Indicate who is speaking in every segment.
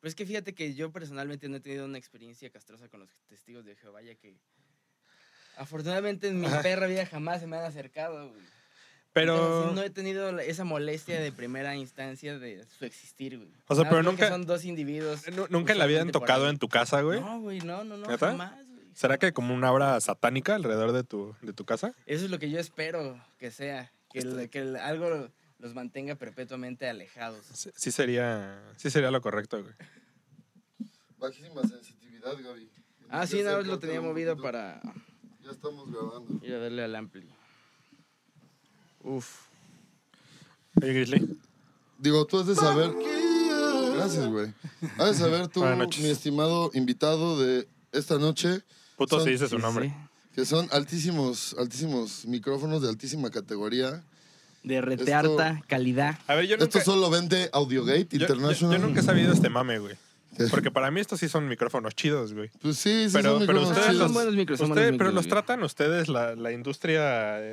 Speaker 1: Pues es que fíjate que yo personalmente no he tenido una experiencia castrosa con los testigos de Jehová, ya que afortunadamente en mi perra vida jamás se me han acercado, güey.
Speaker 2: Pero.
Speaker 1: Entonces, no he tenido la- esa molestia de primera instancia de su existir, güey.
Speaker 2: O
Speaker 1: Nada más
Speaker 2: sea, pero
Speaker 1: porque
Speaker 2: nunca-
Speaker 1: Son dos individuos.
Speaker 2: Nu- Nunca en la vida han
Speaker 1: usualmente por
Speaker 2: tocado
Speaker 1: ahí.
Speaker 2: en tu casa, güey.
Speaker 1: No, güey, no, no, no,
Speaker 2: ¿Neta?
Speaker 1: jamás, güey.
Speaker 2: ¿Será que como una obra satánica alrededor de tu, de tu casa?
Speaker 1: Eso es lo que yo espero que sea. Que, el-
Speaker 2: Este-
Speaker 1: que el- algo los mantenga perpetuamente alejados.
Speaker 2: Sí, sí sería, sí sería lo correcto, güey.
Speaker 3: Bajísima sensibilidad, Gaby.
Speaker 1: Ah, sí,
Speaker 3: Ya
Speaker 1: nada más lo
Speaker 3: acércate
Speaker 1: tenía
Speaker 3: un
Speaker 1: movido
Speaker 3: poquito.
Speaker 1: para
Speaker 3: Ya estamos grabando.
Speaker 1: ir a darle al ampli. Uf.
Speaker 2: Oye, Grizzly.
Speaker 3: Digo, tú has de saber. Gracias, güey. Has de saber tú,
Speaker 2: Buenas noches.
Speaker 3: mi estimado invitado de esta noche,
Speaker 2: Puto
Speaker 3: Son-
Speaker 2: si dice su
Speaker 1: Sí,
Speaker 2: nombre.
Speaker 1: sí.
Speaker 3: que son altísimos, altísimos micrófonos de altísima categoría.
Speaker 1: De retearta, calidad.
Speaker 2: A ver, yo nunca,
Speaker 3: Esto solo vende AudioGate
Speaker 2: yo- yo-
Speaker 3: International.
Speaker 2: yo nunca he sabido este mame, güey. Porque para mí estos sí son micrófonos chidos, güey.
Speaker 3: Pues sí, sí,
Speaker 2: Pero,
Speaker 3: son
Speaker 2: pero
Speaker 3: micrófonos
Speaker 2: ustedes,
Speaker 1: Ah,
Speaker 3: chidos.
Speaker 2: los,
Speaker 1: son buenos micros, son
Speaker 2: ustedes-
Speaker 1: buenos
Speaker 2: pero
Speaker 1: micros,
Speaker 2: los
Speaker 1: güey.
Speaker 2: tratan ustedes, la, la industria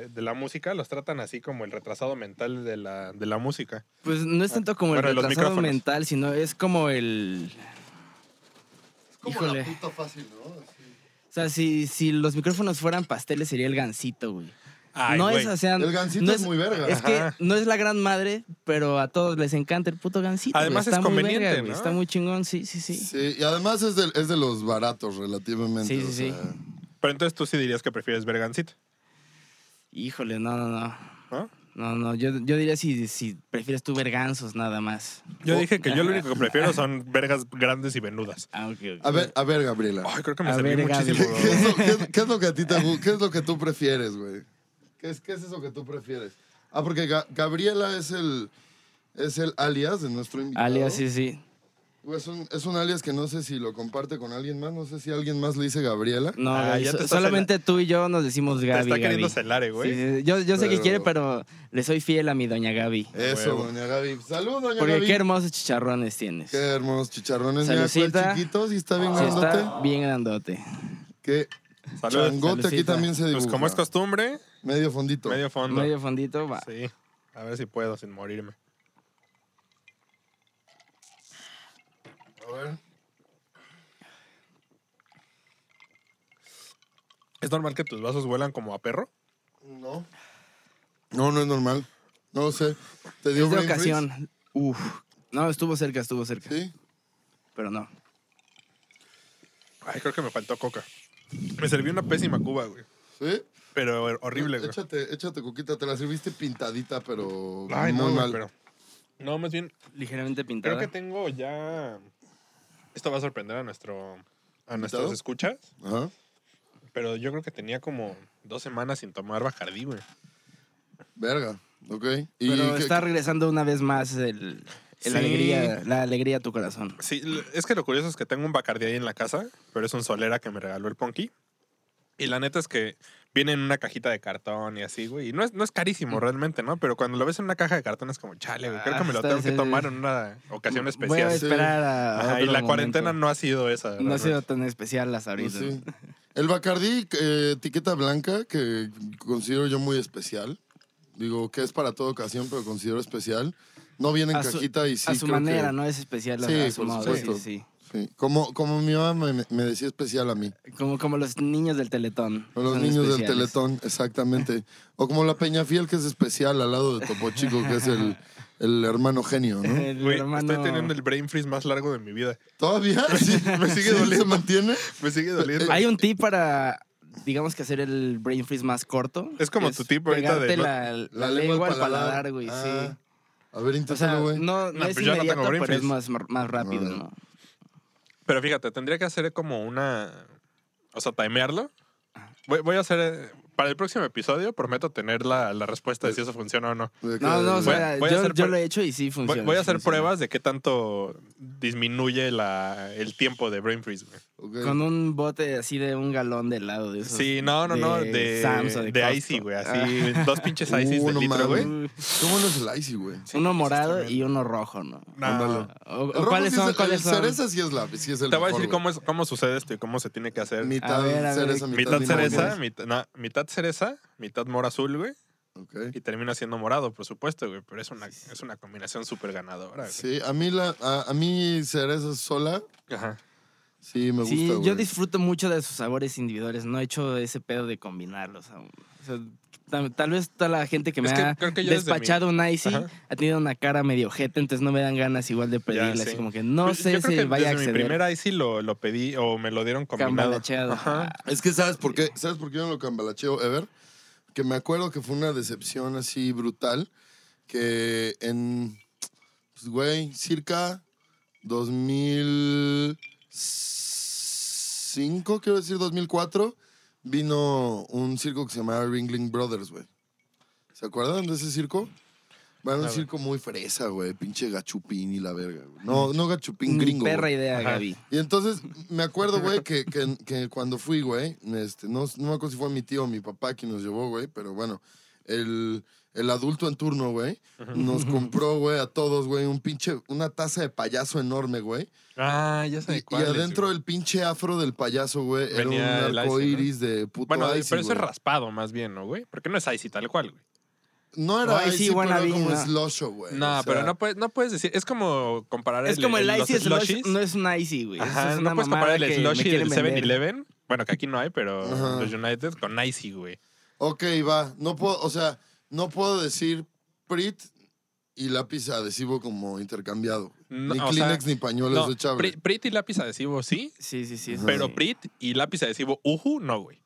Speaker 2: de la música, los tratan así como el retrasado mental de la, de la música.
Speaker 1: Pues no es tanto como el
Speaker 2: Bueno, de los
Speaker 1: retrasado
Speaker 2: micrófonos.
Speaker 1: mental, sino es como el...
Speaker 3: Es como la
Speaker 1: Híjole.
Speaker 3: puta fácil, ¿no? Así.
Speaker 1: O sea, si, si los micrófonos fueran pasteles sería el gancito, güey.
Speaker 2: Ay,
Speaker 1: no
Speaker 2: güey.
Speaker 1: es, o sea,
Speaker 3: El gancito
Speaker 1: Ah, no
Speaker 3: es muy verga.
Speaker 1: Es que
Speaker 2: Ajá.
Speaker 1: no es la gran madre, pero a todos les encanta el puto gancito. güey.
Speaker 2: Además es
Speaker 1: Está muy verga,
Speaker 2: conveniente,
Speaker 1: güey.
Speaker 2: ¿no?
Speaker 1: Está muy chingón, sí, sí, sí.
Speaker 3: Sí, y además es de, es de los baratos relativamente.
Speaker 1: Sí,
Speaker 3: o
Speaker 1: sí, sí.
Speaker 3: sea.
Speaker 2: Pero entonces tú sí dirías que prefieres ver Gansito,
Speaker 1: Híjole, no, no, no.
Speaker 2: ¿no?
Speaker 1: No, no, yo, yo diría si, si prefieres tú ver gansos nada más.
Speaker 2: Yo dije que yo lo único que prefiero son vergas grandes y venudas.
Speaker 1: Ah, ok, ok.
Speaker 3: A ver, a ver, Gabriela.
Speaker 2: Ay, creo que me
Speaker 1: A
Speaker 2: serví
Speaker 1: ver, Gaby.
Speaker 2: muchísimo.
Speaker 3: ¿Qué es, lo, qué es- qué es lo que a ti te gu- ¿Qué es lo que tú prefieres, güey? ¿Qué es, ¿Qué es eso que tú prefieres? Ah, porque Ga- Gabriela es el, es el alias de nuestro invitado.
Speaker 1: Alias, sí, sí.
Speaker 3: Güey, Es un, es un alias que no sé si lo comparte con alguien más. No sé si alguien más le dice Gabriela.
Speaker 1: No,
Speaker 2: Ah,
Speaker 1: Gaby,
Speaker 2: ya
Speaker 1: so-
Speaker 2: te estás
Speaker 1: solamente tú y yo nos decimos
Speaker 2: Te
Speaker 1: Gaby.
Speaker 2: está queriendo
Speaker 1: Gaby.
Speaker 2: celar, eh, güey.
Speaker 1: Sí, sí, Yo, yo sé que
Speaker 3: Pero-
Speaker 1: quiere, pero le soy fiel a mi doña Gaby.
Speaker 3: Eso,
Speaker 2: Huevo.
Speaker 3: doña Gaby. Salud, doña
Speaker 1: Porque
Speaker 3: Gaby.
Speaker 1: qué hermosos chicharrones tienes.
Speaker 3: Qué hermosos chicharrones. Mira cuál
Speaker 1: Salucita.
Speaker 3: chiquito, sí está bien
Speaker 1: Sí,
Speaker 3: grandote.
Speaker 1: está bien grandote.
Speaker 3: Qué
Speaker 2: Salud.
Speaker 3: changote aquí
Speaker 1: Salucita.
Speaker 3: también se dibuja.
Speaker 2: Pues como es costumbre,
Speaker 3: Medio fondito.
Speaker 2: medio fondo.
Speaker 1: Medio fondito, va.
Speaker 2: Sí. A ver si puedo sin morirme.
Speaker 3: A ver.
Speaker 2: ¿Es normal que tus vasos vuelan como a perro?
Speaker 3: No. No, no es normal. No sé. Te dio
Speaker 1: Es de
Speaker 3: brain freeze?
Speaker 1: ocasión. Uf. No, estuvo cerca, estuvo cerca.
Speaker 3: Sí.
Speaker 1: Pero no.
Speaker 2: Ay, creo que me faltó coca. Me serví una pésima cuba, güey.
Speaker 3: Sí.
Speaker 2: Pero horrible, güey.
Speaker 3: Échate, échate, Coquita. Te la serviste pintadita, pero
Speaker 2: Ay,
Speaker 3: muy
Speaker 2: no,
Speaker 3: mal.
Speaker 2: güey, pero... No, más bien,
Speaker 1: Ligeramente
Speaker 2: creo
Speaker 1: pintada.
Speaker 2: que tengo ya... Esto va a sorprender a nuestro... A nuestros
Speaker 3: ¿Invitado?
Speaker 2: escuchas,
Speaker 3: Ajá.
Speaker 2: pero yo creo que tenía como dos semanas sin tomar Bacardí, güey.
Speaker 3: Verga. Ok. ¿Y
Speaker 1: Pero
Speaker 3: qué-
Speaker 1: está regresando una vez más el, el
Speaker 2: Sí.
Speaker 1: alegría, la alegría a tu corazón.
Speaker 2: Sí, l- es que lo curioso es que tengo un Bacardí ahí en la casa, pero es un solera que me regaló el Ponky. Y la neta es que viene en una cajita de cartón y así, güey. Y no es, no es
Speaker 1: Mm.
Speaker 2: carísimo realmente, ¿no? Pero cuando lo ves en una caja de cartón es como, chale, güey, creo que me lo
Speaker 1: Ah,
Speaker 2: tengo que
Speaker 1: sí,
Speaker 2: tomar
Speaker 1: sí.
Speaker 2: en una ocasión
Speaker 1: Voy a
Speaker 2: especial.
Speaker 3: sí.
Speaker 1: esperar a.
Speaker 2: Ajá, y
Speaker 1: otro
Speaker 2: la
Speaker 1: momento.
Speaker 2: cuarentena no ha sido esa.
Speaker 1: No ha
Speaker 2: realmente.
Speaker 1: sido tan especial las ahorita.
Speaker 3: pues sí. El Bacardí, eh, etiqueta blanca, que considero yo muy especial. Digo, que es para toda ocasión, pero considero especial. No viene en
Speaker 1: A su-
Speaker 3: cajita y sí.
Speaker 1: a su
Speaker 3: creo que-
Speaker 1: manera, ¿no? Es especial a-
Speaker 3: Sí,
Speaker 1: a su
Speaker 3: por
Speaker 1: modo,
Speaker 3: supuesto.
Speaker 1: Sí,
Speaker 3: Sí. Como, como mi mamá me, me decía especial a mí.
Speaker 1: sí. Como, como los niños del Teletón.
Speaker 3: O los
Speaker 1: son
Speaker 3: niños del
Speaker 1: especiales.
Speaker 3: Teletón, exactamente. O como la Peña Fiel, que es especial al lado de Topo Chico, que es el, el hermano genio, ¿no?
Speaker 1: El
Speaker 2: Güey,
Speaker 1: hermano-
Speaker 2: estoy teniendo el brain freeze más largo de mi vida.
Speaker 3: ¿Todavía?
Speaker 2: Sí, me sigue doliendo.
Speaker 3: ¿Se mantiene?
Speaker 2: Me sigue doliendo.
Speaker 1: Hay un tip para, digamos que hacer el brain freeze más corto.
Speaker 2: Es como tu tip ahorita de-
Speaker 1: pegarte La, la lengua al paladar, güey,
Speaker 3: Ah.
Speaker 1: sí.
Speaker 3: A ver,
Speaker 1: O sea,
Speaker 3: inténtalo, güey.
Speaker 1: no, no
Speaker 2: No,
Speaker 1: es
Speaker 2: pues yo no tengo
Speaker 1: inmediato,
Speaker 2: brain
Speaker 1: pero es
Speaker 2: freeze.
Speaker 1: más, más rápido,
Speaker 3: No, no.
Speaker 1: ¿no?
Speaker 2: Pero fíjate, tendría que hacer como una. O sea, timearlo.
Speaker 1: Ah.
Speaker 2: Voy, voy a hacer. eh, Para el próximo episodio, prometo tener la, la respuesta de si eso funciona o no.
Speaker 3: De que-
Speaker 1: No, no, o
Speaker 2: Voy-
Speaker 1: sea,
Speaker 2: voy a
Speaker 1: yo,
Speaker 2: hacer
Speaker 1: yo
Speaker 2: pr-
Speaker 1: lo he hecho y sí
Speaker 2: Voy,
Speaker 1: funciona.
Speaker 2: voy a
Speaker 1: sí
Speaker 2: hacer
Speaker 1: funciona.
Speaker 2: pruebas de qué tanto disminuye la, el tiempo de brain freeze, güey.
Speaker 3: Ok.
Speaker 1: Con un bote así de un galón de helado de esos.
Speaker 2: Sí, no, no, no. De,
Speaker 1: Sam's o de,
Speaker 2: de
Speaker 1: Costco. Ah.
Speaker 2: Icy, güey. Así, dos pinches
Speaker 3: Uh,
Speaker 2: Icy de
Speaker 3: no
Speaker 2: litro, güey.
Speaker 3: mames.
Speaker 1: Uy,
Speaker 3: Qué bueno es el Icy, güey.
Speaker 1: uno morado
Speaker 2: está
Speaker 1: y uno rojo, ¿no?
Speaker 2: No.
Speaker 3: Ándalo.
Speaker 1: O- o
Speaker 3: El rojo
Speaker 1: ¿Cuáles
Speaker 3: sí
Speaker 1: son?
Speaker 3: es-
Speaker 1: ¿Cuáles
Speaker 3: el
Speaker 1: son?
Speaker 3: cereza sí es la... Sí es el
Speaker 2: Te voy a
Speaker 3: mejor,
Speaker 2: decir
Speaker 3: güey.
Speaker 2: cómo, es, cómo sucede esto y cómo se tiene que hacer.
Speaker 3: Mitad
Speaker 1: A ver, a ver.
Speaker 3: cereza, mitad,
Speaker 2: mitad
Speaker 3: limón,
Speaker 2: cereza,
Speaker 3: güey.
Speaker 2: mitad, na- mitad cereza, mitad mora azul, güey.
Speaker 3: Ok.
Speaker 2: Y termina siendo morado, por supuesto, güey. Pero es una,
Speaker 1: Sí, sí.
Speaker 2: es una combinación súper ganadora, güey.
Speaker 3: Sí, a mí, la, a, a mí cereza sola,
Speaker 2: Ajá.
Speaker 3: sí, me gusta,
Speaker 1: Sí,
Speaker 3: güey.
Speaker 1: yo disfruto mucho de sus sabores individuales. No he hecho ese pedo de combinarlos aún. O sea, tal, tal vez toda la gente que me
Speaker 2: Es que
Speaker 1: ha
Speaker 2: creo que yo desde mi-
Speaker 1: despachado un icy
Speaker 2: Ajá.
Speaker 1: ha tenido una cara medio jeta, entonces no me dan ganas igual de pedirle.
Speaker 2: sí.
Speaker 1: Así como que no
Speaker 2: Pues,
Speaker 1: sé
Speaker 2: yo creo
Speaker 1: si
Speaker 2: que
Speaker 1: vaya a
Speaker 2: desde mi
Speaker 1: acceder.
Speaker 2: primera ahí sí lo, lo pedí o me lo dieron combinado.
Speaker 1: Cambalacheado.
Speaker 2: Ajá.
Speaker 1: Ah,
Speaker 3: Es que sabes por qué, sabes por qué yo no lo cambalacheo, Ever, que me acuerdo que fue una decepción así brutal, que en, pues, güey, circa 2005, quiero decir 2004, vino un circo que se llamaba Ringling Brothers, güey. ¿Se acuerdan de ese circo? Bueno, un
Speaker 2: ver.
Speaker 3: circo muy fresa, güey, pinche gachupín y la verga, güey. No, no gachupín
Speaker 1: ni
Speaker 3: gringo.
Speaker 1: Mm, perra
Speaker 3: güey.
Speaker 1: idea,
Speaker 2: Ajá.
Speaker 1: Gaby.
Speaker 3: Y entonces me acuerdo, güey, que, que- que cuando fui, güey, este, no, no me acuerdo si fue mi tío o mi papá quien nos llevó, güey, pero bueno, el, el adulto en turno, güey, nos compró, güey, a todos, güey, un pinche, una taza de payaso enorme, güey.
Speaker 2: Ah, ya
Speaker 3: Y,
Speaker 2: sé
Speaker 3: y
Speaker 2: cuál. es,
Speaker 3: adentro
Speaker 2: güey.
Speaker 3: del pinche afro del payaso, güey, era un
Speaker 2: Venía el
Speaker 3: arco
Speaker 2: icy, ¿no?
Speaker 3: iris de puto
Speaker 2: Bueno,
Speaker 3: icy,
Speaker 2: pero eso es
Speaker 3: güey.
Speaker 2: raspado más bien, ¿no, güey? Porque no es Icy tal cual, güey.
Speaker 3: No era
Speaker 1: Ay, sí,
Speaker 3: icy, pero era
Speaker 1: wannabe,
Speaker 3: como
Speaker 1: no.
Speaker 3: slosho, güey.
Speaker 2: no,
Speaker 3: o sea,
Speaker 2: pero no puedes, no puedes decir. Es como comparar
Speaker 1: Es como el
Speaker 2: los
Speaker 1: icy slush,
Speaker 2: slushies.
Speaker 1: no es un icy, güey. Eso
Speaker 2: Ajá,
Speaker 1: es una
Speaker 2: no puedes
Speaker 1: mamada
Speaker 2: comparar el
Speaker 1: que me
Speaker 2: slushy
Speaker 1: quieren
Speaker 2: del
Speaker 1: vender.
Speaker 2: 7-Eleven. Bueno, que aquí no hay, pero
Speaker 3: Ajá.
Speaker 2: los United con Icy, güey.
Speaker 3: Ok, va. No puedo, o sea, no puedo decir Prit y lápiz adhesivo como intercambiado.
Speaker 2: No,
Speaker 3: ni
Speaker 2: o sea,
Speaker 3: Kleenex ni pañuelos
Speaker 2: No,
Speaker 3: de Chávez.
Speaker 2: Pri- Prit y lápiz adhesivo, sí.
Speaker 1: Sí, sí, sí. eso
Speaker 2: Pero
Speaker 1: sí.
Speaker 2: Prit y lápiz adhesivo, uju, no, güey.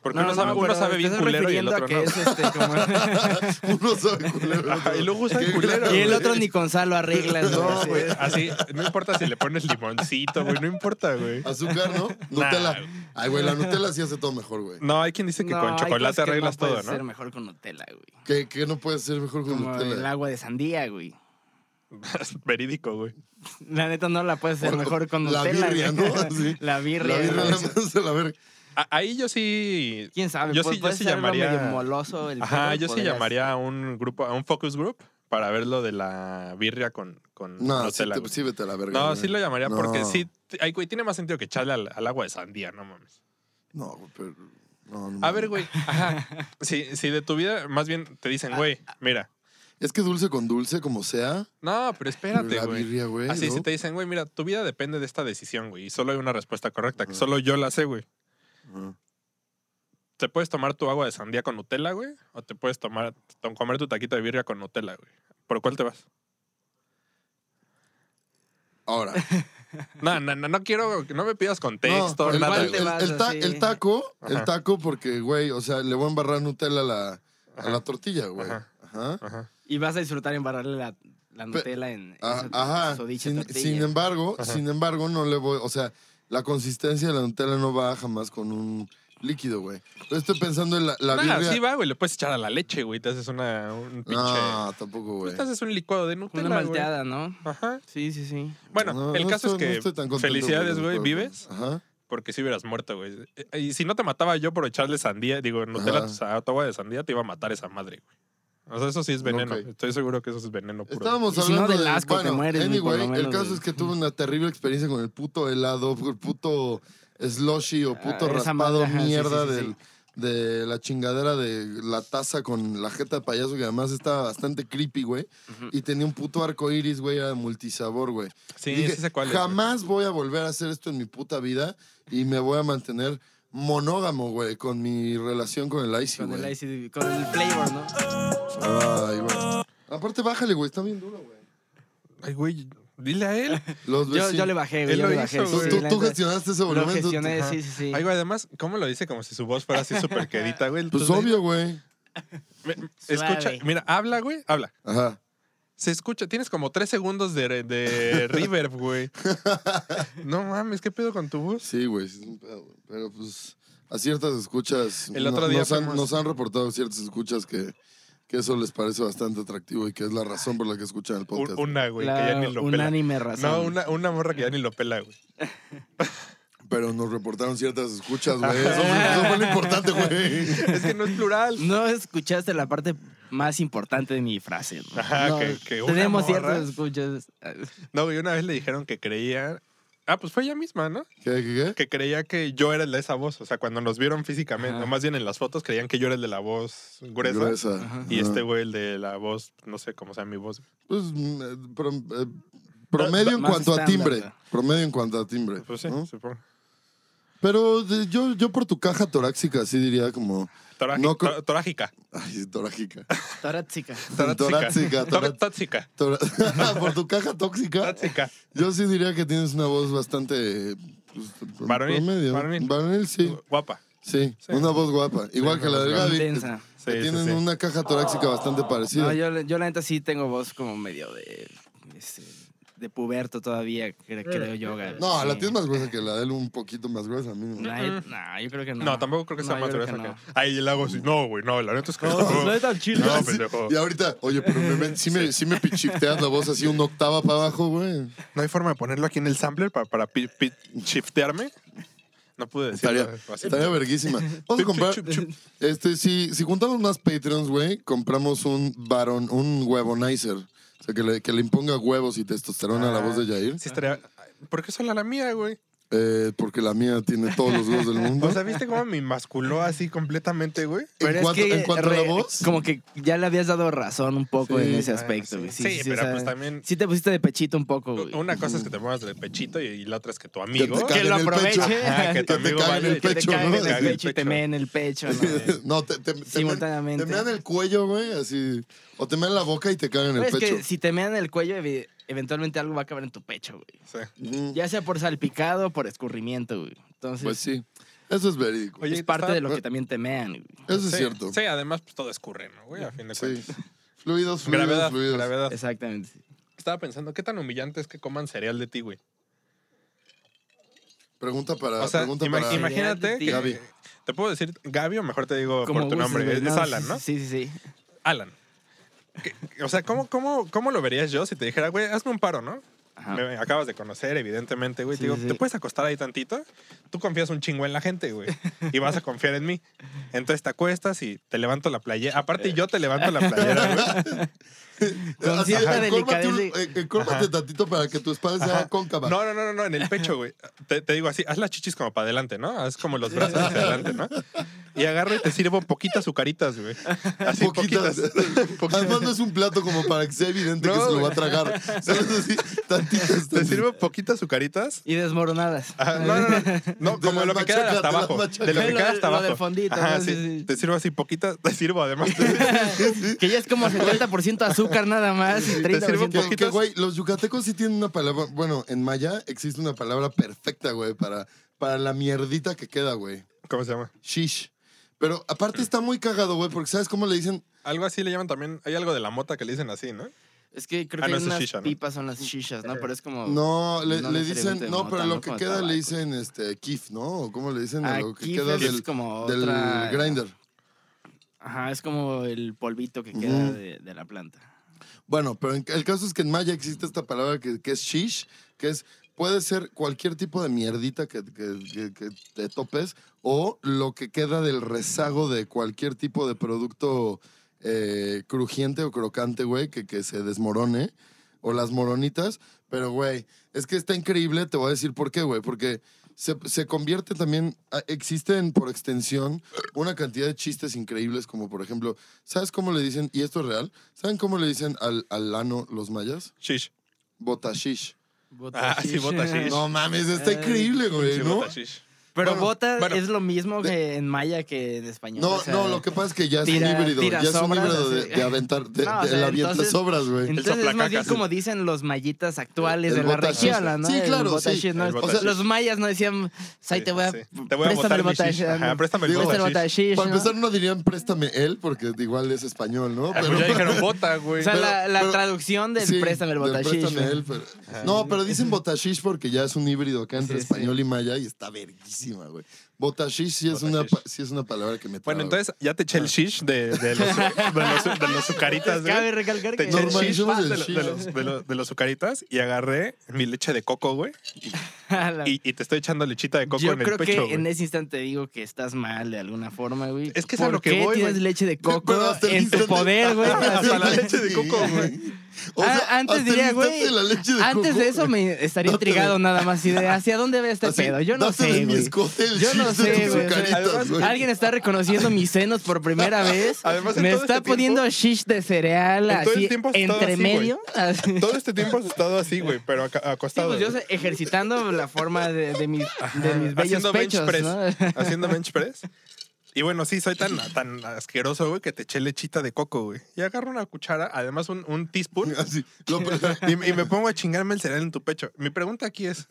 Speaker 2: Porque
Speaker 1: No,
Speaker 2: uno
Speaker 1: no,
Speaker 2: sabe,
Speaker 1: no,
Speaker 2: uno
Speaker 1: pero
Speaker 2: sabe
Speaker 1: te
Speaker 2: bien
Speaker 1: estás
Speaker 2: culero y el
Speaker 1: refiriendo a
Speaker 2: otro
Speaker 1: que
Speaker 2: no.
Speaker 1: es, este, como-
Speaker 3: Uno sabe culero.
Speaker 2: Ajá, y luego usa
Speaker 3: Qué
Speaker 2: culero,
Speaker 3: grave.
Speaker 1: Y el otro ni Gonzalo arreglas, güey.
Speaker 2: No,
Speaker 1: así.
Speaker 2: güey. Así, no importa si le pones limoncito, güey. No importa, güey.
Speaker 3: Azúcar, ¿no?
Speaker 2: Nah.
Speaker 3: Nutella. Ay, güey, la Nutella sí hace todo mejor, güey.
Speaker 2: No, hay quien dice que
Speaker 1: No,
Speaker 2: con
Speaker 1: hay
Speaker 2: chocolate
Speaker 1: cosas que
Speaker 2: arreglas
Speaker 1: no
Speaker 2: todo,
Speaker 1: puede ser
Speaker 2: ¿no?
Speaker 1: mejor con Nutella, güey.
Speaker 3: ¿Qué, qué no puede ser mejor que
Speaker 1: Como el
Speaker 3: Nutella?
Speaker 1: agua de sandía, güey.
Speaker 2: Verídico, güey.
Speaker 1: La neta no la puedes hacer
Speaker 3: O la-
Speaker 1: mejor con
Speaker 3: la
Speaker 1: Nutella.
Speaker 3: birria,
Speaker 1: güey.
Speaker 3: ¿no? Sí.
Speaker 1: La birria.
Speaker 3: La birra
Speaker 1: güey.
Speaker 3: la más de la verga.
Speaker 2: A- Ahí yo sí.
Speaker 1: ¿Quién sabe?
Speaker 2: Yo
Speaker 1: Pu-
Speaker 2: sí- yo
Speaker 1: puede
Speaker 2: sí
Speaker 1: ser algo
Speaker 2: llamaría-
Speaker 1: medio moloso el
Speaker 2: Ajá,
Speaker 1: pedo,
Speaker 2: yo sí
Speaker 1: podrías-
Speaker 2: llamaría a un grupo, a un focus group para ver lo de la birria con, con
Speaker 3: No, sí,
Speaker 2: Nutella,
Speaker 3: te-
Speaker 2: güey.
Speaker 3: sí vete a la verga.
Speaker 2: no,
Speaker 3: güey.
Speaker 2: sí lo llamaría
Speaker 3: No.
Speaker 2: porque sí. t- Ay, güey, tiene más sentido que echarle al, al agua de sandía, no mames.
Speaker 3: No, güey, pero... No, no,
Speaker 2: A ver, güey. Ajá. Si, si de tu vida, más bien te dicen,
Speaker 1: Ah,
Speaker 2: güey, mira.
Speaker 3: Es que dulce con dulce, como sea,
Speaker 2: No, pero espérate,
Speaker 3: la
Speaker 2: güey.
Speaker 3: birria, güey.
Speaker 2: Así,
Speaker 3: ¿no?
Speaker 2: si te dicen, güey, mira, tu vida depende de esta decisión, güey, y solo hay una respuesta correcta, que solo yo la sé, güey.
Speaker 3: Ajá.
Speaker 2: Te puedes tomar tu agua de sandía con Nutella, güey, o te puedes tomar, to- comer tu taquito de birria con Nutella, güey. ¿Por cuál te vas?
Speaker 3: Ahora,
Speaker 2: No, no, no, no quiero, no me pidas contexto,
Speaker 3: No, el,
Speaker 2: nada.
Speaker 3: el-
Speaker 2: güey.
Speaker 3: el- el ta-
Speaker 1: Sí.
Speaker 3: el taco,
Speaker 2: Ajá.
Speaker 3: el taco porque, güey, o sea, le voy a embarrar Nutella a la, a la tortilla, güey.
Speaker 2: Ajá.
Speaker 3: Ajá.
Speaker 2: Ajá.
Speaker 1: Y vas a disfrutar embarrarle la, la Nutella en, en
Speaker 3: Ah,
Speaker 1: su-
Speaker 3: ajá.
Speaker 1: su dicha
Speaker 3: Sin,
Speaker 1: tortilla.
Speaker 3: sin embargo,
Speaker 2: Ajá.
Speaker 3: sin embargo, no le voy, o sea, la consistencia de la Nutella no va jamás con un líquido, güey. Yo estoy pensando en la, la
Speaker 2: Nah,
Speaker 3: birria.
Speaker 2: sí va, güey, le puedes echar a la leche, güey, te haces una, un pinche...
Speaker 3: no, tampoco,
Speaker 2: Pues
Speaker 3: güey.
Speaker 2: te haces un licuado de Nutella,
Speaker 1: Una
Speaker 2: güey.
Speaker 1: malteada, ¿no?
Speaker 2: Ajá.
Speaker 1: Sí, sí, sí.
Speaker 2: Bueno,
Speaker 3: No,
Speaker 2: el
Speaker 3: no
Speaker 2: caso
Speaker 3: estoy- no
Speaker 2: es
Speaker 3: estoy tan
Speaker 2: que
Speaker 3: contento
Speaker 2: felicidades,
Speaker 3: con
Speaker 2: güey,
Speaker 3: el
Speaker 2: vives.
Speaker 3: cuerpo. Ajá.
Speaker 2: Porque si hubieras muerto, güey. Eh, Y si no te mataba yo por echarle sandía, digo, Nutella
Speaker 3: Ajá.
Speaker 2: o sea, a tu agua de sandía, te iba a matar esa madre, güey. O sea, eso sí es veneno.
Speaker 3: Ok.
Speaker 2: Estoy seguro que eso es veneno puro.
Speaker 3: Estábamos
Speaker 1: Y si no,
Speaker 3: hablando
Speaker 1: del
Speaker 3: de
Speaker 1: asco te
Speaker 3: bueno,
Speaker 1: mueres, güey, por
Speaker 3: anyway,
Speaker 1: lo
Speaker 3: el
Speaker 1: menos,
Speaker 3: caso
Speaker 1: güey.
Speaker 3: es que tuve una terrible experiencia con el puto helado, el puto slushy o puto
Speaker 1: Ah, esa
Speaker 3: raspado
Speaker 1: madre, ajá, sí,
Speaker 3: mierda
Speaker 1: sí, sí,
Speaker 3: del- de la chingadera de la taza con la jeta de payaso que además estaba bastante creepy, güey. Y tenía un puto arco iris, güey, era de multisabor, güey.
Speaker 2: Sí,
Speaker 3: Y dije,
Speaker 2: sí sé cuál es, güey.
Speaker 3: Jamás voy a volver a hacer esto en mi puta vida y me voy a mantener monógamo, güey, con mi relación con el icy,
Speaker 1: Con el
Speaker 3: güey.
Speaker 1: ice, con el flavor, ¿no?
Speaker 3: Ay, güey. Aparte, bájale, güey, está bien duro, güey.
Speaker 2: Ay, güey, dile a él.
Speaker 3: Los
Speaker 1: Yo, yo
Speaker 3: vecinos-
Speaker 1: le bajé,
Speaker 2: Él
Speaker 1: güey. Yo
Speaker 2: lo
Speaker 1: le bajé.
Speaker 2: hizo,
Speaker 1: sí,
Speaker 3: Pues
Speaker 2: güey.
Speaker 3: Tú, tú-
Speaker 1: la
Speaker 3: tú
Speaker 1: neta,
Speaker 3: gestionaste ese
Speaker 1: Lo
Speaker 3: volumen. tú-
Speaker 1: gestioné,
Speaker 2: Ajá.
Speaker 1: sí, sí, sí.
Speaker 2: Ay, güey, además, ¿cómo lo dice? Como si su voz fuera así súper quedita, güey.
Speaker 3: Pues
Speaker 2: Entonces,
Speaker 3: obvio, güey.
Speaker 2: me- escucha,
Speaker 1: Suave.
Speaker 2: mira, habla, güey, habla.
Speaker 3: Ajá.
Speaker 2: Se escucha, tienes como tres segundos de, de reverb, güey. No mames, ¿qué pedo con tu voz?
Speaker 3: Sí, güey. sí es un pedo, güey. Pero pues a ciertas escuchas.
Speaker 2: El
Speaker 3: no-
Speaker 2: otro día
Speaker 3: nos, han,
Speaker 2: fuimos-
Speaker 3: nos han reportado ciertas escuchas que, que eso les parece bastante atractivo y que es la razón por la que escuchan el
Speaker 2: Un-
Speaker 3: podcast.
Speaker 2: Una, güey, que ya
Speaker 1: La
Speaker 2: ni lo pela.
Speaker 1: unánime razón.
Speaker 2: No, una, una morra que ya ni lo pela, güey.
Speaker 3: Pero nos reportaron ciertas escuchas, güey. Eso, fue- eso fue lo importante, güey.
Speaker 2: Es que no es plural.
Speaker 1: No escuchaste la parte más importante de mi frase. ¿no?
Speaker 2: Ajá,
Speaker 3: No,
Speaker 2: que, que una
Speaker 1: Tenemos
Speaker 2: morra-
Speaker 1: ciertas escuchas.
Speaker 2: No, güey, una vez le dijeron que creía Ah, pues fue ella misma, ¿no?
Speaker 3: ¿Qué, qué, qué?
Speaker 2: Que creía que yo era el de esa voz. O sea, cuando nos vieron físicamente,
Speaker 1: Ajá.
Speaker 2: o más bien en las fotos, creían que yo era el de la voz gruesa.
Speaker 1: Ajá.
Speaker 2: Y
Speaker 3: Ajá.
Speaker 2: este güey, el de la voz, no sé cómo sea mi voz.
Speaker 3: Pues, mm, eh, pro- eh, promedio en
Speaker 1: Más
Speaker 3: cuanto a
Speaker 1: estándar,
Speaker 3: timbre.
Speaker 1: güey.
Speaker 3: Promedio en cuanto a timbre.
Speaker 2: Pues sí,
Speaker 3: ¿no?
Speaker 2: supongo.
Speaker 3: Pero de- yo, yo por tu caja torácica sí diría como...
Speaker 2: Toraji-
Speaker 3: No creo-
Speaker 2: to- torágica.
Speaker 3: Ay, sí, torácica.
Speaker 1: Tarátsica.
Speaker 3: Torácica.
Speaker 2: Tor-
Speaker 3: torá-
Speaker 2: Tóxica.
Speaker 3: torá- por tu caja tóxica.
Speaker 2: Tóxica.
Speaker 3: Yo sí diría que tienes una voz bastante... pues, pro-
Speaker 2: Varonil,
Speaker 3: Promedio.
Speaker 2: varonil.
Speaker 3: Varonil, sí.
Speaker 2: Guapa.
Speaker 3: Sí,
Speaker 2: Sí.
Speaker 3: una voz guapa. Igual
Speaker 2: Sí,
Speaker 3: que la
Speaker 2: una
Speaker 3: del
Speaker 2: voz guapa.
Speaker 3: Gaby.
Speaker 1: Intensa.
Speaker 3: que-
Speaker 2: Sí, sí,
Speaker 3: que tienen
Speaker 2: sí.
Speaker 3: una caja torácica bastante parecida.
Speaker 1: No, yo, yo la neta sí tengo voz como medio de. este, de puberto todavía, cre- creo yo. Gaby.
Speaker 3: No, la
Speaker 1: Sí.
Speaker 3: tienes más gruesa que la de él, un poquito más gruesa. A mí
Speaker 1: La neta- No, yo creo que no.
Speaker 2: No, tampoco creo que sea
Speaker 1: No,
Speaker 2: más
Speaker 1: yo creo que
Speaker 2: gruesa que. Ahí le hago así. No, güey, no, la neta es que.
Speaker 1: No, pues,
Speaker 2: no,
Speaker 1: no es tan chile.
Speaker 2: No,
Speaker 3: Sí,
Speaker 2: pendejo.
Speaker 3: Y ahorita, oye, pero me, ven- sí, me, sí me pichifteas la voz así una octava para abajo, güey.
Speaker 2: No hay forma de ponerlo aquí en el sampler para, para pi- pi- shiftearme. No pude decir.
Speaker 3: Estaría, estaría verguísima. Vamos a comprar.
Speaker 2: Chup, chup, chup.
Speaker 3: Este, si, si juntamos más Patreons, güey, compramos un varón, un huevonizer. O sea, que le, que le imponga huevos y testosterona a la voz de Jair.
Speaker 2: Sí, estaría. ¿Por qué solo la mía, güey?
Speaker 3: Eh, porque la mía tiene todos los huevos del mundo.
Speaker 2: O sea, ¿viste cómo me masculó así completamente, güey?
Speaker 1: Pero
Speaker 3: en,
Speaker 1: es
Speaker 3: cuanto,
Speaker 1: que
Speaker 3: en cuanto a
Speaker 1: re-
Speaker 3: la voz.
Speaker 1: Como que ya le habías dado razón un poco
Speaker 3: Sí.
Speaker 1: en ese
Speaker 2: Ah,
Speaker 1: aspecto,
Speaker 2: sí.
Speaker 1: güey.
Speaker 2: Sí, pero pues también-
Speaker 1: Sí te pusiste de pechito un poco, güey.
Speaker 2: Una cosa es que te muevas del pechito y, y la otra es que tu amigo.
Speaker 3: te
Speaker 1: Que
Speaker 3: cague
Speaker 1: lo
Speaker 3: en el pecho.
Speaker 1: aproveche.
Speaker 2: Ajá, que
Speaker 1: Que
Speaker 2: tu
Speaker 3: te
Speaker 2: amigo
Speaker 3: cague en
Speaker 2: vaya
Speaker 3: el
Speaker 2: y te
Speaker 3: pecho,
Speaker 1: te
Speaker 2: cague
Speaker 1: caen
Speaker 3: ¿no?
Speaker 1: en
Speaker 2: cague
Speaker 1: el
Speaker 3: Así,
Speaker 1: pecho y te meen el pecho, ¿no? güey?
Speaker 3: No, te, te, te,
Speaker 1: Simultáneamente.
Speaker 3: mean- Te mean el cuello, güey, así. O te mean la boca y te cagan en
Speaker 1: Pero
Speaker 3: el
Speaker 1: Pues es
Speaker 3: pecho.
Speaker 1: que si te mean el cuello, evi- eventualmente algo va a acabar en tu pecho, güey.
Speaker 2: Sí.
Speaker 3: Ujú.
Speaker 1: Ya sea por salpicado o por escurrimiento, güey. Entonces,
Speaker 3: Pues sí. Eso es verídico.
Speaker 2: Oye,
Speaker 1: es parte
Speaker 2: está-
Speaker 1: de lo que también te mean, güey.
Speaker 3: Eso es
Speaker 2: Sí,
Speaker 3: cierto.
Speaker 2: Sí, además pues, todo escurre, ¿no, güey? A fin de
Speaker 3: Sí.
Speaker 2: cuentas.
Speaker 3: Fluidos, fluidos,
Speaker 2: Gravedad,
Speaker 3: fluidos.
Speaker 2: gravedad.
Speaker 1: Exactamente.
Speaker 2: Estaba pensando, ¿qué tan humillante es que coman cereal de ti, güey?
Speaker 3: Pregunta para.
Speaker 2: O sea,
Speaker 3: pregunta
Speaker 2: ima-
Speaker 3: para.
Speaker 2: imagínate
Speaker 1: Cereal de
Speaker 2: que...
Speaker 1: ti.
Speaker 3: Gaby.
Speaker 2: Te puedo decir Gaby o mejor te digo por tu
Speaker 1: gustes,
Speaker 2: nombre.
Speaker 1: güey.
Speaker 2: Es,
Speaker 1: No,
Speaker 2: es
Speaker 1: sí,
Speaker 2: Alan, ¿no?
Speaker 1: Sí, sí, sí.
Speaker 2: Alan. ¿Qué- qué- O sea, ¿cómo, cómo, cómo lo verías yo si te dijera, güey, hazme un paro, ¿no?
Speaker 1: Ajá.
Speaker 2: Me acabas de conocer, evidentemente, güey.
Speaker 1: Sí,
Speaker 2: te digo,
Speaker 1: sí, sí.
Speaker 2: ¿te puedes acostar ahí tantito? Tú confías un chingo en la gente, güey. Y vas a confiar en mí. Entonces te acuestas y te levanto la playera. Aparte, yo te levanto la playera, güey.
Speaker 1: Con
Speaker 3: Así,
Speaker 1: cierta
Speaker 3: encórvate un-
Speaker 1: delicadeza.
Speaker 3: eh, encórvate tantito para que tu espalda sea cóncava.
Speaker 2: No, no, no, no, no, en el pecho, güey. Te, te digo así, haz las chichis como para adelante, ¿no? Haz como los brazos hacia adelante, ¿no? Y agarro y te sirvo poquitas azucaritas, güey. Así poquitas.
Speaker 3: Además, no es un plato como para que sea evidente
Speaker 2: No,
Speaker 3: que se lo
Speaker 2: güey.
Speaker 3: va a tragar. ¿Sabes? Así, este. tantitas.
Speaker 2: Te sirvo poquitas azucaritas.
Speaker 1: Y desmoronadas.
Speaker 3: Ah,
Speaker 2: Ajá, no, no, no. No,
Speaker 3: De
Speaker 2: como
Speaker 3: la
Speaker 2: lo que
Speaker 3: machaca,
Speaker 2: queda
Speaker 3: de
Speaker 2: hasta
Speaker 3: la
Speaker 2: abajo.
Speaker 3: machaca.
Speaker 2: De lo que
Speaker 1: Lo
Speaker 2: queda
Speaker 1: del-
Speaker 2: hasta
Speaker 1: lo
Speaker 2: abajo.
Speaker 1: del fondito,
Speaker 2: Ajá,
Speaker 1: ¿no?
Speaker 2: sí,
Speaker 1: Sí, sí.
Speaker 2: Te sirvo así poquitas. Te sirvo además.
Speaker 1: Que ya es como 70% azúcar nada más y
Speaker 2: Te sirvo
Speaker 1: 30%
Speaker 3: Que, que,
Speaker 2: poquitas.
Speaker 3: güey, los yucatecos sí tienen una palabra. Bueno, en maya existe una palabra perfecta, güey, para, para la mierdita que queda, güey.
Speaker 2: ¿Cómo se llama?
Speaker 3: Shish. Pero
Speaker 1: Mm.
Speaker 3: aparte está muy cagado, güey, porque ¿sabes cómo le dicen?
Speaker 2: Algo así le llaman también. Hay algo de la mota que le dicen así, ¿no?
Speaker 1: Es que creo
Speaker 2: Ah,
Speaker 1: que
Speaker 2: no,
Speaker 1: hay
Speaker 2: eso es
Speaker 1: unas
Speaker 2: shisha, ¿no?
Speaker 1: pipas son las shishas, ¿no? Pero es como.
Speaker 3: No, le,
Speaker 1: No
Speaker 3: le
Speaker 1: necesariamente
Speaker 3: dicen, no,
Speaker 1: mota,
Speaker 3: pero
Speaker 1: ¿no?
Speaker 3: lo que
Speaker 1: Como
Speaker 3: queda le
Speaker 1: tabaco.
Speaker 3: dicen este kif, ¿no? ¿O ¿Cómo le dicen
Speaker 1: Ah,
Speaker 3: a lo que
Speaker 1: kif
Speaker 3: queda
Speaker 1: es
Speaker 3: del,
Speaker 1: como
Speaker 3: del
Speaker 1: otra-
Speaker 3: grinder?
Speaker 1: Ajá, es como el polvito que queda
Speaker 3: Ujú.
Speaker 1: de, de la planta.
Speaker 3: Bueno, pero en- el caso es que en maya existe esta palabra que, que es shish, que es puede ser cualquier tipo de mierdita que, que- que- que te topes o lo que queda del rezago de cualquier tipo de producto eh, crujiente o crocante, güey, que, que se desmorone o las moronitas. Pero, güey, es que está increíble, te voy a decir por qué, güey, porque se, se convierte también, a- existen por extensión una cantidad de chistes increíbles, como por ejemplo, ¿sabes cómo le dicen, y esto es real, ¿saben cómo le dicen al, al ano los mayas?
Speaker 2: Shish.
Speaker 3: Botashish.
Speaker 1: Bota
Speaker 2: Ah, sí, bota shish.
Speaker 3: No mames, está increíble, güey,
Speaker 2: Sí,
Speaker 3: ¿no?
Speaker 2: bota shish.
Speaker 1: Pero
Speaker 3: Bueno,
Speaker 1: bota
Speaker 2: bueno.
Speaker 1: es lo mismo que en maya que en español.
Speaker 3: No,
Speaker 1: o sea,
Speaker 3: no, lo que pasa es que ya es
Speaker 1: tira-
Speaker 3: un híbrido, ya
Speaker 1: tira
Speaker 3: es un
Speaker 1: sobras,
Speaker 3: híbrido de,
Speaker 1: así.
Speaker 3: de aventar, de,
Speaker 1: No, o
Speaker 3: de
Speaker 1: sea,
Speaker 3: la avientas
Speaker 1: entonces-
Speaker 3: sobras, güey.
Speaker 1: Entonces es más bien
Speaker 2: soplacacas.
Speaker 1: como dicen los mayitas actuales
Speaker 3: El
Speaker 1: de la
Speaker 3: bota shish.
Speaker 1: región, ¿no?
Speaker 3: Sí,
Speaker 1: El
Speaker 3: claro,
Speaker 1: bota
Speaker 3: sí.
Speaker 1: shish, ¿no?
Speaker 2: El bota
Speaker 1: O sea,
Speaker 2: shish.
Speaker 1: los mayas no decían, ahí te voy a...
Speaker 2: Te voy a
Speaker 1: préstame
Speaker 2: botar
Speaker 1: el
Speaker 2: mi
Speaker 1: bota
Speaker 2: shish.
Speaker 1: shish,
Speaker 2: Ajá,
Speaker 1: ¿no?
Speaker 2: préstame el
Speaker 3: Digo,
Speaker 1: Préstame
Speaker 2: bota
Speaker 1: el bota
Speaker 2: shish.
Speaker 1: shish,
Speaker 3: Para
Speaker 1: ¿no?
Speaker 3: empezar no dirían préstame él, porque igual es español, ¿no?
Speaker 2: Ah, pues ya dijeron bota, güey.
Speaker 1: O sea,
Speaker 3: Pero-
Speaker 1: la, la
Speaker 3: pero-
Speaker 1: traducción del
Speaker 3: Sí,
Speaker 1: préstame el
Speaker 3: del
Speaker 1: botashish.
Speaker 3: préstame él, pero- No, pero dicen botashish porque ya es un híbrido acá
Speaker 1: Sí,
Speaker 3: entre
Speaker 1: sí.
Speaker 3: español y maya y está verguísima, güey. Botashish sí es, una,
Speaker 2: Botashish.
Speaker 3: pa- sí es una palabra que me traba,
Speaker 2: Bueno, entonces ya te
Speaker 3: Ah.
Speaker 2: eché el shish de, de los, de los, de los sucaritas, güey.
Speaker 1: Cabe recalcar
Speaker 2: Te
Speaker 1: que...
Speaker 2: eché el
Speaker 3: Normalizamos
Speaker 2: shish
Speaker 3: el
Speaker 2: de, lo- de
Speaker 3: shish.
Speaker 2: los, de, los, de los sucaritas y agarré mi leche de coco, güey. Y y, y te estoy echando lechita de coco
Speaker 1: Yo
Speaker 2: en el
Speaker 1: creo
Speaker 2: pecho.
Speaker 1: que
Speaker 2: güey.
Speaker 1: en ese instante digo que estás mal de alguna forma, güey.
Speaker 2: Es que es a
Speaker 1: ¿Por
Speaker 2: lo que
Speaker 1: qué
Speaker 2: voy,
Speaker 1: tienes
Speaker 2: güey.
Speaker 1: leche de coco
Speaker 3: Pero hasta el
Speaker 1: en tu
Speaker 3: instante-
Speaker 1: poder, güey?
Speaker 2: Hasta la leche de coco,
Speaker 3: Sí,
Speaker 2: güey.
Speaker 3: O
Speaker 1: Ah,
Speaker 3: sea,
Speaker 1: antes
Speaker 3: hasta el
Speaker 1: diría, güey,
Speaker 3: instante de la leche de
Speaker 1: Antes
Speaker 3: coco,
Speaker 1: de eso
Speaker 3: güey.
Speaker 1: me estaría
Speaker 3: Date-
Speaker 1: intrigado nada más y de hacia dónde ve este
Speaker 3: Así,
Speaker 1: pedo. Yo no
Speaker 3: date
Speaker 1: sé,
Speaker 3: de mi
Speaker 1: güey.
Speaker 3: escote el
Speaker 1: Yo no
Speaker 3: chiste de
Speaker 1: sé,
Speaker 3: tus
Speaker 1: güey, o sea,
Speaker 3: azucaritas,
Speaker 2: además-
Speaker 3: güey.
Speaker 1: Alguien está reconociendo mis senos por primera vez.
Speaker 2: Además, en
Speaker 1: me
Speaker 2: todo
Speaker 1: está
Speaker 2: este
Speaker 1: poniendo
Speaker 2: tiempo-
Speaker 1: shish de cereal
Speaker 2: en todo el
Speaker 1: así
Speaker 2: tiempo has estado
Speaker 1: entre
Speaker 2: así,
Speaker 1: medio. Así.
Speaker 2: Todo este tiempo has estado así, güey, pero aca-
Speaker 1: Sí,
Speaker 2: acostado.
Speaker 1: pues yo
Speaker 2: güey.
Speaker 1: sé, ejercitando la forma de, de mis, de mis bellos
Speaker 2: Haciendo bench
Speaker 1: pechos,
Speaker 2: press.
Speaker 1: ¿no?
Speaker 2: Haciendo bench press. Y bueno, sí, soy tan, tan asqueroso, güey, que te eché lechita de coco, güey. Y agarro una cuchara, además un, un teaspoon,
Speaker 3: Así, lo-
Speaker 2: y, y me pongo a chingarme el cereal en tu pecho. Mi pregunta aquí es,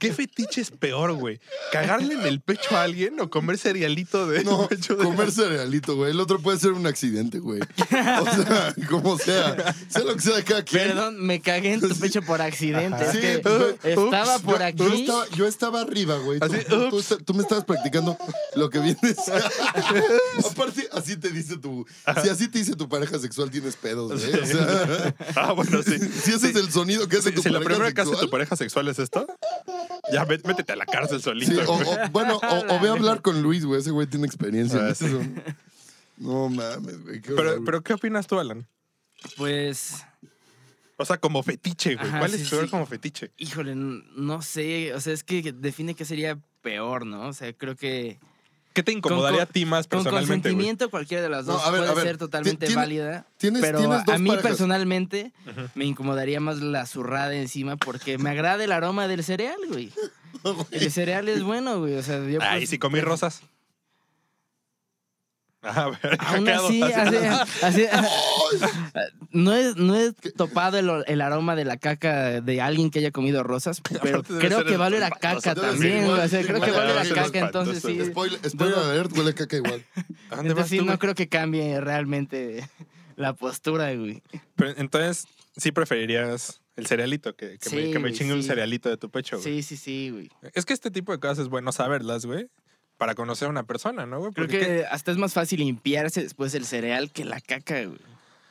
Speaker 2: ¿qué fetiche es peor, güey? ¿Cagarle en el pecho a alguien o comer cerealito de
Speaker 3: No,
Speaker 2: pecho de-
Speaker 3: comer cerealito, güey. El otro puede ser un accidente, güey. O sea, como sea. Sea lo que sea de cada quien.
Speaker 1: Perdón, me cagué en tu pecho por accidente.
Speaker 3: Ajá.
Speaker 1: Es
Speaker 3: Sí,
Speaker 1: que
Speaker 3: pues,
Speaker 1: estaba
Speaker 2: ups,
Speaker 1: por
Speaker 2: yo-
Speaker 1: aquí.
Speaker 3: Yo estaba, yo estaba arriba, güey. Tú,
Speaker 2: Así,
Speaker 3: tú- tú
Speaker 2: ups.
Speaker 3: esta- tú me estabas practicando lo que vienes. Aparte, así te dice tu. Si así te dice tu pareja sexual, tienes pedos, güey. O sea,
Speaker 2: Ah, bueno, sí.
Speaker 3: si ese es el sonido que hace
Speaker 2: Si,
Speaker 3: tu
Speaker 2: si lo
Speaker 3: pareja
Speaker 2: primero que hace tu
Speaker 3: sexual,
Speaker 2: pareja sexual es esto, ya vét- métete a la cárcel solito,
Speaker 3: sí, o,
Speaker 2: güey.
Speaker 3: o- bueno, o, o ve a hablar con Luis, güey. Ese güey tiene experiencia en
Speaker 2: Ah, sí.
Speaker 3: eso. No mames, güey. qué horror,
Speaker 2: Pero,
Speaker 3: güey.
Speaker 2: pero, ¿qué opinas tú, Alan?
Speaker 1: Pues,
Speaker 2: O sea, como fetiche, güey.
Speaker 1: Ajá,
Speaker 2: ¿Cuál
Speaker 1: sí,
Speaker 2: es peor
Speaker 1: sí.
Speaker 2: como fetiche?
Speaker 1: híjole, n- no sé. O sea, es que define qué sería peor, ¿no? O sea, creo que
Speaker 2: ¿Qué te incomodaría
Speaker 1: con-
Speaker 2: a ti más
Speaker 1: con
Speaker 2: personalmente, güey?
Speaker 1: consentimiento cualquiera de las
Speaker 3: No,
Speaker 1: dos
Speaker 3: a ver,
Speaker 1: puede
Speaker 3: a ver,
Speaker 1: ser totalmente
Speaker 3: tiene-
Speaker 1: válida.
Speaker 3: tienes,
Speaker 1: Pero
Speaker 3: tienes dos
Speaker 1: a mí
Speaker 3: parejas.
Speaker 1: personalmente me incomodaría más la zurrada encima porque me agrada el aroma del cereal, güey. El cereal es bueno, güey. O sea, yo
Speaker 2: Ay,
Speaker 1: pues-
Speaker 2: si comí rosas. Ah, ver,
Speaker 1: Aún
Speaker 2: hackeado,
Speaker 1: así,
Speaker 2: así.
Speaker 1: así- así- no, he, no he topado el, el aroma de la caca de alguien que haya comido rosas, pero
Speaker 2: Aparte debe
Speaker 1: creo
Speaker 2: ser
Speaker 1: que vale la
Speaker 2: espantoso,
Speaker 1: caca
Speaker 3: debe ser
Speaker 1: también.
Speaker 3: igual,
Speaker 1: güey, o sea, creo que
Speaker 3: igual,
Speaker 1: vale
Speaker 3: debe
Speaker 1: la
Speaker 3: ser
Speaker 1: caca, entonces
Speaker 2: espantoso.
Speaker 1: sí.
Speaker 3: Spoiler, spoiler
Speaker 1: Dudo-
Speaker 3: alert, huele a caca igual.
Speaker 2: ¿A dónde vas
Speaker 1: Entonces sí,
Speaker 2: tú,
Speaker 1: no
Speaker 2: güey?
Speaker 1: creo que cambie realmente la postura, güey.
Speaker 2: Pero entonces, sí preferirías el cerealito, que, que me,
Speaker 1: Sí,
Speaker 2: que me
Speaker 1: güey,
Speaker 2: chingue un
Speaker 1: sí.
Speaker 2: cerealito de tu pecho,
Speaker 1: Sí,
Speaker 2: güey.
Speaker 1: sí, sí, güey.
Speaker 2: Es que este tipo de cosas es bueno saberlas, güey, para conocer a una persona, ¿no, güey?
Speaker 1: Creo
Speaker 2: Porque
Speaker 1: que hasta es más fácil limpiarse después del cereal que la caca, güey.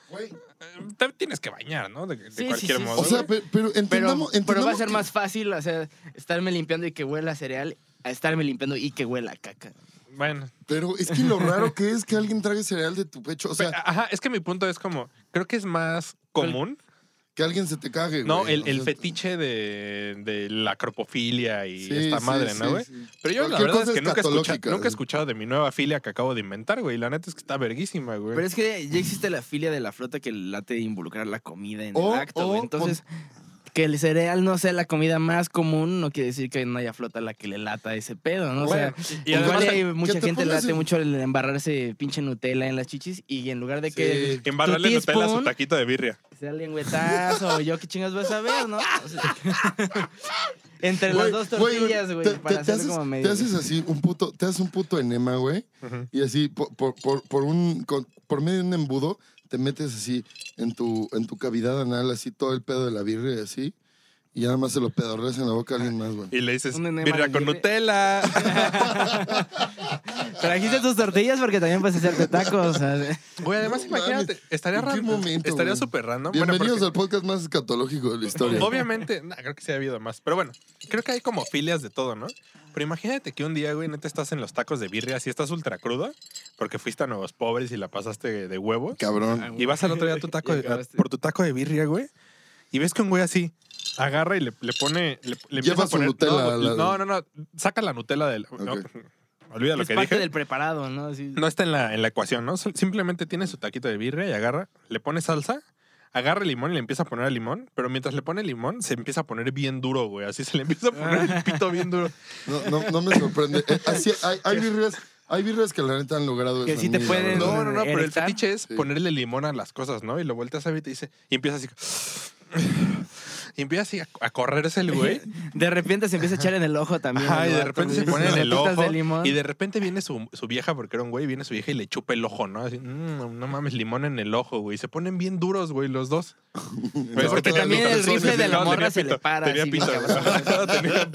Speaker 3: Güey,
Speaker 2: que- te tienes que bañar, ¿no? De, de
Speaker 1: Sí, sí,
Speaker 2: cualquier
Speaker 1: sí,
Speaker 2: modo.
Speaker 3: O sea,
Speaker 2: güey.
Speaker 3: pe- pero,
Speaker 1: Pero, pero va
Speaker 3: entendamos,
Speaker 1: a
Speaker 3: entendamos
Speaker 1: ser
Speaker 3: que-
Speaker 1: más fácil, o sea, estarme limpiando y que huela a cereal a estarme limpiando y que huela a caca.
Speaker 2: bueno.
Speaker 3: Pero es que lo raro que es que alguien trague cereal de tu pecho. O
Speaker 2: Pe-
Speaker 3: sea,
Speaker 2: Ajá, es que mi punto es como, creo que es más común
Speaker 3: que alguien se te cague.
Speaker 2: No,
Speaker 3: güey,
Speaker 2: el,
Speaker 3: o
Speaker 2: el
Speaker 3: sea,
Speaker 2: fetiche de, de la acropofilia y
Speaker 3: sí,
Speaker 2: esta
Speaker 3: sí,
Speaker 2: madre,
Speaker 3: sí,
Speaker 2: ¿no, güey?
Speaker 3: sí.
Speaker 2: Pero yo la
Speaker 3: Cualquier
Speaker 2: verdad
Speaker 3: cosa
Speaker 2: es que nunca he,
Speaker 3: escatológica,
Speaker 2: escuchado, nunca he
Speaker 3: güey.
Speaker 2: escuchado de mi nueva filia que acabo de inventar, güey. La neta es que está verguísima, güey.
Speaker 1: Pero es que ya existe la filia de la flota que late de involucrar la comida en
Speaker 3: O-
Speaker 1: el acto, güey.
Speaker 3: o
Speaker 1: Entonces, que el cereal no sea la comida más común no quiere decir que no haya flota a la que le lata ese pedo, ¿no? O sea,
Speaker 2: y
Speaker 1: igual
Speaker 2: además,
Speaker 1: hay mucha
Speaker 3: te
Speaker 1: gente
Speaker 3: pongas
Speaker 1: late
Speaker 3: en-
Speaker 1: mucho el embarrarse pinche Nutella en las chichis y en lugar de que
Speaker 3: Sí.
Speaker 2: embarrarle
Speaker 1: tu
Speaker 2: Nutella a su
Speaker 1: teaspoon-
Speaker 2: taquito de birria.
Speaker 1: sea lengüetazo o yo qué chingas vas a ver, ¿no? O sea, entre
Speaker 3: Güey,
Speaker 1: las dos
Speaker 3: güey,
Speaker 1: tortillas,
Speaker 3: te-
Speaker 1: güey,
Speaker 3: te-
Speaker 1: para
Speaker 3: te
Speaker 1: hacer
Speaker 3: haces-
Speaker 1: como medio.
Speaker 3: Te haces así un puto, te haces un puto enema, güey.
Speaker 2: Ujú.
Speaker 3: Y así, por, por, por, por un, con- por medio de un embudo, te metes así en tu, en tu cavidad anal, así todo el pedo de la birria y así. Y nada más se lo pedorreas en la boca a alguien más, güey.
Speaker 2: Y le dices,
Speaker 1: Un enema
Speaker 2: birria
Speaker 1: de
Speaker 2: con
Speaker 1: birria".
Speaker 2: Nutella.
Speaker 1: Trajiste tus tortillas porque también puedes hacerte tacos. o sea.
Speaker 2: Güey, además,
Speaker 3: No mames,
Speaker 2: imagínate, estaría
Speaker 3: ¿en qué
Speaker 2: raro.
Speaker 3: momento,
Speaker 2: estaría
Speaker 3: güey?
Speaker 2: súper random. Bueno,
Speaker 3: Bienvenidos
Speaker 2: porque-
Speaker 3: al podcast más escatológico de la historia.
Speaker 2: Obviamente, nah, creo que sí ha habido más. Pero bueno, creo que hay como filias de todo, ¿no? Pero imagínate que un día, güey, neta estás en los tacos de birria, así estás ultra cruda, porque fuiste a Nuevos Pobres y la pasaste de huevos.
Speaker 3: Cabrón.
Speaker 2: Ah, Y vas al otro día a tu taco
Speaker 1: Y
Speaker 2: de- a-
Speaker 1: acabaste.
Speaker 2: por tu taco de birria, güey. Y ves que un güey así agarra y le, le pone. Le, le empieza
Speaker 3: Lleva
Speaker 2: a
Speaker 3: su
Speaker 2: poner,
Speaker 3: Nutella
Speaker 2: No, güey,
Speaker 3: a la-
Speaker 2: no, no, no, Saca la Nutella del. no,
Speaker 3: Ok.
Speaker 2: olvida lo
Speaker 1: Es
Speaker 2: que
Speaker 1: parte
Speaker 2: dije.
Speaker 1: del preparado, ¿no? Así-
Speaker 2: No está en la, en la ecuación, ¿no? Sol- Simplemente tiene su taquito de birria y agarra, le pone salsa, agarra el limón y le empieza a poner el limón. Pero mientras le pone el limón, se empieza a poner bien duro, güey. Así se le empieza a poner el pito bien duro.
Speaker 3: No, no, no me sorprende. Eh, así, hay, hay birrias, hay birrias que la neta han logrado
Speaker 1: Que
Speaker 3: eso
Speaker 1: sí
Speaker 3: en
Speaker 1: te
Speaker 3: mí, la
Speaker 1: pueden-
Speaker 3: verdad.
Speaker 2: No, no, no, pero el
Speaker 1: Erectar.
Speaker 2: fetiche es
Speaker 3: Sí.
Speaker 2: ponerle limón a las cosas, ¿no? Y lo volteas a ver y te dice, y empieza así. Y empieza así a, a correrse el güey.
Speaker 1: De repente se empieza a echar en el ojo también.
Speaker 2: Ajá,
Speaker 1: el
Speaker 2: y de
Speaker 1: vato,
Speaker 2: repente se
Speaker 1: güey,
Speaker 2: pone
Speaker 1: sus
Speaker 2: en el
Speaker 1: gotitas
Speaker 2: ojo.
Speaker 1: de limón.
Speaker 2: Y de repente viene su, su vieja, porque era un güey, viene su vieja y le chupa el ojo, ¿no? Así, "Mm, no mames, limón en el ojo, güey. Se ponen bien duros, güey, los dos. Pero es que
Speaker 1: porque
Speaker 2: tenía
Speaker 1: también el
Speaker 2: pito,
Speaker 1: rifle
Speaker 2: sí,
Speaker 1: de la
Speaker 2: no,
Speaker 1: morra
Speaker 2: tenía
Speaker 1: se le
Speaker 2: pito,
Speaker 1: para
Speaker 2: Tenía
Speaker 1: así,
Speaker 2: pito,
Speaker 1: bien
Speaker 2: güey. Tenía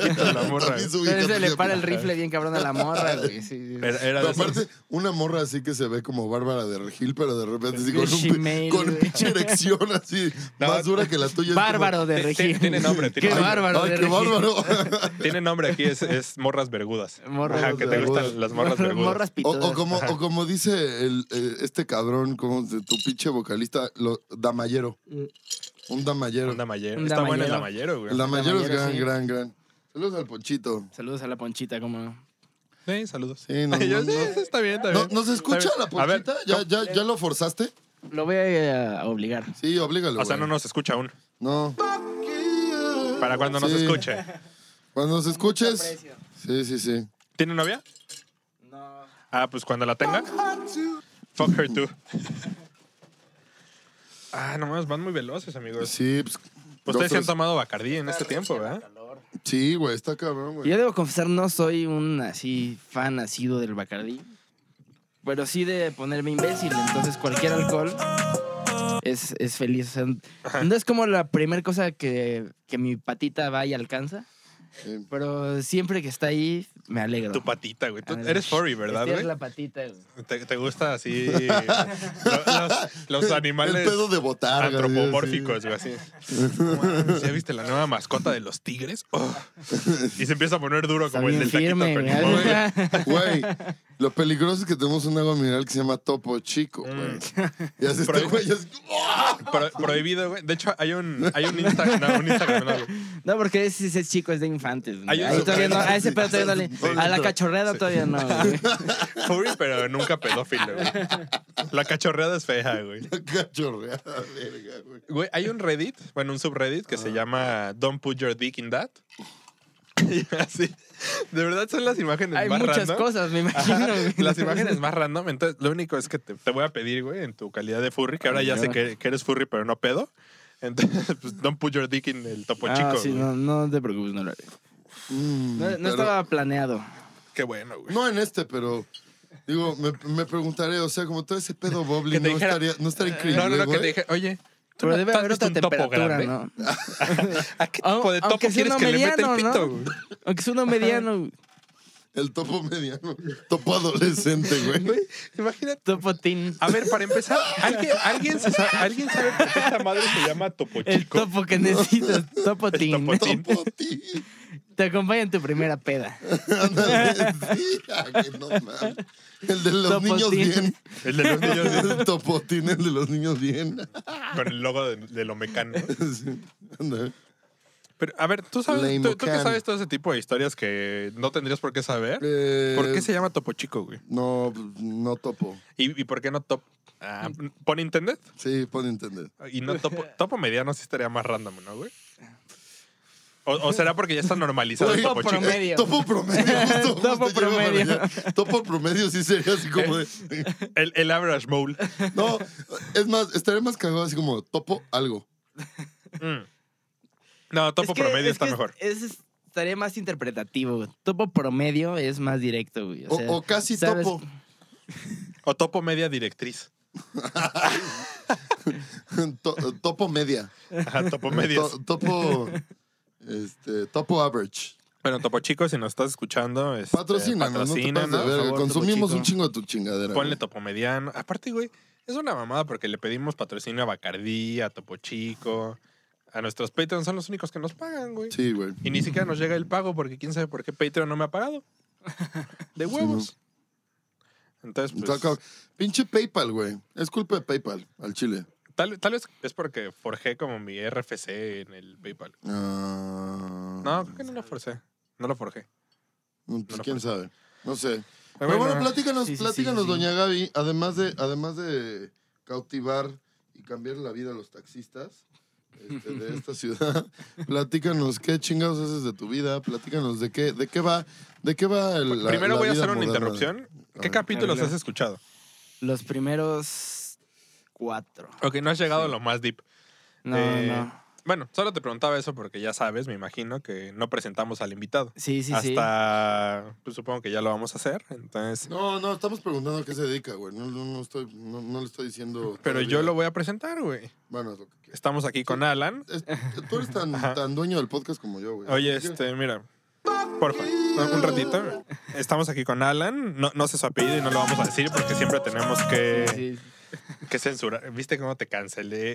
Speaker 2: pito la morra.
Speaker 3: También su hija
Speaker 1: Entonces se le
Speaker 3: tenía
Speaker 1: para el
Speaker 3: pito.
Speaker 1: rifle bien cabrón a la morra, güey. sí, sí.
Speaker 2: Era, era
Speaker 3: Pero
Speaker 2: de esos-
Speaker 3: aparte, una morra así que se ve como Bárbara de Regil, pero de repente así
Speaker 1: De
Speaker 3: con, un,
Speaker 1: Shemale,
Speaker 3: pe- con
Speaker 1: güey.
Speaker 3: pinche erección así,
Speaker 2: No,
Speaker 3: más dura que la tuya. es como-
Speaker 1: Bárbaro de
Speaker 2: Te- Ti-
Speaker 4: región.
Speaker 2: Tiene nombre,
Speaker 4: Qué
Speaker 2: tiene nombre.
Speaker 4: bárbaro.
Speaker 3: Ay,
Speaker 4: de
Speaker 3: qué
Speaker 4: región.
Speaker 3: bárbaro.
Speaker 2: Tiene nombre aquí, es, es morras vergudas.
Speaker 4: Morras
Speaker 2: Ajá, que te
Speaker 3: vergudas.
Speaker 2: gustan las morras vergudas.
Speaker 4: Morras
Speaker 3: O,
Speaker 4: pitudas.
Speaker 3: o como, o como dice el, eh, este cabrón, como de tu pinche vocalista, lo, Damayero. Un Damayero.
Speaker 2: Un damallero.
Speaker 1: Un
Speaker 2: Está bueno el
Speaker 1: damallero.
Speaker 2: damallero,
Speaker 3: El
Speaker 2: güey.
Speaker 3: Damayero es
Speaker 1: Damayero,
Speaker 3: gran,
Speaker 1: sí.
Speaker 3: gran, gran. Saludos al Ponchito.
Speaker 1: Saludos a la ponchita, como.
Speaker 2: Sí, saludos.
Speaker 3: Sí, no,
Speaker 2: Yo,
Speaker 3: no,
Speaker 2: sí,
Speaker 3: no.
Speaker 2: está bien, está bien.
Speaker 3: ¿No, ¿no se escucha
Speaker 2: Está
Speaker 3: la
Speaker 2: bien. A ver,
Speaker 3: Ponchita? ¿Ya, ya, ¿Ya lo forzaste?
Speaker 1: Lo voy a, a obligar.
Speaker 3: Sí, oblígalo.
Speaker 2: O sea, no
Speaker 3: güey.
Speaker 2: nos escucha aún.
Speaker 3: No.
Speaker 2: Para cuando nos
Speaker 3: Sí.
Speaker 2: escuche.
Speaker 3: Cuando nos escuches. Sí, sí, sí.
Speaker 2: ¿Tiene novia?
Speaker 1: No.
Speaker 2: Ah, pues cuando la tenga. Fuck her too. Ah, nomás van muy veloces, amigos.
Speaker 3: Sí, pues.
Speaker 2: Ustedes se han
Speaker 3: doctores-
Speaker 2: tomado Bacardí en este tiempo, ¿verdad?
Speaker 3: Sí, güey, está cabrón, güey.
Speaker 1: Yo debo confesar, no soy un así fan nacido del Bacardí. Pero sí de ponerme imbécil. Entonces, cualquier alcohol es, es feliz. O sea, no es como la primera cosa que, que mi patita va y alcanza.
Speaker 3: Sí.
Speaker 1: Pero siempre que está ahí, me alegro. Ah,
Speaker 2: Tu patita, güey. Tú
Speaker 3: Ah,
Speaker 1: Alegro.
Speaker 2: eres furry, ¿verdad,
Speaker 1: Estirar
Speaker 2: güey?
Speaker 1: la patita, güey.
Speaker 2: ¿Te, te gusta así lo- los, los animales
Speaker 3: El pedo de botar.
Speaker 2: antropomórficos, güey, así. Wow, ¿Ya viste la nueva mascota de los tigres? Oh. Y se empieza a poner duro
Speaker 1: Está
Speaker 2: como el
Speaker 1: bien
Speaker 2: del
Speaker 1: firme,
Speaker 2: taquito con
Speaker 1: güey.
Speaker 2: limón.
Speaker 3: Güey, lo peligroso es que tenemos un agua mineral que se llama Topo
Speaker 2: Mm.
Speaker 3: Chico, güey. Y así este
Speaker 2: Pero-
Speaker 3: güey ya es- ¡Ah!
Speaker 2: Pro- prohibido, güey. De hecho, hay un, hay un Instagram. No, un Instagram no, güey.
Speaker 1: No, porque ese, ese chico es de infantes. güey.
Speaker 2: Hay un
Speaker 1: Ahí
Speaker 2: super-
Speaker 1: todavía no, a ese pedo todavía no le.
Speaker 3: Sí.
Speaker 1: A la cachorreada todavía no. güey.
Speaker 2: Furry, pero nunca pedófilo, güey. La cachorreada es fea, güey.
Speaker 3: Cachorreada, verga, güey.
Speaker 2: Güey, hay un Reddit, bueno, un subreddit que
Speaker 1: Ah.
Speaker 2: se llama Don't Put Your Dick in That. Y así. De verdad son las imágenes
Speaker 1: Hay
Speaker 2: más
Speaker 1: muchas
Speaker 2: random.
Speaker 1: cosas, me
Speaker 2: Ajá,
Speaker 1: imagino. güey.
Speaker 2: Las imágenes más random. Entonces, lo único es que te, te voy a pedir, güey, en tu calidad de furry, que ahora ya sé que, que eres furry, pero no pedo. Entonces, pues, don't put your dick in el topo
Speaker 1: Ah,
Speaker 2: chico.
Speaker 1: sí,
Speaker 2: pues, güey.
Speaker 1: no, no te preocupes, no lo haré.
Speaker 3: Mm,
Speaker 1: No, no
Speaker 3: pero-
Speaker 1: estaba planeado.
Speaker 2: Qué bueno, güey.
Speaker 3: No en este, pero. Digo, me, me preguntaré, o sea, como todo ese pedo
Speaker 2: Que
Speaker 3: bobli
Speaker 2: te
Speaker 3: no,
Speaker 2: dijera-
Speaker 3: estaría, no estaría increíble.
Speaker 2: No, no, no, que
Speaker 3: güey.
Speaker 2: te dije, oye, tú
Speaker 1: Pero
Speaker 2: no-
Speaker 1: debe
Speaker 2: ¿tú has
Speaker 1: haber
Speaker 2: visto
Speaker 1: otra
Speaker 2: un topo
Speaker 1: temperatura,
Speaker 2: grande?
Speaker 1: ¿no?
Speaker 2: ¿A qué tipo de
Speaker 1: Aunque
Speaker 2: topo
Speaker 1: sea
Speaker 2: quieres
Speaker 1: uno
Speaker 2: que le meta
Speaker 1: mediano,
Speaker 2: el
Speaker 1: ¿no?
Speaker 2: pito, güey?
Speaker 1: Aunque es uno mediano, güey.
Speaker 3: El topo mediano. Topo adolescente, güey.
Speaker 2: Güey, Imagínate.
Speaker 1: topotín.
Speaker 2: A ver, para empezar, ¿alguien, alguien, se sabe, ¿alguien sabe por qué esta madre se llama topo
Speaker 1: El
Speaker 2: chico?
Speaker 1: topo que necesitas, topotín.
Speaker 2: topotín.
Speaker 3: Topo ti.
Speaker 1: Te acompaña en tu primera peda.
Speaker 3: Ándale, sí, ah, que no mames. El de los
Speaker 1: Topotín.
Speaker 3: niños bien.
Speaker 2: El de los niños de-
Speaker 3: El topotín, el de los niños bien.
Speaker 2: con el logo de, de lo mecano.
Speaker 3: Sí, ándale.
Speaker 2: Pero, a ver, ¿tú, sabes, tú, tú que
Speaker 3: Leimocan.
Speaker 2: sabes todo ese tipo de historias que no tendrías por qué saber.
Speaker 3: Eh,
Speaker 2: ¿Por qué se llama Topo Chico, güey?
Speaker 3: No, no topo.
Speaker 2: ¿Y, y por qué no Top? Ah, ¿Pon Intended?
Speaker 3: Sí, puedo entender.
Speaker 2: Y no Topo, topo Mediano sí estaría más random, ¿no, güey? ¿O, o será porque ya está normalizado el
Speaker 3: Güey,
Speaker 2: Topo
Speaker 1: Topo
Speaker 2: Chico?
Speaker 1: promedio.
Speaker 3: pues, Topo promedio. justo,
Speaker 1: Topo
Speaker 3: justo llego para
Speaker 1: promedio.
Speaker 3: allá. Topo promedio sí sería así como de...
Speaker 2: El, el Average Mole.
Speaker 3: No, es más, estaría más cagado así como topo algo.
Speaker 2: Mm. No, Topo
Speaker 1: Es que-
Speaker 2: Promedio
Speaker 1: es
Speaker 2: está
Speaker 1: que
Speaker 2: mejor.
Speaker 1: Es, es- estaría más interpretativo. güey. Topo promedio es más directo, güey. O,
Speaker 3: O,
Speaker 1: sea,
Speaker 3: o casi
Speaker 1: ¿sabes?
Speaker 3: topo.
Speaker 2: O Topo Media Directriz.
Speaker 3: To- topo media.
Speaker 2: Ajá, Topo Media.
Speaker 3: To- topo... Este, topo average.
Speaker 2: Bueno, Topo Chico, si nos estás escuchando, este,
Speaker 3: Patrocina, no, te
Speaker 2: patrocina,
Speaker 3: pases de
Speaker 2: ¿no?
Speaker 3: verga.
Speaker 1: favor,
Speaker 3: Consumimos
Speaker 1: Topo
Speaker 3: un chingo de tu chingadera.
Speaker 2: Ponle
Speaker 3: güey.
Speaker 2: Topo Mediano. Aparte, güey, es una mamada porque le pedimos patrocinio a Bacardí, a Topo Chico, a nuestros Patreons. Son los únicos que nos pagan, güey.
Speaker 3: Sí, güey.
Speaker 2: Y ni siquiera nos llega el pago porque quién sabe por qué Patreon no me ha pagado. De huevos. Entonces,
Speaker 3: Está
Speaker 2: pues,
Speaker 3: cabrón. Pinche PayPal, güey. Es culpa de PayPal al Chile.
Speaker 2: tal, tal vez es porque forjé como mi RFC en el PayPal.
Speaker 3: Ah,
Speaker 2: No, creo que no lo forcé. No lo forjé.
Speaker 3: pues,
Speaker 2: no lo
Speaker 3: quién sabe. No sé.
Speaker 2: Pero
Speaker 3: Pero
Speaker 2: bueno,
Speaker 3: bueno, platícanos,
Speaker 1: Sí, sí, sí,
Speaker 3: platícanos,
Speaker 1: sí.
Speaker 3: doña Gaby. Además de, además de cautivar y cambiar la vida a los taxistas este, de esta ciudad, platícanos qué chingados haces de tu vida, platícanos de qué, de qué va, de qué va el. la-
Speaker 2: Pues, primero
Speaker 3: la
Speaker 2: voy a
Speaker 3: vida
Speaker 2: hacer una
Speaker 3: moderna.
Speaker 2: interrupción. ¿Qué
Speaker 3: ver.
Speaker 2: capítulos
Speaker 1: Ándale.
Speaker 2: has escuchado?
Speaker 1: Los primeros cuatro.
Speaker 2: Ok, no has llegado a lo más deep.
Speaker 1: No,
Speaker 2: Eh,
Speaker 1: no.
Speaker 2: Bueno, solo te preguntaba eso porque ya sabes, me imagino que no presentamos al invitado.
Speaker 1: Sí, sí, sí.
Speaker 2: Hasta, pues supongo que ya lo vamos a hacer, entonces...
Speaker 3: No, no, estamos preguntando a qué se dedica, güey. No, no, no estoy, no, no le estoy diciendo.
Speaker 2: Pero
Speaker 3: todavía.
Speaker 2: yo lo voy a presentar, güey.
Speaker 3: Bueno, es lo que quieras.
Speaker 2: Estamos aquí con Alan.
Speaker 3: Es- tú eres tan,
Speaker 2: Ajá.
Speaker 3: tan dueño del podcast como yo, güey.
Speaker 2: Oye, este, mira. Porfa, un un ratito. Estamos aquí con Alan. No, no sé su apellido y no lo vamos a decir porque siempre tenemos que...
Speaker 1: Sí, sí.
Speaker 2: Qué censura. ¿Viste cómo te cancelé?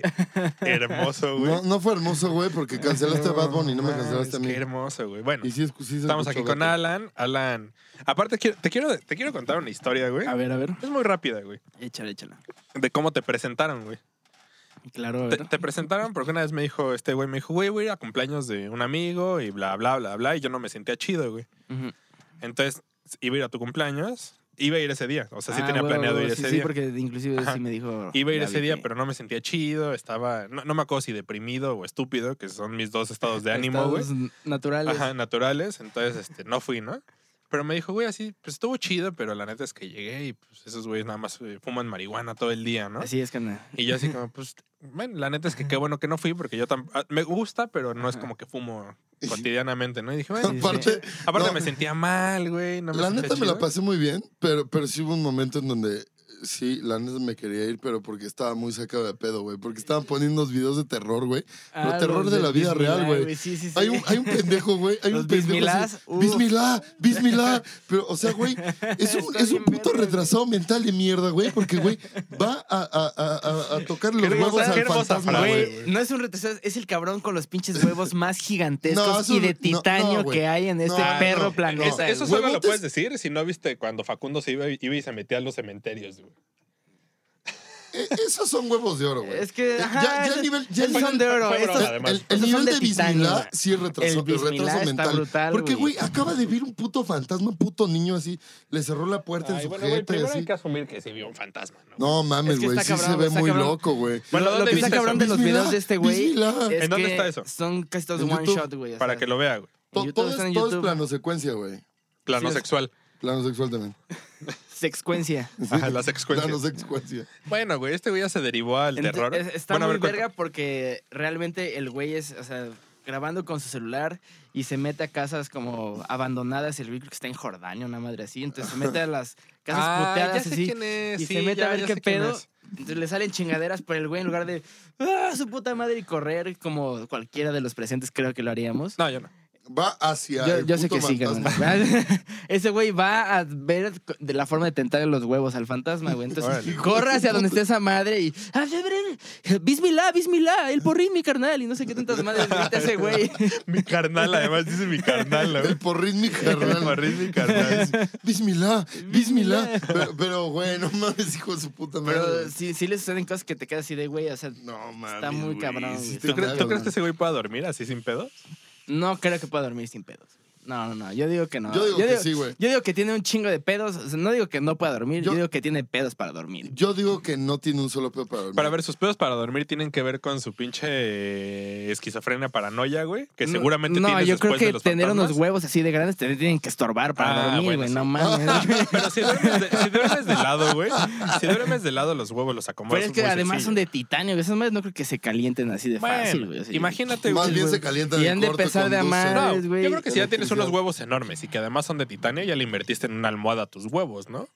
Speaker 2: Hermoso, güey.
Speaker 3: No, no fue hermoso, güey, porque cancelaste a Bad Bunny y no me
Speaker 2: mames,
Speaker 3: cancelaste a mí.
Speaker 2: Qué hermoso, güey. Bueno,
Speaker 3: Y sí, escu- sí se
Speaker 2: estamos
Speaker 3: escuchó
Speaker 2: aquí con
Speaker 3: gato.
Speaker 2: Alan. Alan. Aparte, quiero- te quiero, te quiero contar una historia, güey.
Speaker 1: A ver, a ver.
Speaker 2: Es muy rápida, güey.
Speaker 1: Échala, échala.
Speaker 2: De cómo te presentaron, güey.
Speaker 1: Claro, a
Speaker 2: Te,
Speaker 1: ver.
Speaker 2: te presentaron porque una vez me dijo, este güey me dijo, güey, voy a ir a cumpleaños de un amigo y bla, bla, bla, bla. Y yo no me sentía chido, güey.
Speaker 1: Ujú.
Speaker 2: Entonces, iba a ir a tu cumpleaños. Iba a ir ese día. O sea, sí
Speaker 1: Ah,
Speaker 2: tenía
Speaker 1: huevo,
Speaker 2: planeado
Speaker 1: huevo,
Speaker 2: ir
Speaker 1: sí,
Speaker 2: ese
Speaker 1: sí,
Speaker 2: día.
Speaker 1: porque inclusive
Speaker 2: Ajá.
Speaker 1: sí me dijo...
Speaker 2: Iba a ir
Speaker 1: Gaby
Speaker 2: ese día,
Speaker 1: que
Speaker 2: pero no me sentía chido. Estaba, no, no me acuerdo si deprimido o estúpido, que son mis dos estados de ánimo, güey.
Speaker 1: estados naturales.
Speaker 2: Ajá, naturales. Entonces, este, no fui, ¿no? Pero me dijo, güey, así, pues estuvo chido, pero la neta es que llegué y pues esos güeyes nada más eh, fuman marihuana todo el día, ¿no?
Speaker 1: Así es, carnal.
Speaker 2: Y yo así como, pues, man, la neta es que qué bueno que no fui porque yo tam- ah, me gusta, pero no es como que fumo cotidianamente, ¿no? Y dije, bueno,
Speaker 1: Sí, sí,
Speaker 3: Aparte,
Speaker 2: aparte
Speaker 3: no.
Speaker 2: me sentía mal, güey. No me
Speaker 3: la
Speaker 2: sentía
Speaker 3: neta me
Speaker 2: chido.
Speaker 3: la pasé muy bien, pero, pero sí hubo un momento en donde sí, la neta me quería ir, pero porque estaba muy sacado de pedo, güey. Porque estaban poniendo unos videos de terror, güey. Pero terror
Speaker 1: los
Speaker 3: de
Speaker 1: del
Speaker 3: la vida real,
Speaker 1: Bismillah,
Speaker 3: güey.
Speaker 1: Sí, sí, sí.
Speaker 3: Hay un, hay un pendejo, güey. Hay
Speaker 1: Los
Speaker 3: un pendejo. así,
Speaker 1: bismilás, uf.
Speaker 3: Bismilá,
Speaker 2: uh".
Speaker 3: bismilá. Pero, o sea, güey, es un,
Speaker 1: Está
Speaker 3: es
Speaker 1: bien
Speaker 3: un puto
Speaker 1: verga,
Speaker 3: retrasado mental de mierda, güey. Porque, güey, va a, a- a- a- a tocar los
Speaker 2: hermosa-
Speaker 3: huevos
Speaker 2: qué
Speaker 3: al
Speaker 2: hermosa
Speaker 3: fantasma,
Speaker 2: frase,
Speaker 3: güey.
Speaker 1: Güey, no es un retrasado, es el cabrón con los pinches huevos más
Speaker 3: No,
Speaker 1: gigantescos
Speaker 3: eso
Speaker 1: y
Speaker 3: no-
Speaker 1: de
Speaker 3: no,
Speaker 1: titanio
Speaker 3: no, güey.
Speaker 1: que hay en este
Speaker 3: No, no,
Speaker 1: perro
Speaker 3: no.
Speaker 2: Es-
Speaker 1: planeta.
Speaker 2: eso
Speaker 1: güey.
Speaker 2: solo lo
Speaker 3: Huevotes.
Speaker 2: puedes decir si no viste cuando Facundo se iba, iba y se metía a los cementerios, güey.
Speaker 3: Eh, Esos son huevos de oro, güey.
Speaker 1: Es que
Speaker 3: Ya-
Speaker 1: ajá,
Speaker 3: ya el
Speaker 1: esos-
Speaker 3: nivel- ya el
Speaker 1: esos son
Speaker 3: nivel-
Speaker 1: de oro.
Speaker 2: fue
Speaker 1: estos-
Speaker 2: broma, además.
Speaker 3: El, el
Speaker 1: estos son
Speaker 3: nivel de
Speaker 1: titanio, güey.
Speaker 3: Bismilá sí es retraso,
Speaker 1: El Bismilá
Speaker 3: retraso
Speaker 1: está
Speaker 3: mental.
Speaker 1: brutal,
Speaker 3: porque,
Speaker 1: güey.
Speaker 3: güey, acaba de vir un puto fantasma, un puto niño así, le cerró la puerta
Speaker 2: Ay,
Speaker 3: en su
Speaker 2: bueno, güey,
Speaker 3: jeta y
Speaker 2: primero hay
Speaker 3: así.
Speaker 2: que asumir que sí vio un fantasma, ¿no?
Speaker 3: No
Speaker 1: Es
Speaker 3: mames,
Speaker 1: que
Speaker 3: güey,
Speaker 1: está
Speaker 3: sí se
Speaker 1: cabrón,
Speaker 3: ve
Speaker 1: está
Speaker 3: muy
Speaker 1: cabrón.
Speaker 3: loco, güey.
Speaker 2: Bueno,
Speaker 1: lo,
Speaker 2: ¿dónde
Speaker 1: que está
Speaker 2: viste
Speaker 1: cabrón de
Speaker 2: eso?
Speaker 1: los videos de este güey
Speaker 3: Bismillah.
Speaker 1: es
Speaker 2: ¿En dónde
Speaker 1: que
Speaker 2: está eso?
Speaker 1: son casi todos
Speaker 3: En
Speaker 1: one
Speaker 3: YouTube.
Speaker 1: shot, güey. o
Speaker 2: Para
Speaker 1: sea,
Speaker 2: que lo vea, güey.
Speaker 1: en
Speaker 3: To-
Speaker 1: YouTube,
Speaker 3: todo,
Speaker 1: están
Speaker 3: es,
Speaker 1: en
Speaker 3: todo es
Speaker 1: YouTube.
Speaker 3: plano secuencia, güey.
Speaker 2: Plano
Speaker 1: Sí, es-
Speaker 2: sexual.
Speaker 3: Plano sexual también.
Speaker 1: sexcuencia.
Speaker 2: Ajá, la sexuencia.
Speaker 3: Plano secuencia.
Speaker 2: Bueno, güey, este güey ya se derivó al
Speaker 1: Ent-
Speaker 2: terror.
Speaker 1: es- Está
Speaker 2: bueno, a
Speaker 1: muy
Speaker 2: ver, cuenta.
Speaker 1: verga porque realmente el güey es, o sea, grabando con su celular y se mete a casas como abandonadas. El güey creo que está en Jordania, una madre así. Entonces se mete a las casas
Speaker 2: Ah,
Speaker 1: puteadas
Speaker 2: ya sé
Speaker 1: así,
Speaker 2: quién es.
Speaker 1: y
Speaker 2: sí,
Speaker 1: se mete
Speaker 2: ya-
Speaker 1: a ver
Speaker 2: ya
Speaker 1: qué
Speaker 2: sé quién
Speaker 1: pedo.
Speaker 2: es.
Speaker 1: Entonces le salen chingaderas, pero el güey en lugar de ¡Ah, su puta madre! y correr como cualquiera de los presentes creo que lo haríamos.
Speaker 2: No, yo no.
Speaker 3: Va hacia.
Speaker 1: Yo,
Speaker 3: el
Speaker 1: yo sé
Speaker 3: puto
Speaker 1: que sí,
Speaker 3: fantasma.
Speaker 1: carnal. Ese güey va a ver de la forma de tentar los huevos al fantasma, güey. Entonces,
Speaker 2: Órale.
Speaker 1: corre hacia donde esté esa madre y. "Ah, bre, bre, ¡Bismilá, bismilá! ¡El porrín, mi carnal! Y no sé qué tantas madres grita ese güey.
Speaker 2: Mi carnal, además dice mi carnal, güey.
Speaker 3: El porrín, mi
Speaker 2: El
Speaker 3: carnal.
Speaker 2: porrín, mi carnal.
Speaker 3: Bismillah, Bismillah.
Speaker 1: Bismillah.
Speaker 3: Pero, pero, güey, no mames, hijo de su puta madre.
Speaker 1: Pero
Speaker 3: güey.
Speaker 1: sí, sí le suceden cosas que te quedas así de güey. O sea,
Speaker 3: No mames.
Speaker 1: está muy
Speaker 3: güey,
Speaker 1: cabrón,
Speaker 3: sí
Speaker 1: güey.
Speaker 3: te
Speaker 2: ¿Tú, crees-
Speaker 3: cagas,
Speaker 2: tú crees que
Speaker 3: güey.
Speaker 2: ese güey pueda dormir así sin pedo?
Speaker 1: no creo que pueda dormir sin pedos. No, no, no. Yo digo que no.
Speaker 3: Yo digo que sí, güey.
Speaker 1: Yo digo que tiene un chingo de pedos. O sea, no digo que no pueda dormir, yo,
Speaker 3: Yo-
Speaker 1: digo que tiene pedos para dormir.
Speaker 3: Yo digo que no tiene un solo pedo para dormir.
Speaker 2: Para ver, sus pedos para dormir tienen que ver con su pinche eh, esquizofrenia paranoia, güey. Que
Speaker 1: No,
Speaker 2: seguramente
Speaker 1: No,
Speaker 2: tienes
Speaker 1: yo
Speaker 2: después
Speaker 1: creo
Speaker 2: de
Speaker 1: que
Speaker 2: los
Speaker 1: tener
Speaker 2: fantasmas.
Speaker 1: unos huevos así de grandes te tienen que estorbar para
Speaker 2: Ah,
Speaker 1: dormir, güey.
Speaker 2: bueno, sí.
Speaker 1: no mames.
Speaker 2: Pero si duermes, de, si duermes de lado, güey. Si duermes de lado, los huevos los acomodas.
Speaker 1: Pero es que
Speaker 2: muy
Speaker 1: además son
Speaker 2: sencillo.
Speaker 1: de titanio. güey. Esas madres no creo que se calienten así de
Speaker 2: Bueno,
Speaker 1: fácil, güey. O sea,
Speaker 2: imagínate,
Speaker 3: Más
Speaker 2: güey.
Speaker 3: bien se calienta
Speaker 1: Y
Speaker 3: de
Speaker 1: han de
Speaker 3: corto
Speaker 1: pesar
Speaker 3: con
Speaker 1: de
Speaker 3: dos
Speaker 1: amar.
Speaker 3: ceros.
Speaker 2: No,
Speaker 1: madres, güey.
Speaker 2: yo creo que si ya tienes
Speaker 3: Electricidad.
Speaker 2: unos huevos enormes y que además son de titanio, ya le invertiste en una almohada a tus huevos, ¿no?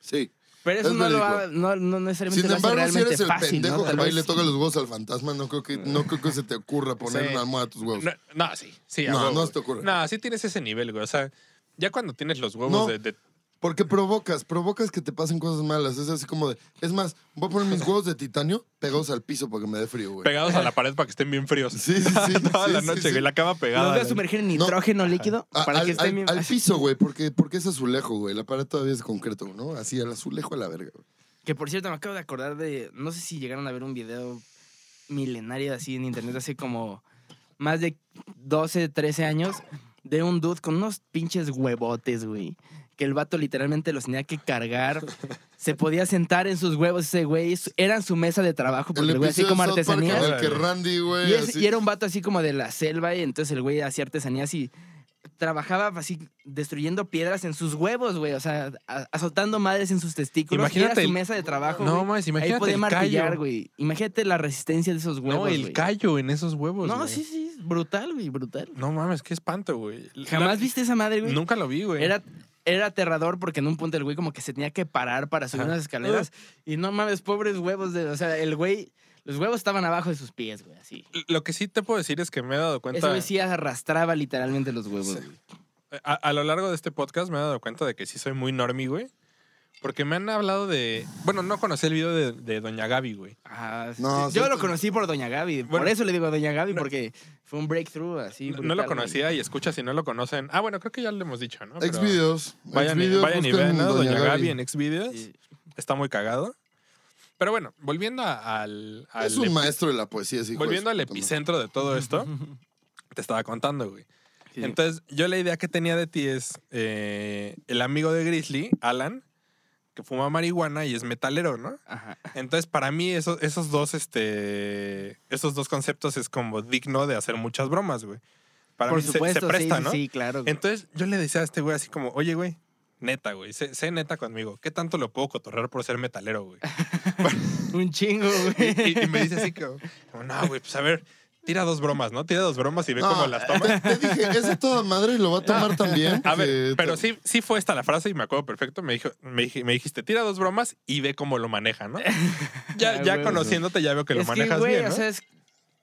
Speaker 3: Sí.
Speaker 1: Pero eso
Speaker 3: Es
Speaker 1: no, lo
Speaker 3: verídico.
Speaker 1: ha- no, no necesariamente
Speaker 3: Sin
Speaker 1: lo hace
Speaker 3: embargo, si
Speaker 1: realmente
Speaker 3: eres el
Speaker 1: fácil,
Speaker 3: pendejo
Speaker 1: ¿no?
Speaker 3: que
Speaker 1: Tal
Speaker 3: va y
Speaker 1: vez-
Speaker 3: le toca los huevos al fantasma, no creo que, no creo que se te ocurra poner
Speaker 2: Sí.
Speaker 3: una almohada a tus huevos.
Speaker 2: No, no, sí. sí a
Speaker 3: No,
Speaker 2: huevo,
Speaker 3: no se te
Speaker 2: güey.
Speaker 3: ocurre.
Speaker 2: No, sí tienes ese nivel, güey. O sea, ya cuando tienes los huevos
Speaker 3: No.
Speaker 2: de, de-
Speaker 3: Porque provocas, provocas que te pasen cosas malas. Es así como de. Es más, voy a poner mis huevos de titanio pegados al piso para que me dé frío, güey.
Speaker 2: pegados a la pared para que estén bien fríos.
Speaker 3: Sí, sí, sí,
Speaker 2: Toda
Speaker 3: sí,
Speaker 2: la
Speaker 3: sí,
Speaker 2: noche,
Speaker 3: sí.
Speaker 2: güey. La cama
Speaker 1: Los
Speaker 2: pegada.
Speaker 1: voy a sumergir en nitrógeno líquido
Speaker 3: A-
Speaker 1: para
Speaker 3: Ah, al,
Speaker 1: que estén
Speaker 3: al-
Speaker 1: bien.
Speaker 3: al piso, güey, porque, porque es azulejo, güey. La pared todavía es de concreto, ¿no? Así, al azulejo a la verga, güey.
Speaker 1: Que por cierto, me acabo de acordar de. No sé si llegaron a ver un video milenario así en internet hace como más de 12, 13 años de un dude con unos pinches huevotes, güey. Que el vato literalmente los tenía que cargar. Se podía sentar en sus huevos ese güey. su- Eran su mesa de trabajo porque el güey así
Speaker 3: episodio
Speaker 1: como
Speaker 3: de South Park en
Speaker 1: artesanías.
Speaker 3: el que Randy, güey.
Speaker 1: Y, es-
Speaker 3: así-
Speaker 1: y era un vato así como de la selva y entonces el güey hacía artesanías y trabajaba así destruyendo piedras en sus huevos, güey. O sea, a- azotando madres en sus testículos. Y
Speaker 2: Imagínate
Speaker 1: era su
Speaker 2: el-
Speaker 1: mesa de trabajo,
Speaker 2: No,
Speaker 1: güey.
Speaker 2: mames,
Speaker 1: Ahí
Speaker 2: imagínate
Speaker 1: podía
Speaker 2: el
Speaker 1: martillar,
Speaker 2: callo.
Speaker 1: güey. Imagínate la resistencia de esos huevos,
Speaker 2: No, el
Speaker 1: güey.
Speaker 2: callo en esos huevos,
Speaker 1: No,
Speaker 2: güey.
Speaker 1: sí, sí. Brutal, güey. Brutal.
Speaker 2: No mames, qué espanto, güey.
Speaker 1: ¿Jamás
Speaker 2: La-
Speaker 1: viste esa madre, güey?
Speaker 2: Nunca lo vi, güey.
Speaker 1: Era, era aterrador porque en un punto el güey como que se tenía que parar para subir
Speaker 2: Ajá.
Speaker 1: unas escaleras. Y no mames, pobres huevos. De, o sea, el güey... Los huevos estaban abajo de sus pies, güey, así.
Speaker 2: Lo que sí te puedo decir es que me he dado
Speaker 1: Ese
Speaker 2: cuenta.
Speaker 1: güey sí arrastraba literalmente los huevos, güey.
Speaker 2: eh, A, a lo largo de este podcast me he dado cuenta de que sí soy muy normie, güey. Porque me han hablado de. Bueno, no conocí el video de, de Doña Gaby, güey.
Speaker 1: Ah,
Speaker 3: No,
Speaker 1: sí. yo
Speaker 3: sí.
Speaker 1: lo conocí por Doña Gaby. por
Speaker 2: Bueno.
Speaker 1: eso le digo a Doña Gaby, porque fue un breakthrough así.
Speaker 2: No lo
Speaker 1: brutal, güey.
Speaker 2: conocía y escucha si no lo conocen. Ah, bueno, creo que ya lo hemos dicho, ¿no? Pero
Speaker 3: Exvideos.
Speaker 2: Vayan, y,
Speaker 3: Exvideos,
Speaker 2: vayan y
Speaker 3: busquen
Speaker 2: vean, ¿no? Doña, Gaby. en Xvideos.
Speaker 1: Sí.
Speaker 2: Está muy cagado. Pero bueno, volviendo a- al. al
Speaker 3: Es un
Speaker 2: epi-
Speaker 3: maestro de la poesía, sí.
Speaker 2: Volviendo al epicentro de todo esto, te estaba contando, güey.
Speaker 1: Sí.
Speaker 2: Entonces, yo la idea que tenía de ti es eh, el amigo de Grizzly, Alan, que fuma marihuana y es metalero, ¿no?
Speaker 1: Ajá.
Speaker 2: Entonces, para mí, esos, esos dos, este. Esos dos conceptos es como digno de hacer muchas bromas, güey. Para
Speaker 1: Por
Speaker 2: mí se-
Speaker 1: supuesto,
Speaker 2: se,
Speaker 1: sí,
Speaker 2: presta,
Speaker 1: sí,
Speaker 2: ¿no?
Speaker 1: sí, claro. güey.
Speaker 2: Entonces, yo le decía a este güey así como, oye, güey, neta, güey, sé, sé neta conmigo. ¿Qué tanto lo puedo cotorrear por ser metalero, güey?
Speaker 1: un chingo,
Speaker 2: Y,
Speaker 1: güey.
Speaker 2: y- y me dice así como, como, no, güey, pues a ver, tira dos bromas, ¿no? Tira dos bromas y ve cómo las toma.
Speaker 3: Te, te dije, ese toda madre lo va a tomar también. Eh,
Speaker 2: A ver,
Speaker 3: porque-
Speaker 2: pero sí, sí fue esta la frase y me acuerdo perfecto. Me, dijo, me, dij- me dijiste, tira dos bromas y ve cómo lo maneja, ¿no? Ya,
Speaker 1: Ah,
Speaker 2: ya
Speaker 1: güey.
Speaker 2: conociéndote, ya veo que lo
Speaker 1: es que,
Speaker 2: manejas
Speaker 1: güey,
Speaker 2: bien, ¿no?
Speaker 1: o sea, es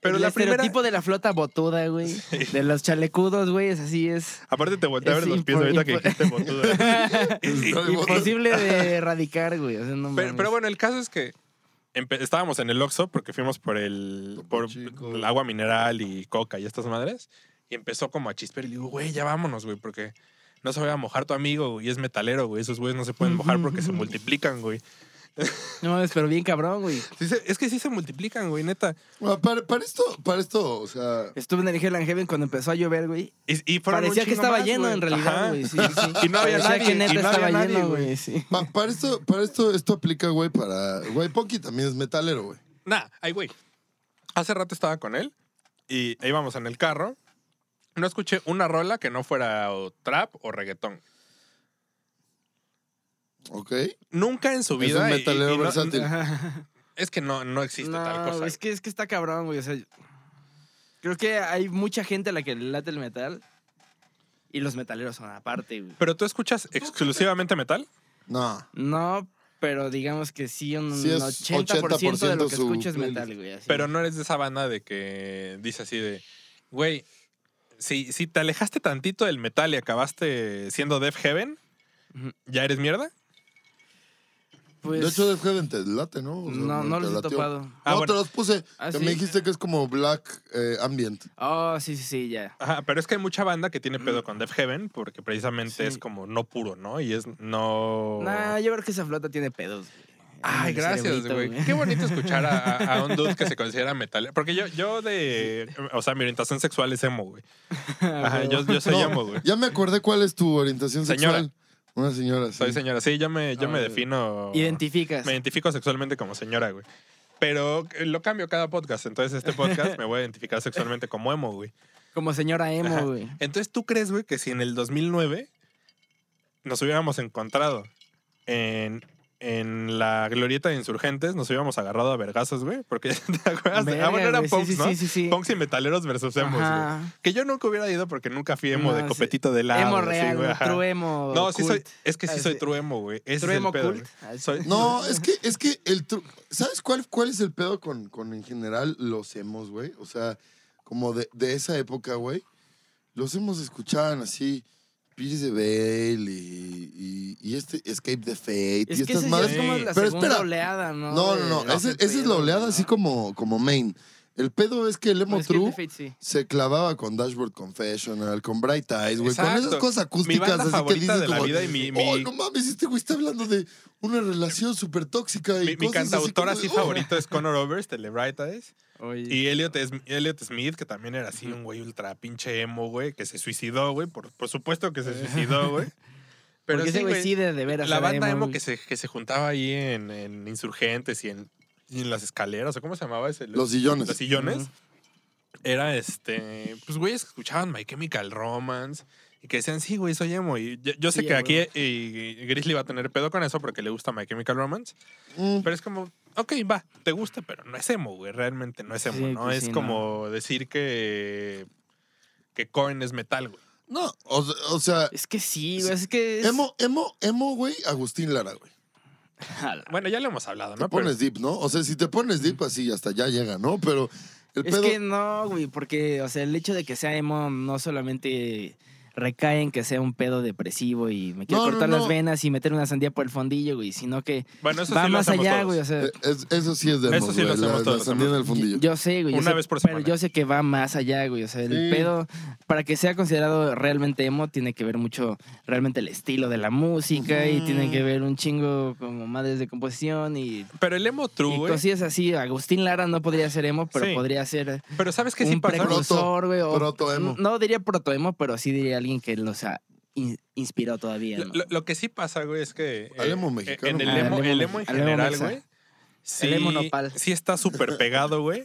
Speaker 2: Pero
Speaker 1: el
Speaker 2: la primera-
Speaker 1: estereotipo de la flota botuda, güey. De los chalecudos, güey, es así, es
Speaker 2: Aparte te volteé a ver
Speaker 1: es
Speaker 2: los pies
Speaker 1: impo-
Speaker 2: ahorita que
Speaker 1: impo-
Speaker 2: dijiste ¿eh? botudo. Y- y-
Speaker 3: Estoy
Speaker 2: y-
Speaker 3: botudo.
Speaker 1: imposible de erradicar, güey. O sea, no
Speaker 2: Pero,
Speaker 1: mames.
Speaker 2: pero bueno, el caso es que empe- estábamos en el Oxxo porque fuimos por el,
Speaker 3: Topo
Speaker 2: por
Speaker 3: Chico.
Speaker 2: el agua mineral y coca y estas madres. Y empezó como a chispear y le digo, güey, ya vámonos, güey, porque no se vaya a mojar tu amigo, güey, es metalero, güey. Esos güeyes no se pueden mojar porque se multiplican, güey.
Speaker 1: No mames, pero bien cabrón, güey.
Speaker 2: Sí se- es que sí se multiplican, güey, neta.
Speaker 3: Bueno, para, para esto, para esto, o sea.
Speaker 1: Estuve en el Hell and Heaven cuando empezó a llover, güey.
Speaker 2: Y, y fueron un
Speaker 1: Parecía que
Speaker 2: chingo
Speaker 1: estaba
Speaker 2: más,
Speaker 1: lleno
Speaker 2: güey.
Speaker 1: en
Speaker 2: Ajá.
Speaker 1: realidad, güey. Sí, sí.
Speaker 2: Y no había
Speaker 1: Parecía
Speaker 2: nadie.
Speaker 1: que neta
Speaker 2: y no
Speaker 1: estaba
Speaker 2: había nadie,
Speaker 1: lleno,
Speaker 2: güey.
Speaker 1: güey. Sí.
Speaker 3: pa- para esto, para esto, esto aplica, güey, para. Güey, Ponky también es metalero, güey.
Speaker 2: Nah, ay, güey. Hace rato estaba con él y ahí íbamos en el carro. No escuché una rola que no fuera o trap o reggaetón.
Speaker 3: ¿Ok?
Speaker 2: Nunca en su
Speaker 3: Es
Speaker 2: vida.
Speaker 3: un
Speaker 2: y- y-
Speaker 3: metalero
Speaker 2: y no-
Speaker 3: versátil.
Speaker 1: Ajá.
Speaker 2: es que no, no existe tal
Speaker 1: No,
Speaker 2: cosa.
Speaker 1: güey, es que, es que está cabrón, güey. O sea, creo que hay mucha gente a la que le late el metal. Y los metaleros son aparte, güey.
Speaker 2: Pero tú escuchas exclusivamente metal.
Speaker 3: No.
Speaker 1: No, pero digamos que sí, un
Speaker 3: Sí es
Speaker 1: 80%, de lo que
Speaker 3: 80% su
Speaker 1: escucho es
Speaker 3: playlist.
Speaker 1: metal, güey. así.
Speaker 2: Pero no eres de esa banda de que dice así de, güey, si, si te alejaste tantito del metal y acabaste siendo Def Heaven,
Speaker 1: Ujú.
Speaker 2: ¿ya eres mierda?
Speaker 1: Pues,
Speaker 3: de hecho, Def Heaven te late, ¿no? O sea,
Speaker 1: no, no
Speaker 3: te
Speaker 1: los he
Speaker 3: lateó.
Speaker 1: topado.
Speaker 2: Ah,
Speaker 3: no,
Speaker 2: bueno.
Speaker 3: te los puse.
Speaker 1: Ah,
Speaker 3: que
Speaker 1: ¿sí?
Speaker 3: Me dijiste que es como Black eh, Ambient.
Speaker 1: Oh, sí, sí, sí, ya.
Speaker 2: Ajá, pero es que hay mucha banda que tiene pedo con Def Heaven porque precisamente
Speaker 1: Sí.
Speaker 2: es como no puro, ¿no? Y es no...
Speaker 1: Nah, yo creo que esa flota tiene pedos. güey.
Speaker 2: Ay,
Speaker 1: En el
Speaker 2: gracias,
Speaker 1: cerebrito,
Speaker 2: güey. Qué bonito escuchar a, a- a un dude que se considera metal. Porque yo, yo de... O sea, mi orientación sexual es emo, güey. Ajá, yo, yo soy
Speaker 3: No,
Speaker 2: emo, güey.
Speaker 3: Ya me acordé cuál es tu orientación
Speaker 2: Señora.
Speaker 3: sexual. Una señora, sí.
Speaker 2: Soy señora. Sí, yo me, yo
Speaker 1: Ah,
Speaker 2: me
Speaker 1: güey.
Speaker 2: defino...
Speaker 1: Identificas.
Speaker 2: Me identifico sexualmente como señora, güey. Pero eh, lo cambio cada podcast. Entonces, este podcast me voy a identificar sexualmente como emo, güey.
Speaker 1: Como señora
Speaker 2: Ajá.
Speaker 1: emo, güey.
Speaker 2: Entonces, ¿tú crees, güey, que si en el 2009 nos hubiéramos encontrado en, en la glorieta de insurgentes, nos hubiéramos agarrado a vergazos, güey? Porque, ¿te acuerdas?
Speaker 1: Verga,
Speaker 2: ah, bueno, eran
Speaker 1: güey,
Speaker 2: punks,
Speaker 1: sí, sí,
Speaker 2: ¿no?
Speaker 1: sí, sí, sí.
Speaker 2: Punks y metaleros versus emos, güey.
Speaker 1: Ajá.
Speaker 2: Que yo nunca hubiera ido porque nunca fui emo
Speaker 1: No,
Speaker 2: de
Speaker 1: sí.
Speaker 2: copetito de lado.
Speaker 1: Emo
Speaker 2: así,
Speaker 1: real,
Speaker 2: güey,
Speaker 1: güey,
Speaker 2: ajá.
Speaker 1: true emo.
Speaker 2: No, sí
Speaker 1: cult.
Speaker 2: soy, es que sí
Speaker 1: Ah,
Speaker 2: soy
Speaker 1: sí.
Speaker 2: truemo, güey. Ese es
Speaker 1: True
Speaker 2: el
Speaker 1: emo
Speaker 2: pedo,
Speaker 1: cult.
Speaker 2: güey. Soy-
Speaker 3: No, es que, es que el tru- ¿Sabes cuál, cuál es el pedo con, con en general los emos, güey? O sea, como de, de esa época, güey. Los emos escuchaban así. Pierce de Bale y, y- y este Escape the Fate. y
Speaker 1: Es que
Speaker 3: estas
Speaker 1: esa ya
Speaker 3: madres.
Speaker 1: es como la
Speaker 3: Pero
Speaker 1: segunda
Speaker 3: espera.
Speaker 1: oleada, ¿no?
Speaker 3: No,
Speaker 1: De-
Speaker 3: no, no.
Speaker 1: de
Speaker 3: ese-
Speaker 1: ese
Speaker 3: esa es la
Speaker 1: pedo,
Speaker 3: oleada
Speaker 1: ¿no?
Speaker 3: así como, como main. El pedo es que el emo
Speaker 1: Bueno, es que el
Speaker 3: true
Speaker 1: de Fate sí.
Speaker 3: se clavaba con Dashboard Confessional, con Bright Eyes, güey, con
Speaker 2: Exacto.
Speaker 3: esas cosas
Speaker 2: Mi
Speaker 3: acústicas
Speaker 2: banda
Speaker 3: así que
Speaker 2: favorita
Speaker 3: dices
Speaker 2: de la
Speaker 3: como,
Speaker 2: vida y mi-
Speaker 3: "Oh,
Speaker 2: mi-
Speaker 3: no mames, este güey está hablando de una relación súper tóxica
Speaker 2: Mi,
Speaker 3: y
Speaker 2: mi
Speaker 3: cosas así
Speaker 2: cantautor
Speaker 3: como de,
Speaker 2: así
Speaker 3: "Oh".
Speaker 2: favorito es Conor Overs, de The Bright Eyes.
Speaker 1: Oye.
Speaker 2: Y Elliot, es- Elliot Smith, que también era así un güey ultra pinche emo, güey, que se suicidó, güey. Por, por supuesto que se suicidó, güey. Pero
Speaker 1: Eh. Porque
Speaker 2: sí,
Speaker 1: ese güey
Speaker 2: güey,
Speaker 1: sí de, de veras.
Speaker 2: la
Speaker 1: era
Speaker 2: banda emo
Speaker 1: güey.
Speaker 2: que se, que se juntaba ahí en, en Insurgentes y en, y en las escaleras, o cómo se llamaba ese.
Speaker 3: Los sillones.
Speaker 2: Los sillones.
Speaker 1: Ujú.
Speaker 2: Era este. Pues güeyes que escuchaban My Chemical Romance. Y que decían, sí, güey, soy emo. Y yo, yo sé
Speaker 1: Sí,
Speaker 2: que
Speaker 1: a
Speaker 2: aquí eh, y Grizzly va a tener pedo con eso porque le gusta My Chemical Romance.
Speaker 3: Mm,
Speaker 2: Pero es como, ok, va, te gusta, pero no es emo, güey. Realmente no es emo,
Speaker 1: Sí,
Speaker 2: ¿no?
Speaker 1: pues
Speaker 2: es
Speaker 1: sí,
Speaker 2: como decir que. que Korn es metal, güey.
Speaker 3: no, o, o sea,
Speaker 1: Es que sí, güey. Es que. es-
Speaker 3: emo, emo, emo, güey, Agustín Lara, güey.
Speaker 1: Jala.
Speaker 2: Bueno, ya lo hemos hablado,
Speaker 3: Te
Speaker 2: ¿no? Pero-
Speaker 3: pones deep, ¿no? O sea, si te pones deep así hasta ya llega, ¿no? Pero el
Speaker 1: Es
Speaker 3: pedo...
Speaker 1: que no, güey, porque, o sea, el hecho de que sea emo no solamente recae en que sea un pedo depresivo y me quiero
Speaker 3: No, no,
Speaker 1: cortar
Speaker 3: no.
Speaker 1: las venas y meter una sandía por el fondillo, güey, sino que
Speaker 2: Bueno, eso
Speaker 1: va
Speaker 2: sí lo
Speaker 1: más
Speaker 2: hacemos
Speaker 1: allá,
Speaker 2: todos.
Speaker 1: güey. O sea,
Speaker 3: Eh, es- eso sí es de
Speaker 2: Eso sí lo hacemos
Speaker 3: la,
Speaker 2: todos,
Speaker 3: la sandía en el
Speaker 1: yo,
Speaker 3: fundillo.
Speaker 1: yo sé, güey. yo
Speaker 2: Una
Speaker 1: sé,
Speaker 2: vez por semana.
Speaker 1: Pero yo sé que va más allá, güey. O sea, el
Speaker 3: Sí.
Speaker 1: pedo, para que sea considerado realmente emo, tiene que ver mucho realmente el estilo de la música y
Speaker 2: Ujú.
Speaker 1: tiene que ver un chingo como madres de composición y
Speaker 2: Pero el emo true,
Speaker 1: Y
Speaker 2: güey.
Speaker 1: cosillas así, Agustín Lara no podría ser emo, pero
Speaker 2: Sí.
Speaker 1: podría ser
Speaker 2: Pero ¿sabes qué sí
Speaker 1: un
Speaker 2: pasa?
Speaker 3: precoz.
Speaker 1: precursor, güey. o-
Speaker 3: protoemo.
Speaker 1: No diría protoemo, pero sí diría alguien que los ha in- inspirado todavía.
Speaker 2: Lo,
Speaker 1: ¿no?
Speaker 2: lo- lo que sí pasa, güey, es que...
Speaker 3: Al emo
Speaker 2: eh,
Speaker 3: mexicano,
Speaker 2: En el
Speaker 1: güey.
Speaker 2: emo,
Speaker 1: Al emo
Speaker 2: el emo en
Speaker 1: mexi- al emo
Speaker 2: general,
Speaker 1: mexa.
Speaker 2: güey. Sí,
Speaker 1: emo nopal.
Speaker 2: sí está súper pegado, güey.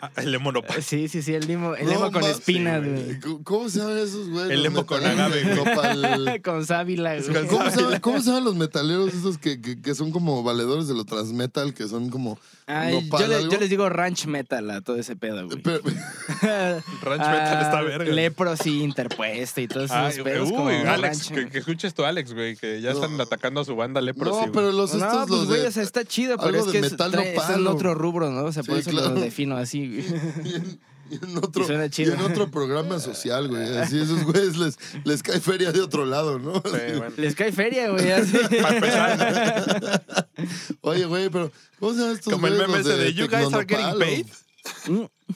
Speaker 2: Ah, El emo nopal.
Speaker 1: Sí, sí, sí, el emo, el
Speaker 3: No
Speaker 1: emo con
Speaker 3: mames,
Speaker 1: espinas,
Speaker 2: sí,
Speaker 1: güey.
Speaker 3: ¿Cómo- ¿Cómo se llaman esos, güey?
Speaker 2: El
Speaker 3: Los
Speaker 2: emo con
Speaker 3: metaleros
Speaker 2: agave,
Speaker 3: de
Speaker 2: güey.
Speaker 3: Copal.
Speaker 1: con sábila, güey.
Speaker 3: ¿Cómo se, llaman, cómo se llaman los metaleros esos que, que, que son como valedores de lo transmetal, que son como...
Speaker 1: Ay,
Speaker 3: nopal
Speaker 1: yo, le-
Speaker 3: algo?
Speaker 1: yo les digo ranch metal a todo ese pedo, güey.
Speaker 3: Pero-
Speaker 2: Ranch metal está verga.
Speaker 1: Leprosy interpuesto y todos
Speaker 2: Ay,
Speaker 1: esos
Speaker 2: güey,
Speaker 1: pedos
Speaker 2: uy,
Speaker 1: como
Speaker 2: Alex,
Speaker 1: ranch.
Speaker 2: que, que escuches tú, Alex, güey, que ya están
Speaker 3: No.
Speaker 2: atacando a su banda Leprosy,
Speaker 3: no,
Speaker 2: güey.
Speaker 3: pero los estos,
Speaker 1: No, pues
Speaker 3: los
Speaker 1: güey,
Speaker 3: de...
Speaker 1: o sea, está chido,
Speaker 3: algo
Speaker 1: pero es
Speaker 3: de
Speaker 1: que es,
Speaker 3: metal
Speaker 1: trae- está en
Speaker 3: nopal,
Speaker 1: otro rubro, ¿no? O sea, por
Speaker 3: Sí,
Speaker 1: eso
Speaker 3: claro.
Speaker 1: lo defino así, güey.
Speaker 3: y en, y en otro,
Speaker 1: Y suena
Speaker 3: y
Speaker 1: chido.
Speaker 3: en otro programa social, güey. Así esos güeyes les, les cae feria de otro lado, ¿no?
Speaker 2: Sí, bueno.
Speaker 1: Les cae feria, güey. así.
Speaker 2: Para empezar,
Speaker 3: Oye, güey, pero ¿cómo se llaman estos
Speaker 2: como el
Speaker 3: güeyes,
Speaker 2: meme
Speaker 3: los
Speaker 2: ese de You guys are
Speaker 3: Tecnonopal
Speaker 2: getting
Speaker 3: o-
Speaker 2: paid.
Speaker 1: Mm,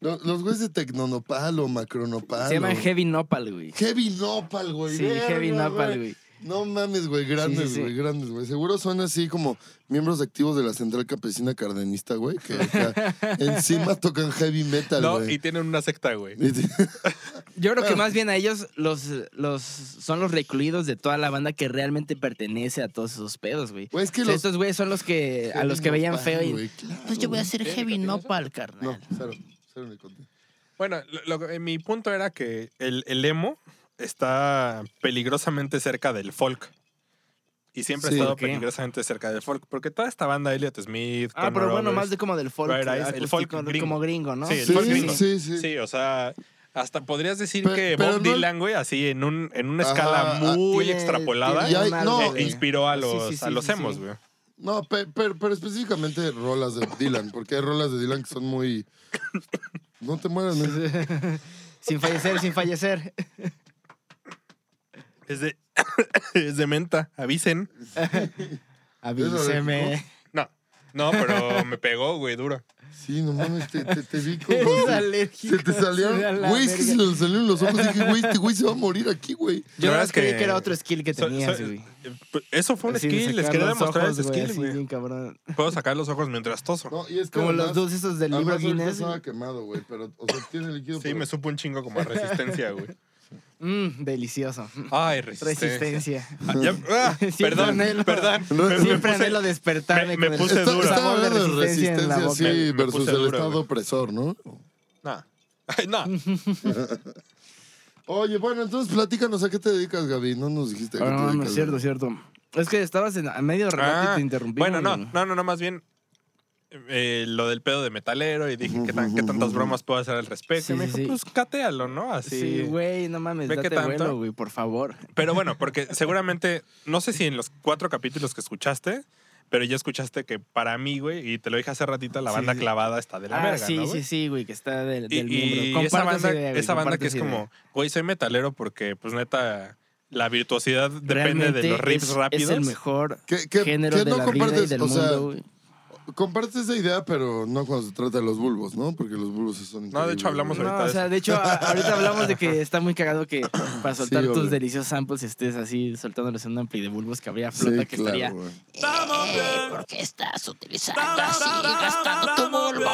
Speaker 3: Los, los güeyes de Tecnonopal o Macronopal.
Speaker 1: Se llaman
Speaker 3: o-
Speaker 1: Heavy Nopal, güey.
Speaker 3: Heavy Nopal, güey.
Speaker 1: Sí,
Speaker 3: verga,
Speaker 1: Heavy Nopal, güey.
Speaker 3: No mames, güey, grandes,
Speaker 1: Sí, sí, sí.
Speaker 3: güey, grandes, güey. Seguro son así como miembros activos de la Central Campesina Cardenista, güey, que acá encima tocan heavy metal,
Speaker 2: No,
Speaker 3: güey.
Speaker 2: y tienen una secta, güey.
Speaker 3: Y te-
Speaker 1: Yo
Speaker 3: Ah.
Speaker 1: creo que más bien a ellos los, los son los recluidos de toda la banda que realmente pertenece a todos esos pedos, güey.
Speaker 3: Güey, es que
Speaker 1: O sea,
Speaker 3: los-
Speaker 1: estos güeyes son los que a
Speaker 3: Heavy
Speaker 1: los que veían
Speaker 3: Nopal,
Speaker 1: feo y
Speaker 3: güey, claro,
Speaker 1: pues yo voy a
Speaker 3: güey.
Speaker 1: hacer Heavy Nopal, carnal.
Speaker 3: No, cero, cero en el conteo.
Speaker 2: Bueno, lo- lo- eh, mi punto era que el, el emo está peligrosamente cerca del folk. Y siempre
Speaker 3: Sí.
Speaker 2: ha estado
Speaker 1: ¿Por qué?
Speaker 2: peligrosamente cerca del folk. Porque toda esta banda, Elliot Smith,
Speaker 1: Ah,
Speaker 2: Conor
Speaker 1: pero bueno,
Speaker 2: Roberts,
Speaker 1: más de como del folk,
Speaker 2: Bright Eyes, el
Speaker 1: acústico,
Speaker 2: folk
Speaker 1: como
Speaker 2: gringo.
Speaker 1: gringo, ¿no?
Speaker 2: Sí, el
Speaker 3: Sí,
Speaker 2: folk gringo.
Speaker 3: sí, sí.
Speaker 2: Sí, o sea, hasta podrías decir
Speaker 3: Pe-
Speaker 2: que
Speaker 3: pero
Speaker 2: Bob
Speaker 3: no-
Speaker 2: Dylan, güey, así en, un, en una
Speaker 3: Ajá,
Speaker 2: escala
Speaker 3: ah,
Speaker 2: muy
Speaker 1: Tiene-
Speaker 2: extrapolada,
Speaker 1: tiene
Speaker 3: Y
Speaker 1: un
Speaker 3: hay- no,
Speaker 1: algo,
Speaker 2: eh,
Speaker 1: güey.
Speaker 2: inspiró a
Speaker 1: Sí,
Speaker 2: los,
Speaker 1: sí, sí,
Speaker 2: a los
Speaker 1: sí, sí.
Speaker 2: emos, güey.
Speaker 3: No, pe- pero, pero específicamente rolas de Dylan, porque hay rolas de Dylan que son muy... No te mueras, ¿no?
Speaker 1: sin fallecer, sin fallecer.
Speaker 2: Es de, es de menta, avisen.
Speaker 1: Avíseme.
Speaker 2: No, no, pero me pegó, güey, duro.
Speaker 3: Sí, no mames, te, te, te vi como...
Speaker 1: Es
Speaker 3: Se
Speaker 1: alérgico.
Speaker 3: te
Speaker 1: sí, a
Speaker 3: salieron.
Speaker 1: la
Speaker 3: Güey, es que
Speaker 1: verga.
Speaker 3: se le salieron los ojos. Dije, güey, este güey se va a morir aquí, güey.
Speaker 1: Yo
Speaker 2: La
Speaker 1: no
Speaker 2: verdad es
Speaker 1: creí
Speaker 2: que-
Speaker 1: que era otro skill que
Speaker 2: So-
Speaker 1: tenías,
Speaker 2: so-
Speaker 1: güey.
Speaker 2: eh, p- eso fue un
Speaker 1: Así de
Speaker 2: skill, les
Speaker 1: sacar
Speaker 2: quería
Speaker 1: los
Speaker 2: demostrar
Speaker 1: ojos,
Speaker 2: ese
Speaker 1: güey,
Speaker 2: skill,
Speaker 1: así
Speaker 2: güey.
Speaker 1: bien cabrón.
Speaker 2: Puedo sacar los ojos mientras toso.
Speaker 3: No, y es que
Speaker 1: Como los
Speaker 3: además-
Speaker 1: dos esos del libro
Speaker 3: además ahorita
Speaker 1: Guinness.
Speaker 3: estaba quemado, güey, pero, o sea, tiene líquido.
Speaker 2: Sí,
Speaker 3: pero-
Speaker 2: me supo un chingo como a resistencia, güey.
Speaker 1: Mm, delicioso.
Speaker 2: Ay, resistencia.
Speaker 1: Resistencia.
Speaker 2: Ah, ya- ah,
Speaker 1: Siempre
Speaker 2: perdón,
Speaker 1: anhelo-
Speaker 2: perdón.
Speaker 3: No,
Speaker 2: Me- me
Speaker 1: Siempre
Speaker 2: puse-
Speaker 1: anhelo despertarme
Speaker 2: me- me
Speaker 1: con
Speaker 2: puse
Speaker 1: el
Speaker 3: Está-
Speaker 2: duro.
Speaker 3: estaba
Speaker 1: sabor de
Speaker 3: hablando de
Speaker 1: resistencia, en la
Speaker 3: resistencia,
Speaker 1: boca.
Speaker 3: sí,
Speaker 2: Me- me
Speaker 3: versus
Speaker 2: puse
Speaker 3: el
Speaker 2: duro,
Speaker 3: estado
Speaker 2: güey.
Speaker 3: opresor, ¿no?
Speaker 2: Nah. Ay, nah.
Speaker 3: Oye, bueno, entonces platícanos a qué te dedicas, Gaby. No nos dijiste a qué
Speaker 1: Ah,
Speaker 3: te
Speaker 1: no, no,
Speaker 3: dedicas.
Speaker 1: es cierto,
Speaker 3: güey.
Speaker 1: cierto. Es que estabas en a medio remate
Speaker 2: Ah,
Speaker 1: y te interrumpí.
Speaker 2: Bueno, no,
Speaker 1: güey.
Speaker 2: no, no, no, más bien eh, lo del pedo de metalero y dije, ¿qué, tan- qué tantas bromas puedo hacer al respecto?
Speaker 1: Sí,
Speaker 2: y me
Speaker 1: sí,
Speaker 2: dijo,
Speaker 1: sí.
Speaker 2: pues catealo, ¿no? Así.
Speaker 1: Sí, güey, no mames,
Speaker 2: ¿Ve qué
Speaker 1: date
Speaker 2: tanto?
Speaker 1: vuelo, güey, por favor.
Speaker 2: Pero bueno, porque seguramente, no sé si en los cuatro capítulos que escuchaste, pero ya escuchaste que para mí, güey, y te lo dije hace ratito, la
Speaker 1: Sí,
Speaker 2: banda
Speaker 1: sí.
Speaker 2: clavada está de la
Speaker 1: ah,
Speaker 2: verga,
Speaker 1: sí,
Speaker 2: ¿no,
Speaker 1: sí,
Speaker 2: güey?
Speaker 1: sí, güey, que está del,
Speaker 2: Y,
Speaker 1: del
Speaker 2: y
Speaker 1: miembro.
Speaker 2: esa
Speaker 1: Comparto
Speaker 2: banda,
Speaker 1: esa idea, güey,
Speaker 2: esa banda
Speaker 1: comparto
Speaker 2: que es
Speaker 1: esa idea.
Speaker 2: como, güey, soy metalero porque, pues neta, la virtuosidad depende
Speaker 1: Realmente
Speaker 2: de los riffs
Speaker 1: es,
Speaker 2: rápidos.
Speaker 1: Es el mejor
Speaker 3: ¿Qué- qué-
Speaker 1: género
Speaker 3: qué
Speaker 1: de
Speaker 3: no
Speaker 1: la vida y
Speaker 3: compartes?
Speaker 1: del
Speaker 3: O sea,
Speaker 1: mundo, güey.
Speaker 3: Compartes esa idea, pero no cuando se trata de los bulbos, ¿no? Porque los bulbos son.
Speaker 2: No, de hecho,
Speaker 3: increíbles,
Speaker 2: hablamos
Speaker 3: güey.
Speaker 2: ahorita
Speaker 1: No, o
Speaker 2: de
Speaker 1: sea,
Speaker 2: eso.
Speaker 1: de hecho, a- ahorita hablamos de que está muy cagado que para soltar
Speaker 3: obvio.
Speaker 1: tus deliciosos samples estés así soltándolos en un ampli de bulbos que habría
Speaker 3: Sí,
Speaker 1: flota que
Speaker 3: claro,
Speaker 1: estaría.
Speaker 3: güey.
Speaker 4: Eh, ¿Por qué estás utilizando así, gastando tu bulbo?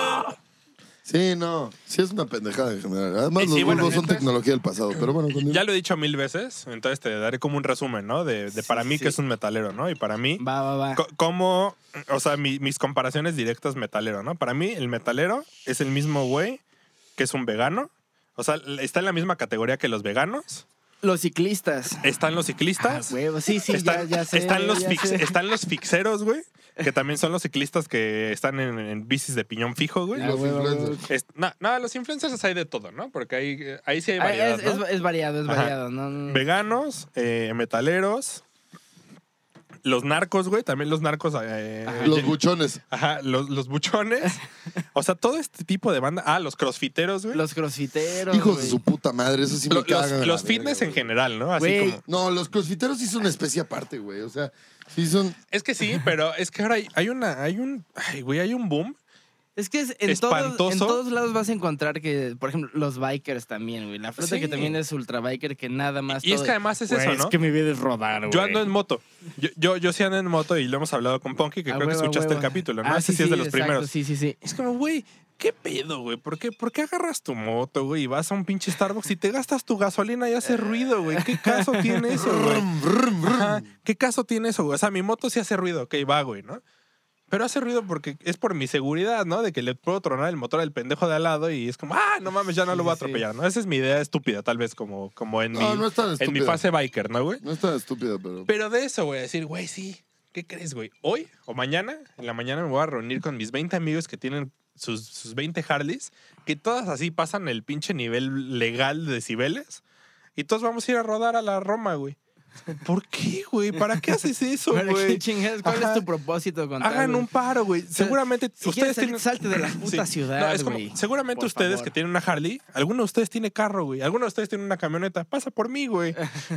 Speaker 3: Sí, no. Sí, es una pendejada en general. Además,
Speaker 2: Y
Speaker 3: los
Speaker 2: Eh, sí, bueno,
Speaker 3: bulbos son
Speaker 2: entonces-
Speaker 3: tecnología del pasado. Pero bueno, continúa.
Speaker 2: Ya lo he dicho mil veces, entonces te daré como un resumen, ¿no? De, de
Speaker 1: Sí,
Speaker 2: para
Speaker 1: sí,
Speaker 2: mí
Speaker 1: sí.
Speaker 2: que es un metalero, ¿no? Y para mí,
Speaker 1: Va, va, va.
Speaker 2: co- cómo, o sea, mi- mis comparaciones directas metalero, ¿no? Para mí, el metalero es el mismo güey que es un vegano. O sea, está en la misma categoría que los veganos.
Speaker 1: Los ciclistas.
Speaker 2: Están
Speaker 1: Ah,
Speaker 2: los ciclistas.
Speaker 1: huevo, sí, sí,
Speaker 2: están,
Speaker 1: ya, ya sé.
Speaker 2: están los
Speaker 1: ya
Speaker 2: fix-
Speaker 1: sé.
Speaker 2: están los fixeros, güey. Que también son los ciclistas que están en, en bicis de piñón fijo, güey.
Speaker 1: Ah,
Speaker 3: los
Speaker 1: huevo,
Speaker 3: influencers.
Speaker 1: huevo.
Speaker 2: Es- no, no, los influencers hay de todo, ¿no? Porque ahí, ahí sí hay
Speaker 1: Ah,
Speaker 2: variedad,
Speaker 1: es, mm.
Speaker 2: ¿no?
Speaker 1: es- es variado, es
Speaker 2: Ajá.
Speaker 1: variado. ¿no?
Speaker 2: Veganos, eh, metaleros, los narcos, güey, también los narcos. eh,
Speaker 3: Los
Speaker 2: llen-
Speaker 3: buchones.
Speaker 2: Ajá, los, los buchones. O sea, todo este tipo de banda. Ah, los crossfiteros, güey.
Speaker 1: Los crossfiteros.
Speaker 3: Hijos de
Speaker 1: güey.
Speaker 3: su puta madre, eso sí me
Speaker 2: Lo- los
Speaker 3: caga.
Speaker 2: los fitness en general, ¿no? Así
Speaker 1: Güey.
Speaker 2: como.
Speaker 3: No, los crossfiteros sí son una especie aparte, güey. O sea, sí son.
Speaker 2: Es que sí, pero es que ahora hay, hay una, hay un, ay, güey, hay un boom.
Speaker 1: Es que es- en, todos, en
Speaker 2: Espantoso.
Speaker 1: todos lados vas a encontrar que, por ejemplo, los bikers también, güey. La flota
Speaker 2: Sí.
Speaker 1: que también es ultra biker, que nada más.
Speaker 2: Y es
Speaker 1: todo-
Speaker 2: que además es
Speaker 1: Güey,
Speaker 2: eso, ¿no?
Speaker 1: Es que mi vida es rodar, güey.
Speaker 2: Yo ando en moto. Yo, yo, yo sí ando en moto y lo hemos hablado con Ponky, que
Speaker 1: A
Speaker 2: creo que
Speaker 1: Ah, huevo, a
Speaker 2: escuchaste el
Speaker 1: huevo.
Speaker 2: capítulo, ¿no?
Speaker 1: Ah,
Speaker 2: Ese sí, es de los
Speaker 1: exacto,
Speaker 2: primeros.
Speaker 1: Sí, sí, sí.
Speaker 2: Es como, güey, ¿qué pedo, güey? ¿Por qué, ¿Por qué agarras tu moto, güey, y vas a un pinche Starbucks y te gastas tu gasolina y hace ruido, güey? ¿Qué caso tiene eso, güey?
Speaker 3: Brum, brum, brum.
Speaker 2: Ajá, ¿Qué caso tiene eso, güey? O sea, mi moto sí hace ruido, ok, va, güey, ¿no? Pero hace ruido porque es por mi seguridad, ¿no? De que le puedo tronar el motor al pendejo de al lado y es como, ah, no mames, ya no
Speaker 1: Sí,
Speaker 2: lo voy a
Speaker 1: sí, sí.
Speaker 2: atropellar, ¿no? Esa es mi idea estúpida, tal vez, como, como en,
Speaker 3: No,
Speaker 2: mi,
Speaker 3: no es tan
Speaker 2: en mi
Speaker 3: estúpida.
Speaker 2: fase biker, ¿no, güey?
Speaker 3: No es tan estúpida, pero.
Speaker 2: Pero de eso, güey, decir, güey, sí, ¿qué crees, güey? Hoy o mañana, en la mañana me voy a reunir con mis 20 amigos que tienen sus, sus 20 Harleys, que todas así pasan el pinche nivel legal de decibeles, y todos vamos a ir a rodar a la Roma, güey. ¿Por qué, güey? ¿Para qué haces eso,
Speaker 1: ¿Para
Speaker 2: güey?
Speaker 1: qué chingas? ¿Cuál
Speaker 2: Ajá.
Speaker 1: es tu propósito con tal,
Speaker 2: Hagan
Speaker 1: güey?
Speaker 2: un paro, güey. Seguramente
Speaker 1: si quieres
Speaker 2: ustedes
Speaker 1: salir,
Speaker 2: tienen.
Speaker 1: salte de la puta ciudad,
Speaker 2: es como,
Speaker 1: güey.
Speaker 2: seguramente
Speaker 1: Por
Speaker 2: ustedes
Speaker 1: favor.
Speaker 2: que tienen una Harley, alguno de ustedes tiene carro, güey. Alguno de ustedes tiene una camioneta. Pasa por mí, güey.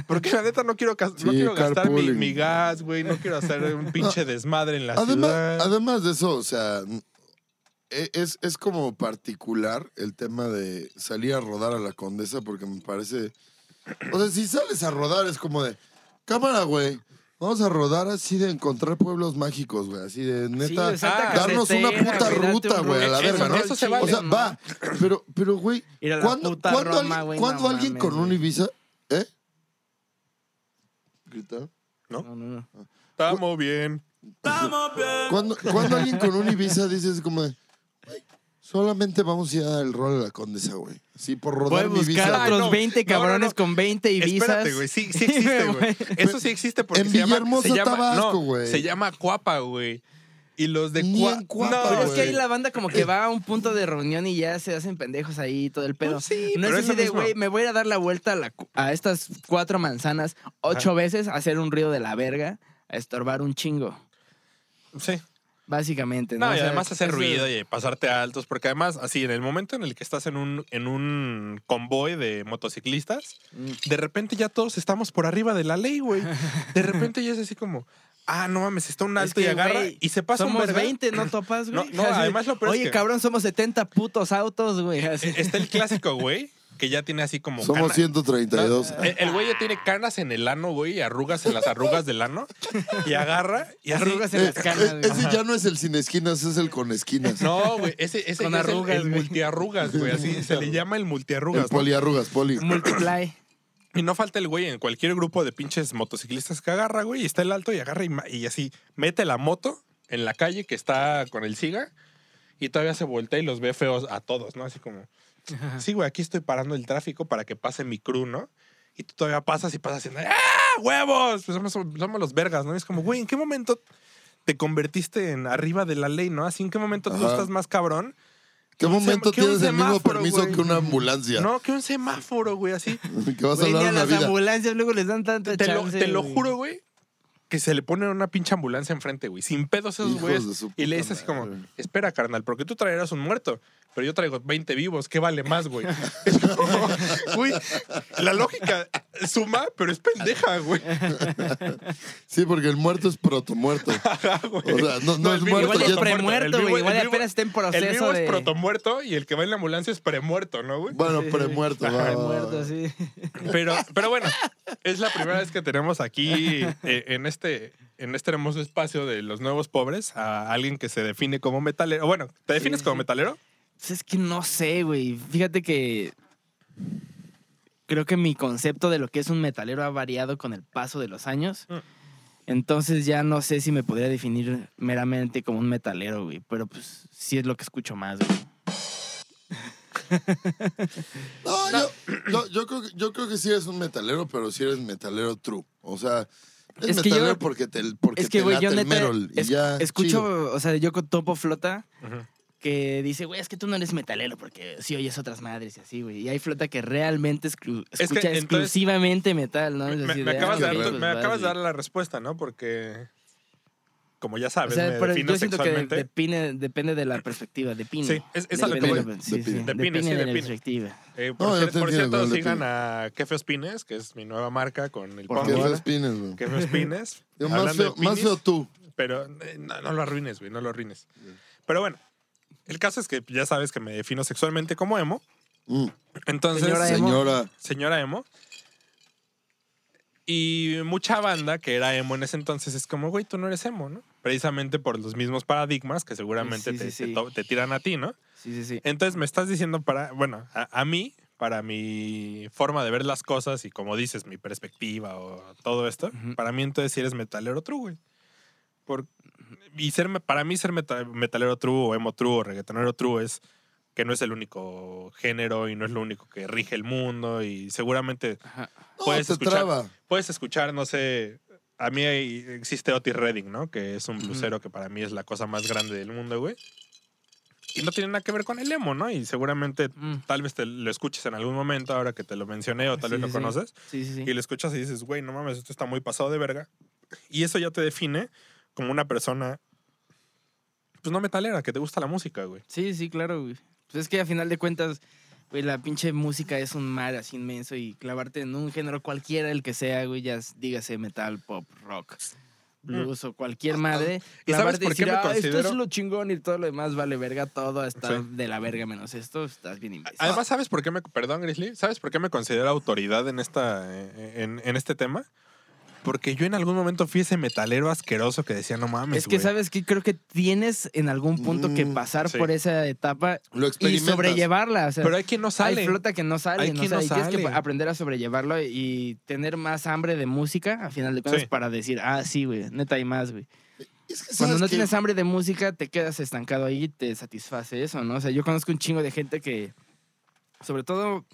Speaker 2: Porque la neta no quiero, cas- no
Speaker 3: Sí,
Speaker 2: quiero gastar mi,
Speaker 3: carpooling.
Speaker 2: mi gas, güey. No quiero hacer un pinche desmadre en la
Speaker 3: Además,
Speaker 2: ciudad.
Speaker 3: además de eso, o sea, e- es, es como particular el tema de salir a rodar a la condesa porque me parece... O sea, si sales a rodar es como de, cámara, güey, vamos a rodar así de encontrar pueblos mágicos, güey, así de
Speaker 1: Sí,
Speaker 3: neta...
Speaker 1: de Santa
Speaker 2: ah,
Speaker 3: darnos una
Speaker 1: Carretera,
Speaker 3: puta
Speaker 1: güey, date
Speaker 3: ruta,
Speaker 1: un
Speaker 3: güey, a la
Speaker 1: rollo.
Speaker 3: verga, ¿no?
Speaker 2: Eso se vale.
Speaker 3: o sea, va, pero, pero, güey,
Speaker 1: Ir a la
Speaker 3: ¿cuándo,
Speaker 1: puta
Speaker 3: cuándo
Speaker 1: Roma,
Speaker 3: alguien,
Speaker 1: güey,
Speaker 3: cuándo
Speaker 1: no
Speaker 3: alguien
Speaker 1: mames,
Speaker 3: con un
Speaker 1: güey.
Speaker 3: Ibiza, eh? ¿Gritar?
Speaker 1: No, no, no.
Speaker 2: Estamos bien.
Speaker 4: Estamos bien.
Speaker 3: Cuando, cuando alguien con un Ibiza dices como de, "Güey, solamente vamos a ir a dar el rol a la condesa, güey. Sí, por
Speaker 1: Voy a
Speaker 3: rodar mi
Speaker 1: buscar
Speaker 3: Ibiza.
Speaker 1: a
Speaker 2: Ay,
Speaker 1: otros
Speaker 2: no.
Speaker 1: 20
Speaker 2: No, no, no.
Speaker 1: cabrones con 20 Ibizas.
Speaker 2: Espérate, güey. Sí, sí existe, güey. Eso sí existe porque
Speaker 3: En
Speaker 2: se llama.
Speaker 3: Villahermosa,
Speaker 2: se llama-
Speaker 3: Tabasco,
Speaker 2: no,
Speaker 3: güey.
Speaker 2: se llama Cuapa, güey. Y los de
Speaker 3: Ni
Speaker 2: Cua-
Speaker 3: en Cuapa,
Speaker 2: No,
Speaker 1: Pero es
Speaker 3: güey.
Speaker 1: que ahí la banda como que va a un punto de reunión y ya se hacen pendejos ahí y todo el pedo.
Speaker 2: Pues sí,
Speaker 1: no
Speaker 2: pero
Speaker 1: es
Speaker 2: eso
Speaker 1: así de,
Speaker 2: mismo.
Speaker 1: güey, me voy a ir a dar la vuelta a, la cu- a estas cuatro manzanas ocho veces, a hacer un río de la verga, a estorbar un chingo,
Speaker 2: Sí.
Speaker 1: básicamente.
Speaker 2: No,
Speaker 1: No,
Speaker 2: y
Speaker 1: O sea,
Speaker 2: además hacer
Speaker 1: eso-
Speaker 2: ruido y pasarte a altos, porque además, así, en el momento en el que estás en un, en un convoy de motociclistas,
Speaker 1: Mm.
Speaker 2: de repente ya todos estamos por arriba de la ley, güey. De repente ya es así como, ah, no mames, está un
Speaker 1: Es
Speaker 2: alto
Speaker 1: que,
Speaker 2: y agarra
Speaker 1: güey,
Speaker 2: y se pasa un
Speaker 1: somos
Speaker 2: verga.
Speaker 1: 20, no topas, güey.
Speaker 2: No, no,
Speaker 1: Así de,
Speaker 2: además lo peor es
Speaker 1: Oye,
Speaker 2: que- E-,
Speaker 1: cabrón, somos 70 putos autos, güey. así.
Speaker 2: Está el clásico, güey, que ya tiene así como...
Speaker 3: Somos
Speaker 2: cana-
Speaker 3: 132.
Speaker 2: El el güey ya tiene canas en el ano, güey, y arrugas en las arrugas del ano, y agarra y así-
Speaker 1: Arrugas en las canas,
Speaker 3: Eh,
Speaker 1: güey.
Speaker 3: ese ya no es el sin esquinas, es el con esquinas.
Speaker 2: No, güey, ese, ese
Speaker 1: Con
Speaker 2: ya es el-
Speaker 1: arrugas,
Speaker 2: el,
Speaker 1: güey.
Speaker 2: multiarrugas, güey, así se le llama el multiarrugas.
Speaker 3: el
Speaker 2: ¿no?
Speaker 3: poliarrugas, poli.
Speaker 1: Multiply.
Speaker 2: Y no falta el güey en cualquier grupo de pinches motociclistas que agarra, güey, y está el alto y agarra y, ma- y así mete la moto en la calle que está con el siga y todavía se voltea y los ve feos a todos, ¿no? Así como, sí, güey, aquí estoy parando el tráfico para que pase mi crew, ¿no? Y tú todavía pasas y pasas haciendo, ¡ah, huevos! Pues somos, somos los vergas, ¿no? Y es como, güey, ¿en qué momento te convertiste en arriba de la ley, no? Así, ¿en qué momento tú
Speaker 3: Ajá.
Speaker 2: estás más cabrón?
Speaker 3: ¿Qué
Speaker 2: un
Speaker 3: momento
Speaker 2: sema- que un
Speaker 3: tienes el mismo
Speaker 2: semáforo,
Speaker 3: permiso
Speaker 2: güey.
Speaker 3: que una ambulancia?
Speaker 2: No, que un semáforo, güey, así.
Speaker 3: Que vas a
Speaker 1: Güey, ni
Speaker 3: hablar
Speaker 1: a
Speaker 3: una
Speaker 1: las
Speaker 3: vida.
Speaker 1: ambulancias luego les dan tanta
Speaker 2: Te lo,
Speaker 1: chance,
Speaker 2: te lo
Speaker 1: güey.
Speaker 2: juro, güey, que se le pone una pinche ambulancia enfrente, güey. Sin pedos esos
Speaker 3: Hijos
Speaker 2: güeyes.
Speaker 3: de su
Speaker 2: Y le
Speaker 3: puta
Speaker 2: dice así como,
Speaker 3: madre.
Speaker 2: espera, carnal, porque tú traerás un muerto, pero yo traigo 20 vivos, ¿qué vale más, güey? Güey, la lógica suma, pero es pendeja, güey.
Speaker 3: Sí, porque el muerto es protomuerto. O sea, no, no es
Speaker 2: el vivo
Speaker 3: muerto.
Speaker 1: Ah, Igual es
Speaker 2: protomuerto,
Speaker 3: ya-
Speaker 2: el
Speaker 1: premuerto,
Speaker 2: vivo-
Speaker 1: güey. Igual
Speaker 2: el vivo-
Speaker 1: apenas está en proceso
Speaker 2: El vivo
Speaker 1: de...
Speaker 2: es protomuerto y el que va en la ambulancia es premuerto, ¿no, güey?
Speaker 3: Bueno,
Speaker 1: Sí, sí, sí.
Speaker 3: premuerto. va, va, va.
Speaker 1: Premuerto, sí.
Speaker 2: Pero, pero bueno, es la primera vez que tenemos aquí eh, en, este, en este hermoso espacio de los nuevos pobres a alguien que se define como metalero. Bueno, ¿te defines
Speaker 1: sí,
Speaker 2: como
Speaker 1: sí.
Speaker 2: metalero?
Speaker 1: Pues es que no sé, güey. Fíjate que creo que mi concepto de lo que es un metalero ha variado con el paso de los años.
Speaker 2: Mm.
Speaker 1: Entonces ya no sé si me podría definir meramente como un metalero, güey. Pero pues sí es lo que escucho más, güey.
Speaker 3: No, Yo, yo, yo creo que, yo creo que sí eres un metalero, pero sí eres metalero true. O sea, es,
Speaker 1: Es que yo-
Speaker 3: metalero porque te, porque
Speaker 1: es que,
Speaker 3: te
Speaker 1: güey,
Speaker 3: late
Speaker 1: yo
Speaker 3: el
Speaker 1: neta
Speaker 3: metal. y
Speaker 1: es-
Speaker 3: ya,
Speaker 1: escucho,
Speaker 3: chido.
Speaker 1: o sea, yo con Topo Flota que dice, güey, es que tú no eres metalero porque si oyes otras madres y así, güey. Y hay flota que realmente exclu-
Speaker 2: que,
Speaker 1: escucha
Speaker 2: entonces,
Speaker 1: exclusivamente metal, ¿no? Es
Speaker 2: Me,
Speaker 1: decir,
Speaker 2: me
Speaker 1: de,
Speaker 2: acabas,
Speaker 1: ah,
Speaker 2: de dar,
Speaker 1: ok,
Speaker 3: darle-
Speaker 1: pues
Speaker 2: me
Speaker 1: vas,
Speaker 2: acabas de
Speaker 1: güey.
Speaker 2: dar la respuesta, ¿no? Porque como ya sabes,
Speaker 1: o sea,
Speaker 2: me
Speaker 1: pero
Speaker 2: defino
Speaker 1: yo siento que
Speaker 2: sexualmente.
Speaker 1: depine- depende de la perspectiva, depine.
Speaker 2: Sí, es- es a lo
Speaker 1: depende,
Speaker 3: que
Speaker 1: de
Speaker 3: voy.
Speaker 1: la- sí, sí,
Speaker 3: Depine.
Speaker 2: Depine,
Speaker 1: depine
Speaker 2: sí,
Speaker 1: de la
Speaker 2: depine.
Speaker 1: perspectiva.
Speaker 2: Eh, por
Speaker 3: No, yo
Speaker 2: cier-
Speaker 3: te
Speaker 2: por
Speaker 3: entiendo,
Speaker 2: cierto,
Speaker 3: Dante,
Speaker 2: sigan
Speaker 3: sí.
Speaker 2: a Kefe Pines, que es mi nueva marca con el
Speaker 1: Por
Speaker 2: Ponky.
Speaker 3: ¿Qué
Speaker 1: favor.
Speaker 3: feos pines, güey?
Speaker 2: Kefe Pines.
Speaker 3: Yo,
Speaker 2: hablando
Speaker 3: Más
Speaker 2: de
Speaker 3: feo, más
Speaker 2: pinis,
Speaker 3: feo tú.
Speaker 2: Pero eh, no, no lo arruines, güey, no lo arruines. Pero bueno, el caso es que ya sabes que me defino sexualmente como emo.
Speaker 3: Mm,
Speaker 2: Entonces,
Speaker 1: Señora emo.
Speaker 3: Señora.
Speaker 2: señora emo. Y mucha banda que era emo en ese entonces es como, güey, tú no eres emo, ¿no? Precisamente por los mismos paradigmas que seguramente
Speaker 1: Sí, sí,
Speaker 2: te,
Speaker 1: sí.
Speaker 2: te to- te tiran a ti, ¿no?
Speaker 1: Sí, sí, sí.
Speaker 2: Entonces me estás diciendo para, bueno, a, a mí, para mi forma de ver las cosas y como dices, mi perspectiva o todo esto,
Speaker 1: Ujú.
Speaker 2: para mí entonces si eres metalero true, güey. Por, y ser, me- para mí ser meta- metalero true o emo true o reggaetonero true es que no es el único género y no es lo único que rige el mundo y seguramente
Speaker 1: Ajá.
Speaker 3: No,
Speaker 2: Puedes
Speaker 3: te
Speaker 2: escuchar.
Speaker 3: traba.
Speaker 2: puedes escuchar, no sé, a mí hay- existe Otis Redding, ¿no? Que es un blusero que para mí es la cosa más grande del mundo, güey. Y no tiene nada que ver con el emo, ¿no? Y seguramente
Speaker 1: Mm.
Speaker 2: tal vez te lo escuches en algún momento ahora que te lo mencioné o
Speaker 1: Sí,
Speaker 2: tal vez lo
Speaker 1: sí, sí.
Speaker 2: conoces
Speaker 1: Sí, sí, sí.
Speaker 2: y lo escuchas y dices, güey, no mames, esto está muy pasado de verga. Y eso ya te define como una persona, pues no metalera, que te gusta la música, güey.
Speaker 1: Sí, sí, claro, güey. Pues es que a final de cuentas, güey, la pinche música es un mar así inmenso y clavarte en un género cualquiera, el que sea, güey, ya s- dígase metal, pop, rock, blues o cualquier madre.
Speaker 2: Mm. Ah, ¿Y sabes
Speaker 1: clavarte
Speaker 2: por qué me
Speaker 1: "Ah, Esto
Speaker 2: considero-
Speaker 1: es lo chingón y todo lo demás vale verga, todo está
Speaker 2: Sí.
Speaker 1: de la verga menos esto, estás bien imbécil.
Speaker 2: Además, ¿sabes por qué me... Perdón, Grizzly. ¿Sabes por qué me considero autoridad en, esta, en, en este tema? Porque yo en algún momento fui ese metalero asqueroso que decía, no mames,
Speaker 1: es que,
Speaker 2: Ah, güey".
Speaker 1: ¿sabes qué? Creo que tienes en algún punto que
Speaker 3: Mm,
Speaker 1: pasar
Speaker 2: sí.
Speaker 1: por esa etapa
Speaker 3: Lo
Speaker 1: y
Speaker 3: experimentas.
Speaker 1: sobrellevarla. O sea,
Speaker 2: Pero hay quien no sale.
Speaker 1: Hay flota que no sale,
Speaker 2: Hay
Speaker 1: ¿no?
Speaker 2: quien
Speaker 1: O sea,
Speaker 2: no
Speaker 1: y tienes
Speaker 2: sale.
Speaker 1: que aprender a sobrellevarlo y tener más hambre de música, a final de cuentas,
Speaker 2: Sí.
Speaker 1: para decir, ah, sí, güey, neta hay más, güey.
Speaker 3: Es que,
Speaker 1: Cuando
Speaker 3: ¿sabes
Speaker 1: no
Speaker 3: qué?
Speaker 1: tienes hambre de música, te quedas estancado ahí y te satisface eso, ¿no? O sea, yo conozco un chingo de gente que, sobre todo,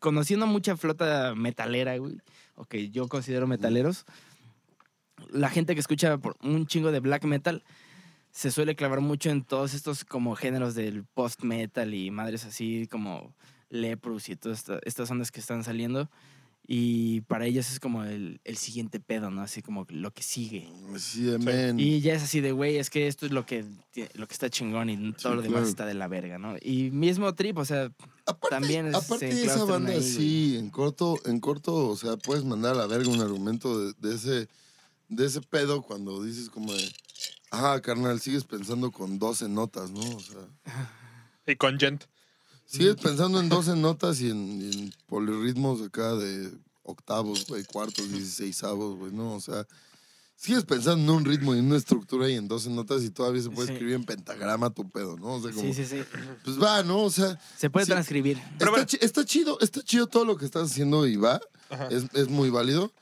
Speaker 1: conociendo mucha flota metalera, güey, o que yo considero metaleros, la gente que escucha por un chingo de black metal se suele clavar mucho en todos estos como géneros del post metal y madres así como Leprous y todas esta- estas ondas que están saliendo. Y para ellos es como el, el siguiente pedo, ¿no? Así como lo que sigue.
Speaker 3: pues, Sí, amén.
Speaker 1: Y ya es así de, güey, es que esto es lo que, ti- lo que está chingón y todo lo demás
Speaker 3: claro.
Speaker 1: está de la verga, ¿no? Y mismo trip, o sea,
Speaker 3: Aparte,
Speaker 1: también es-
Speaker 3: aparte
Speaker 1: se
Speaker 3: de esa
Speaker 1: enclaustran
Speaker 3: banda,
Speaker 1: ahí, güey.
Speaker 3: sí, en corto, en corto, o sea, puedes mandar a la verga un argumento de, de ese, de ese pedo cuando dices como de, ah, carnal, sigues pensando con 12 notas, ¿no? O sea,
Speaker 2: Y con Gent.
Speaker 3: sigues pensando en 12 notas y en, y en polirritmos acá de octavos, güey, cuartos, dieciséisavos, güey, ¿no? O sea, sigues pensando en un ritmo y en una estructura y en 12 notas y todavía se puede
Speaker 1: Sí.
Speaker 3: escribir en pentagrama tu pedo, ¿no? O sea, como,
Speaker 1: sí, sí, sí.
Speaker 3: pues va, ¿no? O sea,
Speaker 1: Se puede
Speaker 3: Sí.
Speaker 1: transcribir.
Speaker 2: Pero
Speaker 3: está,
Speaker 2: bueno.
Speaker 3: chi- está chido, está chido todo lo que estás haciendo y va. Es, es muy válido.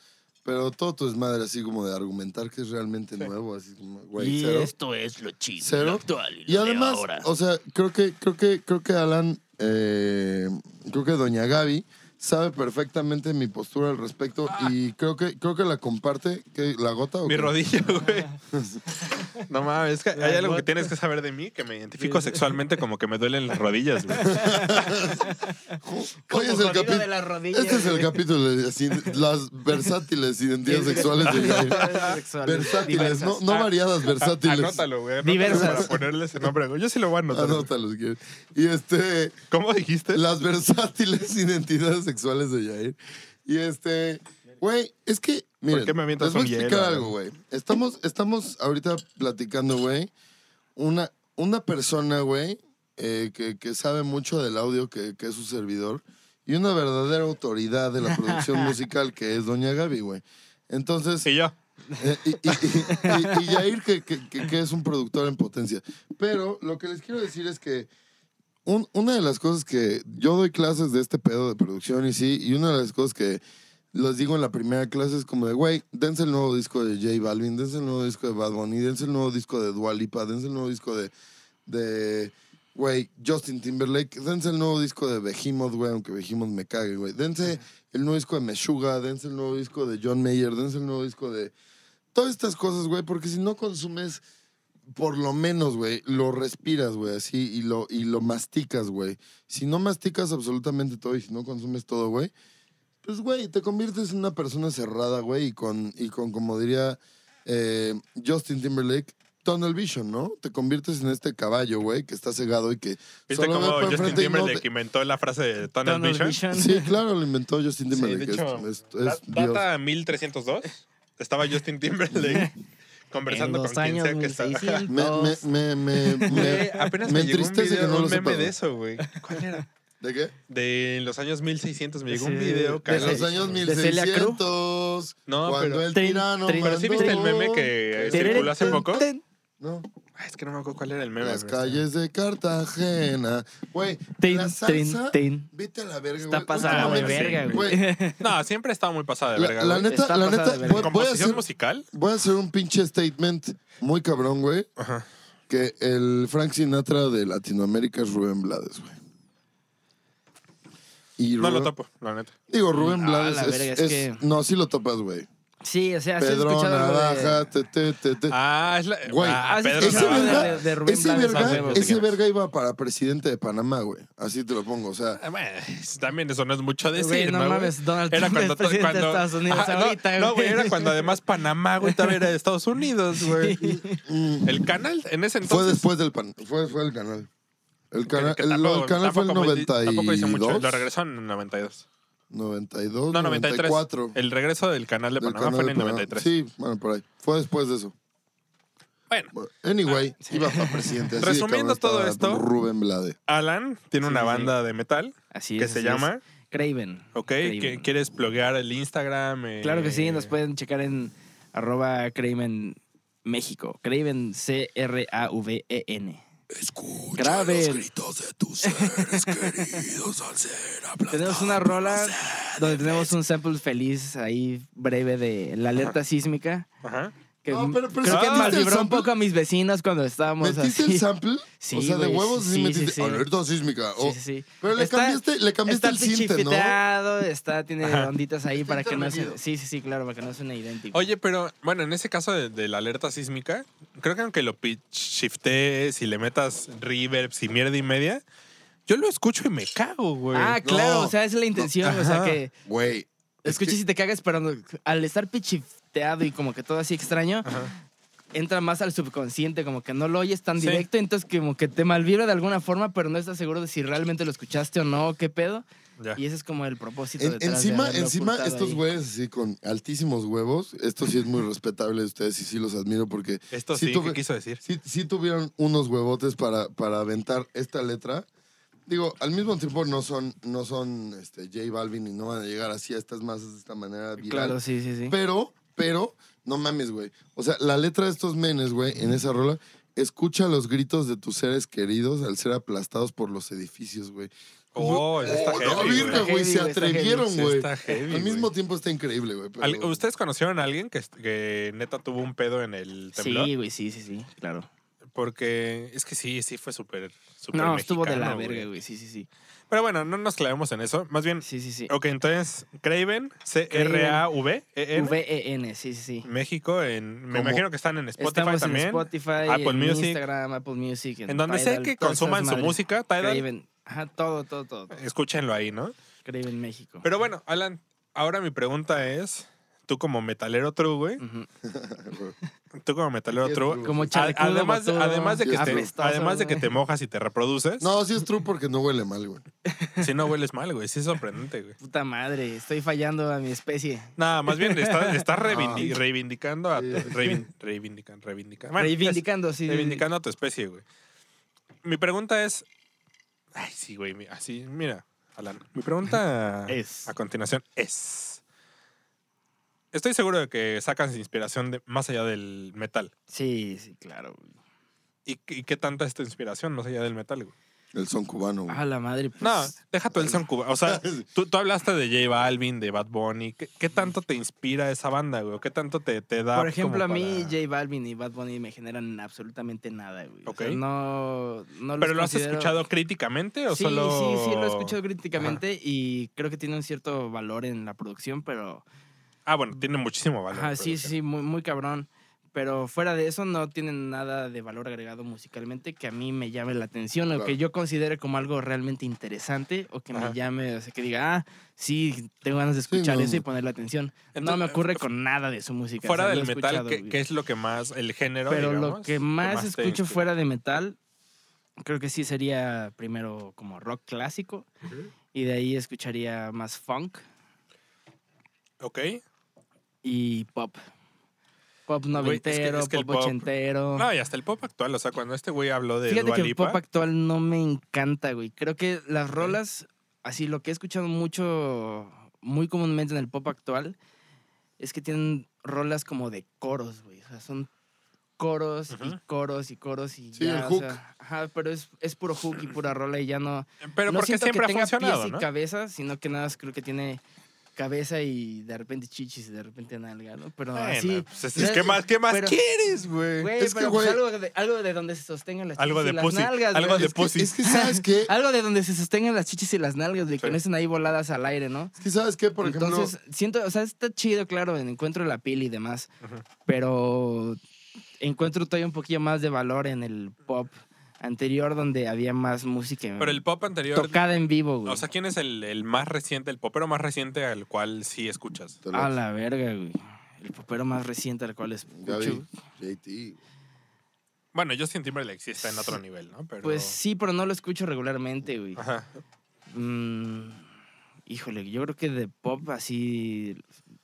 Speaker 3: Pero todo tu desmadre así como de argumentar que es realmente nuevo, así como, güey,
Speaker 1: y
Speaker 3: cero.
Speaker 1: esto es lo chido,
Speaker 3: Cero.
Speaker 1: lo actual.
Speaker 3: Y además, o sea, creo que, creo que, creo que Alan, eh, creo que Doña Gaby sabe perfectamente mi postura al respecto y creo que, creo que la comparte, que la gota o
Speaker 2: Mi
Speaker 3: qué?
Speaker 2: rodilla, güey. No mames, es que hay
Speaker 1: La
Speaker 2: algo que
Speaker 1: gota.
Speaker 2: tienes que saber de mí, que me identifico sexualmente como que me duelen las rodillas, güey.
Speaker 1: Como
Speaker 3: Hoy es el
Speaker 1: jodido
Speaker 3: capítulo.
Speaker 1: de las rodillas,
Speaker 3: Este es el
Speaker 1: güey.
Speaker 3: capítulo de así, las versátiles identidades sexuales de Gaby.
Speaker 1: Sexuales,
Speaker 3: Versátiles, no,
Speaker 1: diversas.
Speaker 3: no variadas, versátiles.
Speaker 2: Anótalo, güey. anótalo
Speaker 1: Diversas.
Speaker 2: Para ponerle ese nombre, güey. Yo sí lo voy a anotar. güey.
Speaker 3: Anótalo si quieres. Y este,
Speaker 2: ¿Cómo dijiste?
Speaker 3: las versátiles identidades sexuales de Jair. Y este, güey, es que, miren,
Speaker 2: qué me avientas
Speaker 3: les voy a
Speaker 2: un hielo, eh?
Speaker 3: explicar
Speaker 2: güey?
Speaker 3: algo, güey. Estamos, estamos ahorita platicando, güey, una, una persona, güey, eh, que, que sabe mucho del audio, que, que es su servidor, y una verdadera autoridad de la producción musical, que es Doña Gaby, güey. Entonces,
Speaker 2: Y yo.
Speaker 3: eh, y, y, y- y- y Yair, que, que- que- que es un productor en potencia. Pero lo que les quiero decir es que un- una de las cosas que yo doy clases de este pedo de producción y sí, y una de las cosas que les digo en la primera clase es como de, güey, dense el nuevo disco de J Balvin, dense el nuevo disco de Bad Bunny, dense el nuevo disco de Dua Lipa, dense el nuevo disco de, de güey, Justin Timberlake, dense el nuevo disco de Behemoth, güey, aunque Behemoth me cague, güey. Dense el nuevo disco de Meshuga, dense el nuevo disco de John Mayer, dense el nuevo disco de todas estas cosas, güey, porque si no consumes, por lo menos, güey, lo respiras, güey, así, y lo, y lo masticas, güey. Si no masticas absolutamente todo y si no consumes todo, güey, pues, güey, te conviertes en una persona cerrada, güey, y con, y con como diría eh, Justin Timberlake, Tunnel Vision, ¿no? Te conviertes en este caballo, güey, que está cegado y que
Speaker 2: ¿Viste
Speaker 3: ve
Speaker 2: cómo
Speaker 3: para
Speaker 2: Justin
Speaker 3: enfrente y no
Speaker 2: Timberlake
Speaker 3: te-
Speaker 2: inventó la frase de Ah, Tunnel,
Speaker 1: Tunnel
Speaker 2: Vision?
Speaker 1: Vision.
Speaker 3: Sí, claro, lo inventó Justin
Speaker 2: Sí,
Speaker 3: Timberlake.
Speaker 2: de hecho,
Speaker 3: es, es-
Speaker 2: da-
Speaker 3: es Dios.
Speaker 2: data 1302, estaba Justin Timberlake
Speaker 1: en
Speaker 2: conversando
Speaker 1: los
Speaker 2: con quien
Speaker 1: años
Speaker 2: sea que estaba.
Speaker 1: 1600.
Speaker 3: Me, me, me, me, me-
Speaker 2: Güey, apenas
Speaker 3: me
Speaker 2: me, llegó un,
Speaker 3: entristece
Speaker 2: video,
Speaker 3: que no
Speaker 2: un
Speaker 3: lo
Speaker 2: meme
Speaker 3: sepas,
Speaker 2: de
Speaker 3: güey.
Speaker 2: eso, güey. ¿Cuál era?
Speaker 3: ¿De qué?
Speaker 2: De los años 1600 me llegó un
Speaker 1: Sí,
Speaker 2: video.
Speaker 1: de
Speaker 3: De
Speaker 2: cagado.
Speaker 3: los años
Speaker 1: ¿De Celia Cruz?
Speaker 3: 1600.
Speaker 2: No,
Speaker 3: cuando
Speaker 2: pero-
Speaker 3: el
Speaker 1: Trin-
Speaker 3: tirano.
Speaker 1: trin-
Speaker 2: Pero sí viste el meme que
Speaker 3: Terere,
Speaker 2: circuló hace poco.
Speaker 1: Ten,
Speaker 3: No.
Speaker 2: Ay, Ah, es que no me acuerdo cuál era el meme.
Speaker 3: Las
Speaker 2: güey.
Speaker 3: calles de Cartagena. Güey,
Speaker 1: ten,
Speaker 3: la
Speaker 1: ten,
Speaker 3: salsa.
Speaker 1: ten.
Speaker 3: Vete a la verga, güey.
Speaker 1: Está pasada de
Speaker 2: sí,
Speaker 3: Últimamente-
Speaker 1: verga,
Speaker 3: Güey,
Speaker 1: güey.
Speaker 2: No, siempre estaba muy pasada de
Speaker 3: La-
Speaker 2: verga.
Speaker 3: la
Speaker 2: güey.
Speaker 3: neta,
Speaker 1: Está
Speaker 3: la
Speaker 1: pasada
Speaker 3: neta,
Speaker 1: de verga.
Speaker 3: voy, voy a
Speaker 2: ¿Composición
Speaker 3: hacer,
Speaker 2: musical?
Speaker 3: voy a hacer un pinche statement muy cabrón, güey.
Speaker 2: Ajá.
Speaker 3: Que el Frank Sinatra de Latinoamérica es Rubén Blades, güey. Y
Speaker 2: No lo
Speaker 3: Rubén-
Speaker 2: topo, la neta.
Speaker 3: Digo, Rubén
Speaker 1: Ah,
Speaker 3: Blades
Speaker 1: la
Speaker 3: es,
Speaker 1: verga, es
Speaker 3: es-
Speaker 1: que-
Speaker 3: No, sí lo topas, güey.
Speaker 1: Sí, o sea, sí he
Speaker 3: Pedro,
Speaker 1: escuchado algo de-
Speaker 3: Navaja, te, te, te, te.
Speaker 2: Ah, es la.
Speaker 3: Güey,
Speaker 2: ah,
Speaker 1: ah, sí,
Speaker 2: Pedro
Speaker 1: ese
Speaker 3: Ese
Speaker 1: Navaja.
Speaker 2: Navajo.
Speaker 3: verga,
Speaker 1: De- de Rubén
Speaker 3: ese,
Speaker 1: Blades,
Speaker 2: a huevo,
Speaker 3: verga, ese
Speaker 2: digamos.
Speaker 3: verga iba para presidente de Panamá, güey. Así te lo pongo, o sea...
Speaker 2: Ah, bueno, También eso no es mucho decir,
Speaker 1: Güey, no
Speaker 2: güey?
Speaker 1: mames, Donald Trump es
Speaker 2: to-
Speaker 1: presidente de Estados Unidos
Speaker 2: Ajá, no,
Speaker 1: ahorita,
Speaker 2: No,
Speaker 1: güey.
Speaker 2: güey, era cuando además Panamá, güey, todavía era de Estados Unidos, güey.
Speaker 3: mm,
Speaker 2: El canal, en ese entonces...
Speaker 3: fue después del pan, fue, fue el canal. El canal,
Speaker 2: que
Speaker 3: el,
Speaker 2: tampoco-
Speaker 3: el canal fue el
Speaker 2: tampoco- Tampoco hizo mucho,
Speaker 3: 92.
Speaker 2: lo regresó en el 92.
Speaker 3: 92,
Speaker 2: No, 93.
Speaker 3: 94.
Speaker 2: El regreso del canal de
Speaker 3: del
Speaker 2: Panamá
Speaker 3: canal
Speaker 2: fue en
Speaker 3: de
Speaker 2: el
Speaker 3: Panamá.
Speaker 2: 93.
Speaker 3: Sí, bueno, por ahí. Fue después de eso.
Speaker 2: Bueno,
Speaker 3: Bueno, Anyway,
Speaker 1: Ah,
Speaker 3: iba para presidente. así de
Speaker 2: Resumiendo
Speaker 3: cabrón
Speaker 2: todo
Speaker 3: estaba
Speaker 2: esto-
Speaker 3: Rubén Blade.
Speaker 2: Alan tiene una
Speaker 1: Sí, sí.
Speaker 2: banda de metal
Speaker 1: Así
Speaker 2: que
Speaker 1: es,
Speaker 2: se
Speaker 1: así
Speaker 2: llama,
Speaker 1: es. Craven.
Speaker 2: ¿ok?
Speaker 1: Craven.
Speaker 2: que- ¿Quieres pluguear el Instagram? eh,
Speaker 1: Claro que sí, nos pueden checar en arroba Craven México. Craven C-R-A-V-E-N.
Speaker 3: Escucha
Speaker 1: E Graben. los
Speaker 3: gritos de tus seres queridos al ser
Speaker 1: Tenemos una rola donde tenemos un sample feliz ahí breve de la alerta sísmica.
Speaker 2: Ajá.
Speaker 1: Que
Speaker 3: No, pero- pero
Speaker 1: creo que
Speaker 2: ¿metiste el
Speaker 1: malvibró un
Speaker 3: sample?
Speaker 1: poco a mis vecinos cuando estábamos
Speaker 3: ¿Metiste
Speaker 1: así.
Speaker 3: el sample?
Speaker 1: Sí,
Speaker 3: o sea, de
Speaker 1: güey,
Speaker 3: huevos sí,
Speaker 1: sí, sí,
Speaker 3: metiste.
Speaker 1: sí.
Speaker 3: Alerta sísmica.
Speaker 1: Sí,
Speaker 3: oh.
Speaker 1: sí, sí.
Speaker 3: Pero le
Speaker 1: Está-
Speaker 3: cambiaste, le cambiaste
Speaker 1: Está
Speaker 3: el cinte, ¿no?
Speaker 1: pichifeteado, está, tiene onditas ahí
Speaker 3: Está
Speaker 1: para que no se...
Speaker 3: intervenido.
Speaker 1: Sí, sí, sí, claro, para que no suene idéntico.
Speaker 2: Oye, pero bueno, en ese caso de, de la alerta sísmica, creo que aunque lo pitch shiftees y le metas reverbs y mierda y media, yo lo escucho y me cago, güey.
Speaker 1: ah, claro,
Speaker 3: no.
Speaker 1: o sea, esa es la intención, o sea,
Speaker 2: Ajá.
Speaker 1: que
Speaker 3: Güey. es
Speaker 1: escuches
Speaker 3: que-
Speaker 1: y te cagas, pero no- al estar pichifeteado y como que todo así extraño,
Speaker 2: Ajá.
Speaker 1: entra más al subconsciente, como que no lo oyes tan
Speaker 2: Sí.
Speaker 1: directo, entonces como que te malvibra de alguna forma, pero no estás seguro de si realmente lo escuchaste o no, qué pedo.
Speaker 2: Ya.
Speaker 1: Y ese es como el propósito.
Speaker 3: En-
Speaker 1: detrás de
Speaker 3: encima,
Speaker 1: haberlo
Speaker 3: encima
Speaker 1: ocultado
Speaker 3: estos
Speaker 1: ahí.
Speaker 3: güeyes así con altísimos huevos, esto sí es muy respetable de ustedes y sí los admiro porque
Speaker 2: Esto
Speaker 3: Sí,
Speaker 2: sí,
Speaker 3: tú-
Speaker 2: ¿qué quiso decir?
Speaker 3: sí, sí tuvieron unos huevotes para, para aventar esta letra. Digo, al mismo tiempo no son, no son este, J Balvin y no van a llegar así a estas masas de esta manera viral.
Speaker 1: Claro, sí, sí, sí.
Speaker 3: Pero, pero, no mames, güey. O sea, la letra de estos menes, güey, en esa rola, escucha los gritos de tus seres queridos al ser aplastados por los edificios, güey.
Speaker 2: Oh, eso está
Speaker 3: Oh,
Speaker 2: heavy,
Speaker 3: no,
Speaker 2: güey.
Speaker 3: virga,
Speaker 1: Está heavy,
Speaker 3: güey, se
Speaker 1: güey, está
Speaker 3: atrevieron,
Speaker 2: heavy. Sí,
Speaker 3: güey.
Speaker 2: está heavy,
Speaker 3: Al mismo
Speaker 2: güey.
Speaker 3: tiempo está increíble, güey. pero-
Speaker 2: Al- ¿Ustedes conocieron a alguien que, que neta tuvo un pedo en el temblor?
Speaker 1: Sí, güey, sí, sí, sí, claro.
Speaker 2: Porque es que sí, sí fue súper, súper
Speaker 1: No, estuvo de la
Speaker 2: mexicano,
Speaker 1: verga, güey, sí, sí, sí.
Speaker 2: Pero bueno, no nos clavemos en eso. Más bien,
Speaker 1: Sí, sí, sí.
Speaker 2: ok, entonces, Craven, C-R-A-V-E-N.
Speaker 1: V-E-N, E sí, sí, sí.
Speaker 2: México, en, me
Speaker 3: Como-
Speaker 2: imagino que están en Spotify
Speaker 1: Estamos
Speaker 2: también.
Speaker 1: en Spotify,
Speaker 2: Apple
Speaker 1: en
Speaker 2: Music.
Speaker 1: Instagram, Apple Music.
Speaker 2: en donde sé
Speaker 1: Tidal,
Speaker 2: que
Speaker 1: todas esas
Speaker 2: consuman su
Speaker 1: madres.
Speaker 2: música, Tidal,
Speaker 1: Craven. Ajá, todo, todo, todo. todo.
Speaker 2: escúchenlo ahí, ¿no?
Speaker 1: Craven México.
Speaker 2: Pero bueno, Alan, ahora mi pregunta es, tú como metalero true, güey,
Speaker 1: Ujú.
Speaker 2: tú como metalero
Speaker 3: Sí,
Speaker 2: true,
Speaker 3: true.
Speaker 1: Como
Speaker 2: a-
Speaker 1: chalecudo,
Speaker 2: además, de-
Speaker 1: batudo,
Speaker 2: además de que, te,
Speaker 1: apestoso,
Speaker 2: además de que
Speaker 1: güey.
Speaker 2: te mojas y te reproduces,
Speaker 3: No, sí es true porque no huele mal, güey.
Speaker 2: si no hueles mal, güey, sí es sorprendente, güey.
Speaker 1: Puta madre, estoy fallando a mi especie.
Speaker 2: Nada, más bien estás está reivindi-
Speaker 3: Sí.
Speaker 2: reivindicando a
Speaker 3: Sí.
Speaker 2: reivin- reivindican- reivindican. Bueno, es-
Speaker 1: reivindicando, sí. sí, sí.
Speaker 2: Reivindicando a tu especie, güey. Mi pregunta es. Ay, sí, güey. mi- Así, mira, Alan. Mi pregunta
Speaker 1: Es.
Speaker 2: a continuación es. Estoy seguro de que sacas inspiración de, más allá del metal.
Speaker 1: Sí, sí, claro. güey.
Speaker 2: ¿Y, y qué tanta es tu inspiración más allá del metal, güey?
Speaker 3: El son cubano, güey.
Speaker 1: Ah, la madre. Pues,
Speaker 2: No, deja tu el son cubano. O sea, tú, tú hablaste de J Balvin, de Bad Bunny. ¿Qué, qué tanto te inspira esa banda, güey? ¿Qué tanto te, te da?
Speaker 1: Por ejemplo,
Speaker 2: como
Speaker 1: a mí
Speaker 2: para-
Speaker 1: J Balvin y Bad Bunny me generan absolutamente nada, güey. O sea,
Speaker 2: Ok.
Speaker 1: no, no los
Speaker 2: ¿Pero lo has
Speaker 1: considero-
Speaker 2: escuchado críticamente o
Speaker 1: sí,
Speaker 2: solo.?
Speaker 1: sí, sí, lo he escuchado críticamente y creo que tiene un cierto valor en la producción, pero...
Speaker 2: Ah, bueno, tiene muchísimo valor.
Speaker 1: Ajá, sí,
Speaker 2: pero-
Speaker 1: sí, muy, muy cabrón. Pero fuera de eso, no tienen nada de valor agregado musicalmente que a mí me llame la atención o
Speaker 3: Claro.
Speaker 1: que yo considere como algo realmente interesante o que
Speaker 2: Ajá.
Speaker 1: me llame, o sea, que diga, ah, sí, tengo ganas de escuchar
Speaker 3: no,
Speaker 1: eso y
Speaker 3: no.
Speaker 1: ponerle atención. no
Speaker 2: Entonces, eh, pues,
Speaker 1: me ocurre con nada de su música.
Speaker 2: Fuera
Speaker 1: o sea, lo
Speaker 2: del
Speaker 1: he
Speaker 2: metal,
Speaker 1: escuchado,
Speaker 2: ¿qué,
Speaker 1: güey.
Speaker 2: qué es lo que más, el género?
Speaker 1: Pero lo
Speaker 2: digamos, este
Speaker 1: que más,
Speaker 2: te
Speaker 1: escucho
Speaker 2: inspira?
Speaker 1: fuera de metal, creo que sí sería primero como rock clásico. Y de ahí escucharía más funk
Speaker 2: Ok.
Speaker 1: y pop. Pop
Speaker 2: Güey, es que-
Speaker 1: noventero,
Speaker 2: es que el
Speaker 1: pop
Speaker 2: pop-
Speaker 1: ochentero.
Speaker 2: No, y hasta el pop actual. O sea, cuando este güey habló de
Speaker 1: Fíjate
Speaker 2: Dua
Speaker 1: que el
Speaker 2: Lipa,
Speaker 1: pop actual no me encanta, güey. Creo que las rolas, así lo que he escuchado mucho, muy comúnmente en el pop actual, es que tienen rolas como de coros, güey. O sea, son coros
Speaker 2: Ujú.
Speaker 1: y coros y coros y
Speaker 3: Sí,
Speaker 1: ya,
Speaker 3: el
Speaker 1: o
Speaker 3: hook.
Speaker 1: sea, ajá, pero es, es puro hook y pura rola y ya no...
Speaker 2: pero
Speaker 1: no
Speaker 2: porque
Speaker 1: siento que
Speaker 2: siempre ha
Speaker 1: tenga
Speaker 2: funcionado,
Speaker 1: pies y
Speaker 2: ¿no?
Speaker 1: cabeza, sino que nada más creo que tiene cabeza y de repente chichis y de repente nalga, ¿no? Pero
Speaker 2: Bueno,
Speaker 1: así...
Speaker 2: pues es,
Speaker 1: no
Speaker 2: es que
Speaker 1: es-
Speaker 2: más, ¿qué más
Speaker 1: pero-
Speaker 2: quieres, güey?
Speaker 1: Güey,
Speaker 3: es que,
Speaker 1: pero pues
Speaker 3: güey-
Speaker 1: algo, de, algo de donde se sostengan las
Speaker 2: Algo
Speaker 1: chichis
Speaker 2: de
Speaker 1: y las
Speaker 2: pussy,
Speaker 1: nalgas,
Speaker 2: algo
Speaker 1: güey.
Speaker 2: de
Speaker 3: Es que,
Speaker 2: pussy.
Speaker 3: es que, ¿sabes qué?
Speaker 1: Algo de donde se sostengan las chichis y las nalgas, güey, que
Speaker 2: Sí.
Speaker 1: no estén ahí voladas al aire, ¿no?
Speaker 3: Es que, ¿sabes qué? Por ejemplo,
Speaker 1: Entonces, siento, o sea, está chido, claro, en encuentro la piel y demás,
Speaker 2: Ujú.
Speaker 1: pero encuentro todavía un poquillo más de valor en el pop anterior donde había más música
Speaker 2: Pero el pop anterior.
Speaker 1: tocada en vivo, güey.
Speaker 2: O sea, ¿quién es el, el más reciente, el popero más reciente al cual sí escuchas?
Speaker 3: te lo-
Speaker 1: a la verga, güey. El popero más reciente al cual escucho. Pues
Speaker 3: Gaby, JT.
Speaker 2: Bueno, Justin Timberlake sí está en otro nivel, ¿no? Pero...
Speaker 1: Pues sí, pero no lo escucho regularmente, güey.
Speaker 2: Ajá.
Speaker 1: Mm, híjole, yo creo que de pop así.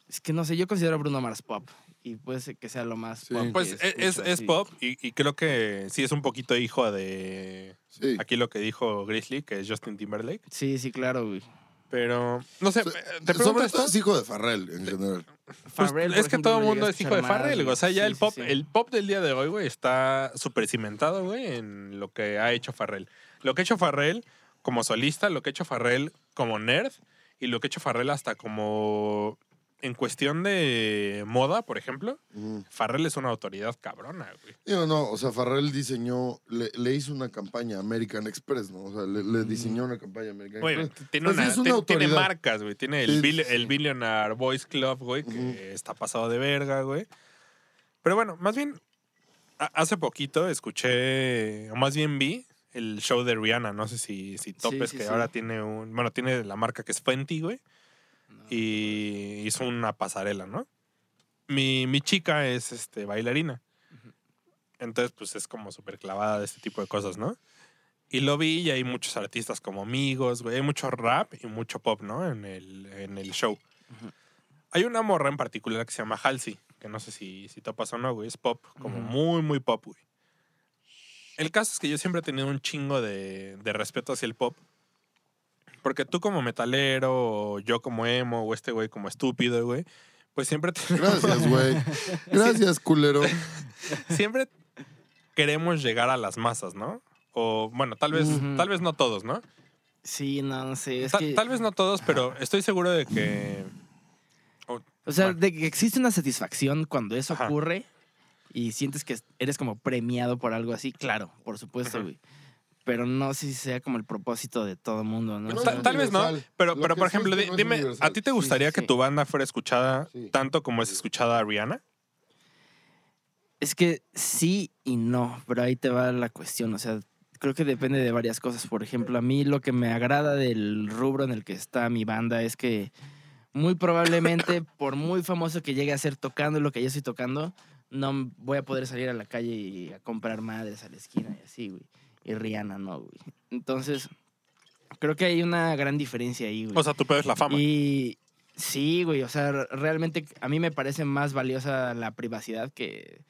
Speaker 1: Es que no sé, yo considero a Bruno Mars pop. Y puede ser que sea lo más
Speaker 3: Sí.
Speaker 1: pop. que
Speaker 2: Pues es, es,
Speaker 1: escucho,
Speaker 2: es
Speaker 1: así.
Speaker 2: pop y, y creo que sí es un poquito hijo de
Speaker 3: Sí.
Speaker 2: aquí lo que dijo Grizzly, que es Justin Timberlake.
Speaker 1: Sí, sí, claro, güey.
Speaker 2: Pues, Pero, no sé,
Speaker 3: So-
Speaker 2: te pregunto
Speaker 3: Sobre
Speaker 2: esto.
Speaker 3: todo es hijo de Farrell, en general.
Speaker 2: Pues,
Speaker 1: Pharrell, por
Speaker 2: es que
Speaker 1: ejemplo,
Speaker 2: todo el
Speaker 1: lo llegué
Speaker 2: mundo
Speaker 1: a
Speaker 2: es hijo de
Speaker 1: escuchar más,
Speaker 2: Farrell,
Speaker 1: güey.
Speaker 2: o sea, ya
Speaker 1: Sí,
Speaker 2: el
Speaker 1: sí,
Speaker 2: pop,
Speaker 1: sí.
Speaker 2: el pop del día de hoy, güey, está súper cimentado, güey, en lo que ha hecho Farrell. Lo que ha hecho Farrell como solista, lo que ha hecho Farrell como nerd y lo que ha hecho Farrell hasta como en cuestión de moda, por ejemplo,
Speaker 3: Ujú.
Speaker 2: Farrell es una autoridad cabrona, güey.
Speaker 3: Digo, no, o sea, Farrell diseñó, le, le hizo una campaña a American Express, ¿no? O sea, le, le diseñó una campaña a American
Speaker 2: Bueno,
Speaker 3: Express.
Speaker 2: tiene,
Speaker 3: Pues
Speaker 2: una-
Speaker 3: es una
Speaker 2: tiene- tiene
Speaker 3: autoridad.
Speaker 2: marcas, güey. Tiene el,
Speaker 3: Sí,
Speaker 2: Bill- el Billionaire Boys Club, güey, que está pasado de verga, güey. Pero bueno, más bien, a- hace poquito escuché, o más bien vi el show de Rihanna. No sé si, si topes,
Speaker 1: sí,
Speaker 2: que
Speaker 1: sí.
Speaker 2: ahora tiene un. Bueno, tiene la marca que es Fenty, güey.
Speaker 3: Ah,
Speaker 2: Y hizo una pasarela, ¿no? Mi, mi chica es este, bailarina. Entonces, pues es como súper clavada de este tipo de cosas, ¿no? Y lo vi y hay muchos artistas como amigos, güey. Hay mucho rap y mucho pop, ¿no? En el, en el show. Hay una morra en particular que se llama Halsey, que no sé si, si topas o no, güey. Es pop, como
Speaker 1: Ujú.
Speaker 2: muy, muy pop, güey. El caso es que yo siempre he tenido un chingo de, de respeto hacia el pop. Porque tú como metalero, o yo como emo, o este güey como estúpido, güey, pues siempre tenemos-
Speaker 3: Gracias, güey. Gracias, culero.
Speaker 2: siempre queremos llegar a las masas, ¿no? O bueno, tal vez,
Speaker 1: Ujú.
Speaker 2: tal vez no todos, ¿no?
Speaker 1: Sí, no, no sé. Es
Speaker 2: Ta-
Speaker 1: que,
Speaker 2: Tal vez no todos, pero estoy seguro de que.
Speaker 1: o sea,
Speaker 2: bueno.
Speaker 1: de que existe una satisfacción cuando eso
Speaker 2: Ajá.
Speaker 1: ocurre y sientes que eres como premiado por algo así, claro, por supuesto,
Speaker 2: Ajá.
Speaker 1: güey. Pero no sé si sea como el propósito de todo mundo, ¿no?
Speaker 3: No,
Speaker 1: O sea,
Speaker 2: tal- Pues, tal vez no,
Speaker 3: universal.
Speaker 2: Pero,
Speaker 3: Lo
Speaker 2: pero
Speaker 3: que
Speaker 2: por
Speaker 3: existe
Speaker 2: ejemplo, di-
Speaker 3: no es
Speaker 2: dime, ¿a
Speaker 3: universal.
Speaker 2: ti te gustaría
Speaker 1: sí,
Speaker 2: que
Speaker 1: sí.
Speaker 2: tu banda fuera escuchada
Speaker 3: Sí.
Speaker 2: tanto como es escuchada Rihanna?
Speaker 1: Es que sí y no, pero ahí te va la cuestión. O sea, creo que depende de varias cosas. Por ejemplo, a mí lo que me agrada del rubro en el que está mi banda es que muy probablemente, por muy famoso que llegue a ser tocando lo que yo estoy tocando, no voy a poder salir a la calle y a comprar madres a la esquina y así, güey. Y Rihanna no, güey. Entonces, creo que hay una gran diferencia ahí, güey.
Speaker 2: O sea, tu pedo es la fama.
Speaker 1: Y sí, güey, o sea, r- realmente a mí me parece más valiosa la privacidad que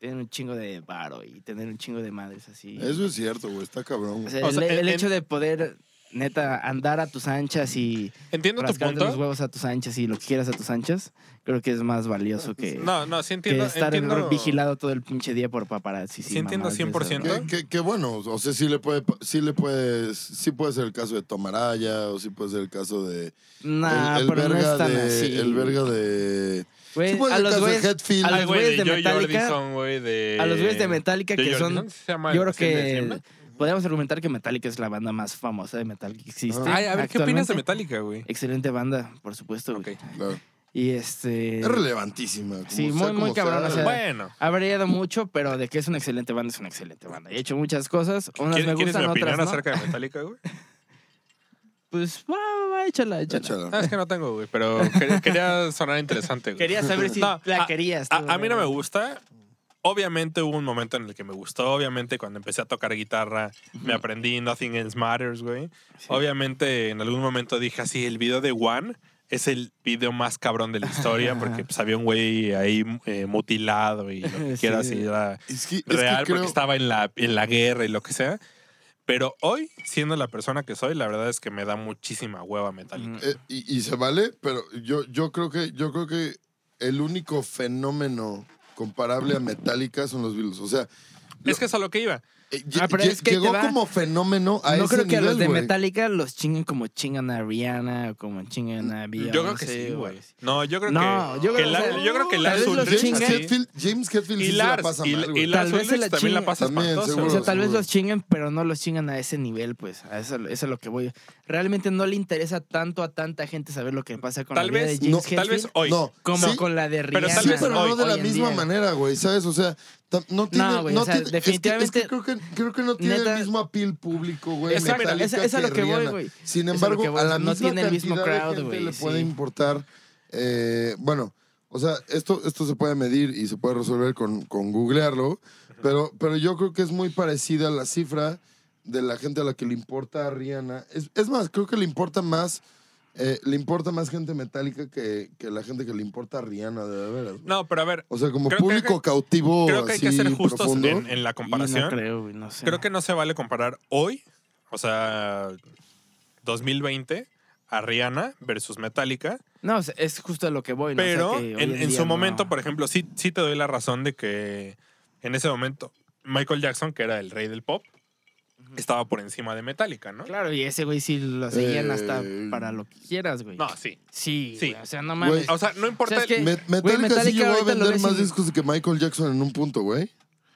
Speaker 1: tener un chingo de varo y tener un chingo de madres así.
Speaker 3: Eso es cierto, güey. Está cabrón.
Speaker 1: O
Speaker 3: güey.
Speaker 1: sea,
Speaker 2: O sea,
Speaker 1: el,
Speaker 2: en-
Speaker 1: el
Speaker 2: en-
Speaker 1: hecho de poder, neta, andar a tus anchas y
Speaker 2: Entiendo tu
Speaker 1: rascarte los
Speaker 2: punto.
Speaker 1: huevos a tus anchas y lo que quieras a tus anchas, creo que es más valioso que,
Speaker 2: No, no, sí
Speaker 1: que
Speaker 2: entiendo.
Speaker 1: estar
Speaker 2: entiendo-
Speaker 1: vigilado todo el pinche día por paparazzi.
Speaker 2: Sí, entiendo
Speaker 1: mamadas de esas,
Speaker 2: 100%.
Speaker 1: güey.
Speaker 3: Que, que- que bueno, o sea, sí le puede, sí le puede, sí puede ser el caso de Tomaraya, o sí puede ser el caso de
Speaker 1: Nah,
Speaker 3: el, el
Speaker 1: pero no
Speaker 3: verga
Speaker 1: es tan
Speaker 3: de,
Speaker 1: así.
Speaker 3: el verga de,
Speaker 1: Güey,
Speaker 3: sí puede
Speaker 1: a
Speaker 3: ser el
Speaker 1: los
Speaker 3: caso de
Speaker 1: güeyes-
Speaker 3: Hetfield.
Speaker 1: a
Speaker 2: Ay,
Speaker 1: los
Speaker 2: güey,
Speaker 1: güey de
Speaker 2: Joy
Speaker 1: Metallica-
Speaker 2: Jordison, güey, eh, de-
Speaker 1: a los güeyes de Metallica
Speaker 2: Joy
Speaker 1: que son-
Speaker 2: Jordison, ¿se llama
Speaker 1: Yo
Speaker 2: el
Speaker 1: creo
Speaker 2: de
Speaker 1: que
Speaker 2: siempre?
Speaker 1: podríamos argumentar que Metallica es la banda más famosa de metal que existe.
Speaker 2: Ay, a ver, ¿qué opinas de
Speaker 1: actualmente.
Speaker 2: Metallica, güey?
Speaker 1: Excelente banda, por supuesto. güey.
Speaker 2: Ok.
Speaker 3: Claro.
Speaker 1: Y este.
Speaker 3: Es relevantísima. como
Speaker 1: Sí,
Speaker 3: sea,
Speaker 1: muy, muy
Speaker 3: como
Speaker 1: cabrón,
Speaker 3: sea.
Speaker 1: o sea,
Speaker 2: Bueno,
Speaker 1: Ha variado mucho, pero de que es una excelente banda, es una excelente banda. He hecho muchas cosas. Unas me
Speaker 2: ¿quieres, ¿quieres mi
Speaker 1: gustan,
Speaker 2: opinión
Speaker 1: otras no.
Speaker 2: acerca de Metallica, güey?
Speaker 1: Pues va, va, va, échala, échala.
Speaker 3: Échala.
Speaker 2: Ah, es que no tengo, güey, pero quería, quería sonar interesante, güey.
Speaker 1: Quería saber si
Speaker 2: No,
Speaker 1: la
Speaker 2: a-
Speaker 1: querías.
Speaker 2: A,
Speaker 1: tú,
Speaker 2: a mí no me
Speaker 1: güey.
Speaker 2: gusta. Obviamente hubo un momento en el que me gustó. Obviamente cuando empecé a tocar guitarra me aprendí Nothing Else Matters, güey. Obviamente en algún momento dije así, el video de One es el video más cabrón de la historia porque pues, había un güey ahí eh, mutilado y lo que
Speaker 1: Sí.
Speaker 2: quieras y era
Speaker 3: Es que, es que
Speaker 2: real
Speaker 3: creo-
Speaker 2: porque estaba en la, en la guerra y lo que sea. Pero hoy, siendo la persona que soy, la verdad es que me da muchísima hueva metálica.
Speaker 1: Mm,
Speaker 3: eh, y, y se vale, pero yo, yo, creo que, yo creo que el único fenómeno comparable a Metallica son los Beatles. O sea,
Speaker 2: Es que es a lo que iba.
Speaker 3: eh, lle-
Speaker 1: Ah, pero
Speaker 3: lle-
Speaker 1: es que ahí te
Speaker 3: llegó
Speaker 1: va.
Speaker 3: como fenómeno a
Speaker 1: no
Speaker 3: ese
Speaker 1: creo que a los
Speaker 3: nivel,
Speaker 1: de
Speaker 3: güey.
Speaker 1: Metallica los chinguen como chingan a Rihanna o como chingan a Beyoncé.
Speaker 2: Yo creo que sí,
Speaker 1: o-
Speaker 2: güey. No, yo creo
Speaker 1: No,
Speaker 2: que.
Speaker 1: yo creo-
Speaker 2: que
Speaker 1: o
Speaker 2: la,
Speaker 1: sea,
Speaker 2: yo creo que
Speaker 1: tal
Speaker 2: Lars
Speaker 1: vez los
Speaker 2: Ulrich.
Speaker 3: James
Speaker 1: chingan.
Speaker 2: así.
Speaker 3: Hetfield, James Hetfield
Speaker 2: Y
Speaker 3: sí se la
Speaker 2: Lars.
Speaker 3: pasa
Speaker 2: Y,
Speaker 3: mal,
Speaker 2: y
Speaker 3: güey.
Speaker 1: la-
Speaker 2: Lars
Speaker 1: Tal vez se
Speaker 2: Ulrich también la
Speaker 1: chingue.
Speaker 2: pasa
Speaker 3: También,
Speaker 2: espantoso.
Speaker 1: O
Speaker 3: seguro.
Speaker 1: sea, tal vez
Speaker 3: seguro.
Speaker 1: los chinguen, pero no los chingan a ese nivel, pues. A eso, eso es lo que voy. Realmente no le interesa tanto a tanta gente saber lo que pasa con
Speaker 2: Tal
Speaker 1: la vida
Speaker 2: vez,
Speaker 1: de James
Speaker 3: no,
Speaker 2: tal vez
Speaker 1: Hetfield
Speaker 2: hoy.
Speaker 3: No,
Speaker 1: como
Speaker 3: sí,
Speaker 1: con la de Rihanna.
Speaker 2: pero tal
Speaker 3: sí,
Speaker 2: vez
Speaker 3: pero no
Speaker 2: hoy-
Speaker 3: de la
Speaker 1: hoy en
Speaker 3: misma
Speaker 1: día.
Speaker 3: manera, güey, ¿sabes? O sea, tam- no tiene...
Speaker 1: güey, o sea,
Speaker 3: tiene- es que- es que
Speaker 1: definitivamente-
Speaker 3: creo que, creo que no tiene
Speaker 1: neta-
Speaker 3: el mismo appeal público, güey,
Speaker 1: Exacto,
Speaker 3: Metallica
Speaker 1: esa- esa es a lo que voy,
Speaker 3: Rihanna.
Speaker 1: güey.
Speaker 3: Sin
Speaker 1: Esa es a lo
Speaker 3: embargo,
Speaker 1: que
Speaker 3: a,
Speaker 1: voy,
Speaker 3: la
Speaker 1: no
Speaker 3: misma
Speaker 1: tiene el mismo
Speaker 3: cantidad
Speaker 1: crowd,
Speaker 3: de gente
Speaker 1: güey,
Speaker 3: le puede
Speaker 1: sí.
Speaker 3: importar... eh, bueno, o sea, esto, esto se puede medir y se puede resolver con, con googlearlo, pero, pero yo creo que es muy parecida a la cifra de la gente a la que le importa a Rihanna. Es, es más, creo que le importa más... eh, le importa más gente metálica que, que la gente que le importa a Rihanna, de veras. güey.
Speaker 2: No, pero a ver.
Speaker 3: O sea, como
Speaker 2: Creo que-
Speaker 3: público
Speaker 2: creo
Speaker 3: cautivo
Speaker 2: Creo que hay
Speaker 1: Oh,
Speaker 2: que
Speaker 3: así
Speaker 2: ser justos
Speaker 3: profundo.
Speaker 2: en, en la
Speaker 1: Y
Speaker 2: comparación.
Speaker 1: No
Speaker 2: creo.
Speaker 1: creo, güey, no sé.
Speaker 2: que no se vale comparar hoy, o sea, 2020, a Rihanna versus Metallica.
Speaker 1: No, o sea, es justo a lo que voy. ¿no? O sea,
Speaker 2: Pero
Speaker 1: que hoy
Speaker 2: en, en
Speaker 1: día
Speaker 2: su
Speaker 1: no.
Speaker 2: momento, por ejemplo, sí, sí te doy la razón de que en ese momento Michael Jackson, que era el rey del pop, estaba por encima de Metallica, ¿no?
Speaker 1: Claro, y ese güey sí lo seguían hasta
Speaker 3: Eh,
Speaker 1: para lo que quieras, güey.
Speaker 2: No, sí.
Speaker 1: Sí,
Speaker 2: Sí.
Speaker 1: güey, o sea, no mames.
Speaker 2: O sea, no importa.
Speaker 1: O sea, es que-
Speaker 3: Me-
Speaker 1: Güey,
Speaker 3: Metallica, sí
Speaker 1: Metallica
Speaker 3: llegó a
Speaker 1: ahorita lo
Speaker 3: vender
Speaker 1: ves
Speaker 3: más
Speaker 1: en-
Speaker 3: discos que Michael Jackson en un punto, güey.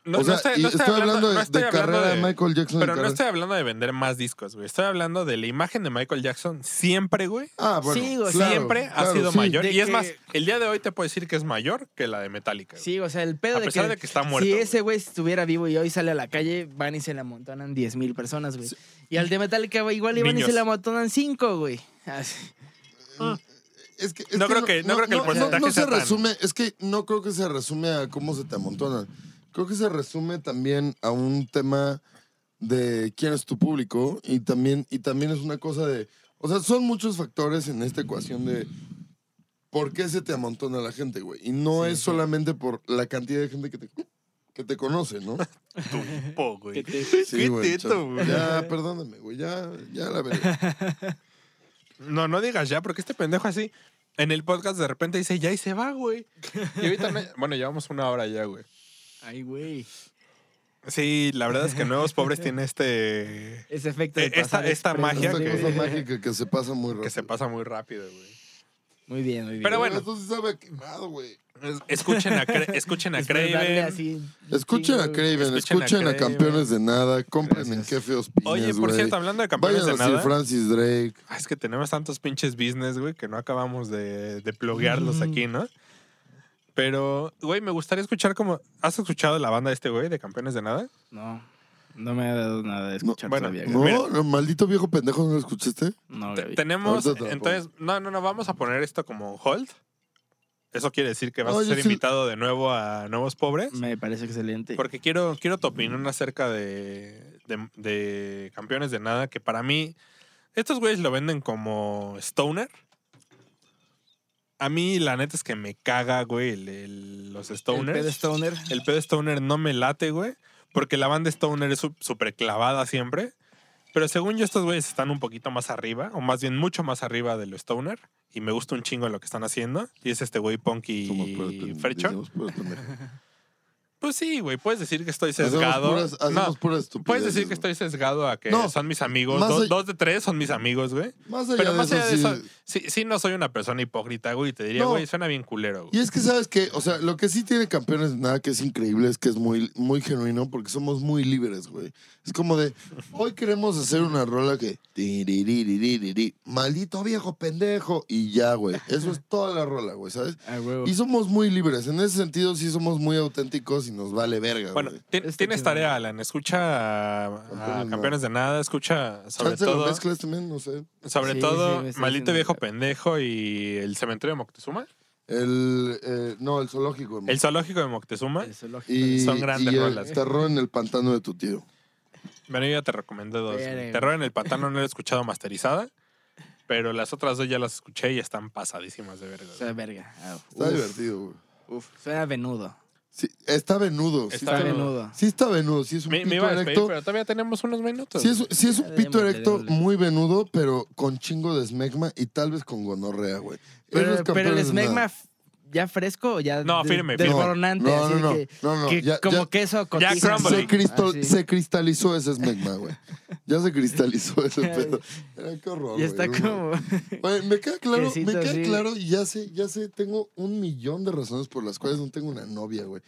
Speaker 2: no,
Speaker 3: o
Speaker 2: no
Speaker 3: sea,
Speaker 2: estoy,
Speaker 3: y
Speaker 2: no
Speaker 3: estoy hablando de-
Speaker 2: no estoy
Speaker 3: de
Speaker 2: hablando
Speaker 3: carrera de Michael Jackson, de
Speaker 2: Pero no
Speaker 3: carrera-
Speaker 2: estoy hablando de vender más discos, güey. Estoy hablando de la imagen de Michael Jackson siempre, güey.
Speaker 3: Ah, bueno.
Speaker 1: Sí, güey,
Speaker 3: claro,
Speaker 2: siempre ha
Speaker 3: claro,
Speaker 2: sido
Speaker 3: sí.
Speaker 2: mayor.
Speaker 1: De
Speaker 2: Y es
Speaker 1: que-
Speaker 2: más, el día de hoy te puedo decir que es mayor que la de Metallica. güey.
Speaker 1: Sí, o sea, el pedo
Speaker 2: A
Speaker 1: de
Speaker 2: pesar
Speaker 1: que,
Speaker 2: de que está muerto,
Speaker 1: si
Speaker 2: güey.
Speaker 1: ese güey estuviera vivo y hoy sale a la calle, van y se le amontonan 10 mil personas, güey. Y al de Metallica, güey, igual iban y
Speaker 2: Niños.
Speaker 1: se le amontonan 5, güey. Así.
Speaker 3: Es que, es
Speaker 2: No creo que- no creo que el porcentaje
Speaker 3: no se
Speaker 2: sea tan-
Speaker 3: resume, es que no creo que se resume a cómo se te amontonan. Creo que se resume también a un tema de quién es tu público y también, y también es una cosa de, o sea, son muchos factores en esta ecuación de por qué se te amontona la gente, güey. Y no es solamente por la cantidad de gente que te, que te conoce, ¿no?
Speaker 2: Tu hipo, güey.
Speaker 3: Sí, güey.
Speaker 2: teto,
Speaker 3: chale.
Speaker 2: güey.
Speaker 3: Ya, perdóname, güey. Ya, ya la veré.
Speaker 2: No, no digas ya, porque este pendejo así en el podcast de repente dice ya y se va, güey. Y ahorita, no- bueno, llevamos una hora ya, güey.
Speaker 1: Ay, güey.
Speaker 2: Sí, la verdad es que Nuevos Pobres tiene este.
Speaker 1: Ese efecto.
Speaker 2: Eh,
Speaker 1: De
Speaker 2: esta-
Speaker 1: pasar
Speaker 2: esta
Speaker 1: express,
Speaker 2: magia
Speaker 3: Esta
Speaker 1: güey.
Speaker 2: que-
Speaker 3: cosa mágica que se pasa muy rápido.
Speaker 2: que se pasa muy rápido, güey.
Speaker 1: Muy bien, muy bien.
Speaker 2: Pero bueno.
Speaker 3: Esto sí sabe a quemado, güey.
Speaker 2: Es- Escuchen a, Cra- escuchen a
Speaker 1: Después darle
Speaker 2: Craven.
Speaker 1: así un
Speaker 3: Escuchen a
Speaker 1: chingo,
Speaker 3: Craven,
Speaker 2: Escuchen a
Speaker 3: escuchen a
Speaker 2: Craven.
Speaker 3: Campeones de Nada, compren en
Speaker 1: Gracias.
Speaker 3: qué feos pines,
Speaker 2: Oye, por
Speaker 3: güey.
Speaker 2: cierto, hablando de campeones
Speaker 3: Vayan
Speaker 2: de
Speaker 3: a Sir
Speaker 2: nada.
Speaker 3: Francis Drake.
Speaker 2: Ah, Es que tenemos tantos pinches business, güey, que no acabamos de, de pluguearlos aquí, ¿no? Pero, güey, me gustaría escuchar como... ¿Has escuchado la banda de este güey de Campeones de Nada?
Speaker 1: No, no me ha dado nada de escuchar
Speaker 2: bueno,
Speaker 1: todavía.
Speaker 3: No,
Speaker 1: güey.
Speaker 2: Mira.
Speaker 3: no, maldito viejo pendejo, ¿no lo escuchaste?
Speaker 1: No,
Speaker 2: Te-
Speaker 1: güey.
Speaker 2: tenemos...
Speaker 3: Ahorita te la
Speaker 2: Entonces, no, no, no, vamos a poner esto como hold. Eso quiere decir que vas
Speaker 3: No,
Speaker 2: a
Speaker 3: yo
Speaker 2: ser
Speaker 3: sí-
Speaker 2: invitado de nuevo a Nuevos Pobres.
Speaker 1: Me parece excelente.
Speaker 2: Porque quiero, quiero tu opinión acerca de, de, de Campeones de Nada, que para mí, estos güeyes lo venden como stoner. A mí, la neta es que me caga, güey, el- el- los
Speaker 1: El
Speaker 2: stoners.
Speaker 1: pedo Stoner.
Speaker 2: El pedo stoner no me late, güey, porque la banda stoner es sup- súper clavada siempre. Pero según yo, estos güeyes están un poquito más arriba, o más bien mucho más arriba de lo stoner. Y me gusta un chingo lo que están haciendo. Y es este güey Punky
Speaker 3: Somos puros
Speaker 2: Fercho.
Speaker 3: pendejos, puros pendejos.
Speaker 2: Pues sí, güey, puedes decir que estoy
Speaker 3: Hacemos
Speaker 2: sesgado.
Speaker 3: puras- hacemos
Speaker 2: No,
Speaker 3: puras estupideces,
Speaker 2: puedes decir
Speaker 3: ¿no?
Speaker 2: que estoy sesgado a que
Speaker 3: No,
Speaker 2: son mis amigos.
Speaker 3: más
Speaker 2: do-
Speaker 3: allá-
Speaker 2: dos de tres son mis amigos, güey.
Speaker 3: Más allá
Speaker 2: Pero
Speaker 3: de
Speaker 2: más
Speaker 3: eso,
Speaker 2: allá de
Speaker 3: sí.
Speaker 2: eso, sí, sí no soy una persona hipócrita, güey. Te diría,
Speaker 3: No.
Speaker 2: güey, suena bien culero,
Speaker 3: Y
Speaker 2: güey.
Speaker 3: es que sabes que, o sea, lo que sí tiene campeones de nada que es increíble es que es muy, muy genuino porque somos muy libres, güey. Es como de, hoy queremos hacer una rola que... tiririririri, Maldito viejo pendejo. Y ya, güey. Eso es toda la rola, güey, ¿sabes?
Speaker 1: Ah, huevo.
Speaker 3: Y somos muy libres. En ese sentido sí somos muy auténticos y nos vale verga,
Speaker 2: Bueno,
Speaker 3: güey. este
Speaker 2: ti-
Speaker 1: Está
Speaker 2: tienes
Speaker 1: chido.
Speaker 2: tarea, Alan. Escucha a- a,
Speaker 3: Campeones, no.
Speaker 2: Campeones de Nada, escucha sobre
Speaker 3: Chance lo
Speaker 2: todo,
Speaker 3: mezclas también, no sé.
Speaker 2: sobre
Speaker 1: Sí, sí,
Speaker 2: todo
Speaker 1: me estoy
Speaker 2: Maldito
Speaker 1: haciendo
Speaker 2: Viejo
Speaker 1: idea.
Speaker 2: Pendejo y El Cementerio de Moctezuma.
Speaker 3: El, eh, no, el zoológico. güey.
Speaker 2: El Zoológico de Moctezuma.
Speaker 1: Eso, lógico.
Speaker 3: y,
Speaker 2: Son grandes
Speaker 3: y el
Speaker 2: rolas.
Speaker 3: terror en el pantano de tu tío.
Speaker 2: Bueno, yo ya te recomendé dos. güey.
Speaker 1: Verga.
Speaker 2: Terror en el Pantano no lo he escuchado masterizada, pero las otras dos ya las escuché y están pasadísimas de verga. güey.
Speaker 1: Suena verga. Ah,
Speaker 3: Está
Speaker 1: uf,
Speaker 3: divertido, güey.
Speaker 1: uf. Suena venudo.
Speaker 3: Sí, está venudo. sí
Speaker 2: Está
Speaker 1: Está
Speaker 2: venudo.
Speaker 1: venudo.
Speaker 3: Sí está venudo, sí es un
Speaker 2: Me, me
Speaker 3: pito
Speaker 2: iba a despedir,
Speaker 3: erecto.
Speaker 2: pero todavía tenemos unos minutos.
Speaker 3: Sí es, sí es un
Speaker 1: Ya,
Speaker 3: pito
Speaker 1: démosle,
Speaker 3: erecto
Speaker 1: démosle.
Speaker 3: muy venudo, pero con chingo de esmegma y tal vez con gonorrea, güey. Esos
Speaker 1: Pero, pero el
Speaker 3: campeones de
Speaker 1: smegma
Speaker 3: nada.
Speaker 1: f- ya fresco o ya
Speaker 2: No,
Speaker 1: de-
Speaker 2: firme, firme.
Speaker 1: desboronante.
Speaker 3: No,
Speaker 1: así
Speaker 3: no, no,
Speaker 1: que,
Speaker 3: no, no,
Speaker 1: que
Speaker 3: ya-
Speaker 1: como
Speaker 3: ya-
Speaker 1: queso Ah, con
Speaker 2: Ya crumbly.
Speaker 3: Se, cristo-
Speaker 1: Así.
Speaker 3: se cristalizó ese esmegma, güey. Ya se cristalizó ese pedo. Era qué horror,
Speaker 1: Ya está
Speaker 3: güey,
Speaker 1: como.
Speaker 3: Güey, me queda claro, me
Speaker 1: Quesito
Speaker 3: queda
Speaker 1: así.
Speaker 3: claro y ya sé, ya sé, tengo un millón de razones por las cuales no tengo una novia, güey.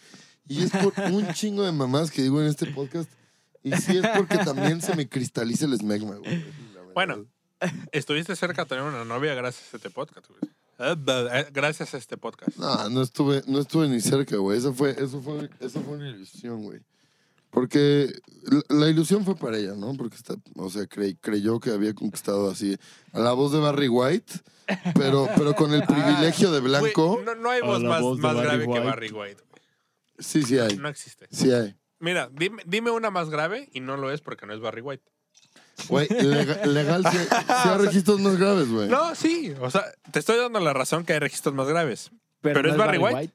Speaker 3: Y es por un chingo de mamás que digo en este podcast. Y sí es porque también se me cristaliza el esmegma, güey. la verdad.
Speaker 2: Bueno. Estuviste cerca de tener una novia gracias a este podcast, güey. Eh, eh, Gracias a este podcast.
Speaker 3: No, no estuve, no estuve ni cerca, güey. Eso fue, eso fue, eso fue una ilusión, güey. Porque la, la ilusión fue para ella, ¿no? Porque está, o sea, cre- creyó que había conquistado así a la voz de Barry White, pero, pero con el privilegio de blanco.
Speaker 2: Güey, no, no hay
Speaker 1: A
Speaker 2: voz
Speaker 1: la
Speaker 2: más,
Speaker 1: voz de
Speaker 2: más
Speaker 1: Barry
Speaker 2: grave que
Speaker 1: White.
Speaker 2: Barry White. güey.
Speaker 3: Sí, sí hay.
Speaker 2: No existe.
Speaker 3: Sí hay.
Speaker 2: Mira, dime, dime una más grave y no lo es porque no es Barry White.
Speaker 3: Güey, lega- legal, sí, sí hay registros más graves, güey.
Speaker 2: No, sí. O sea, te estoy dando la razón que hay registros más graves. Pero es Barry White.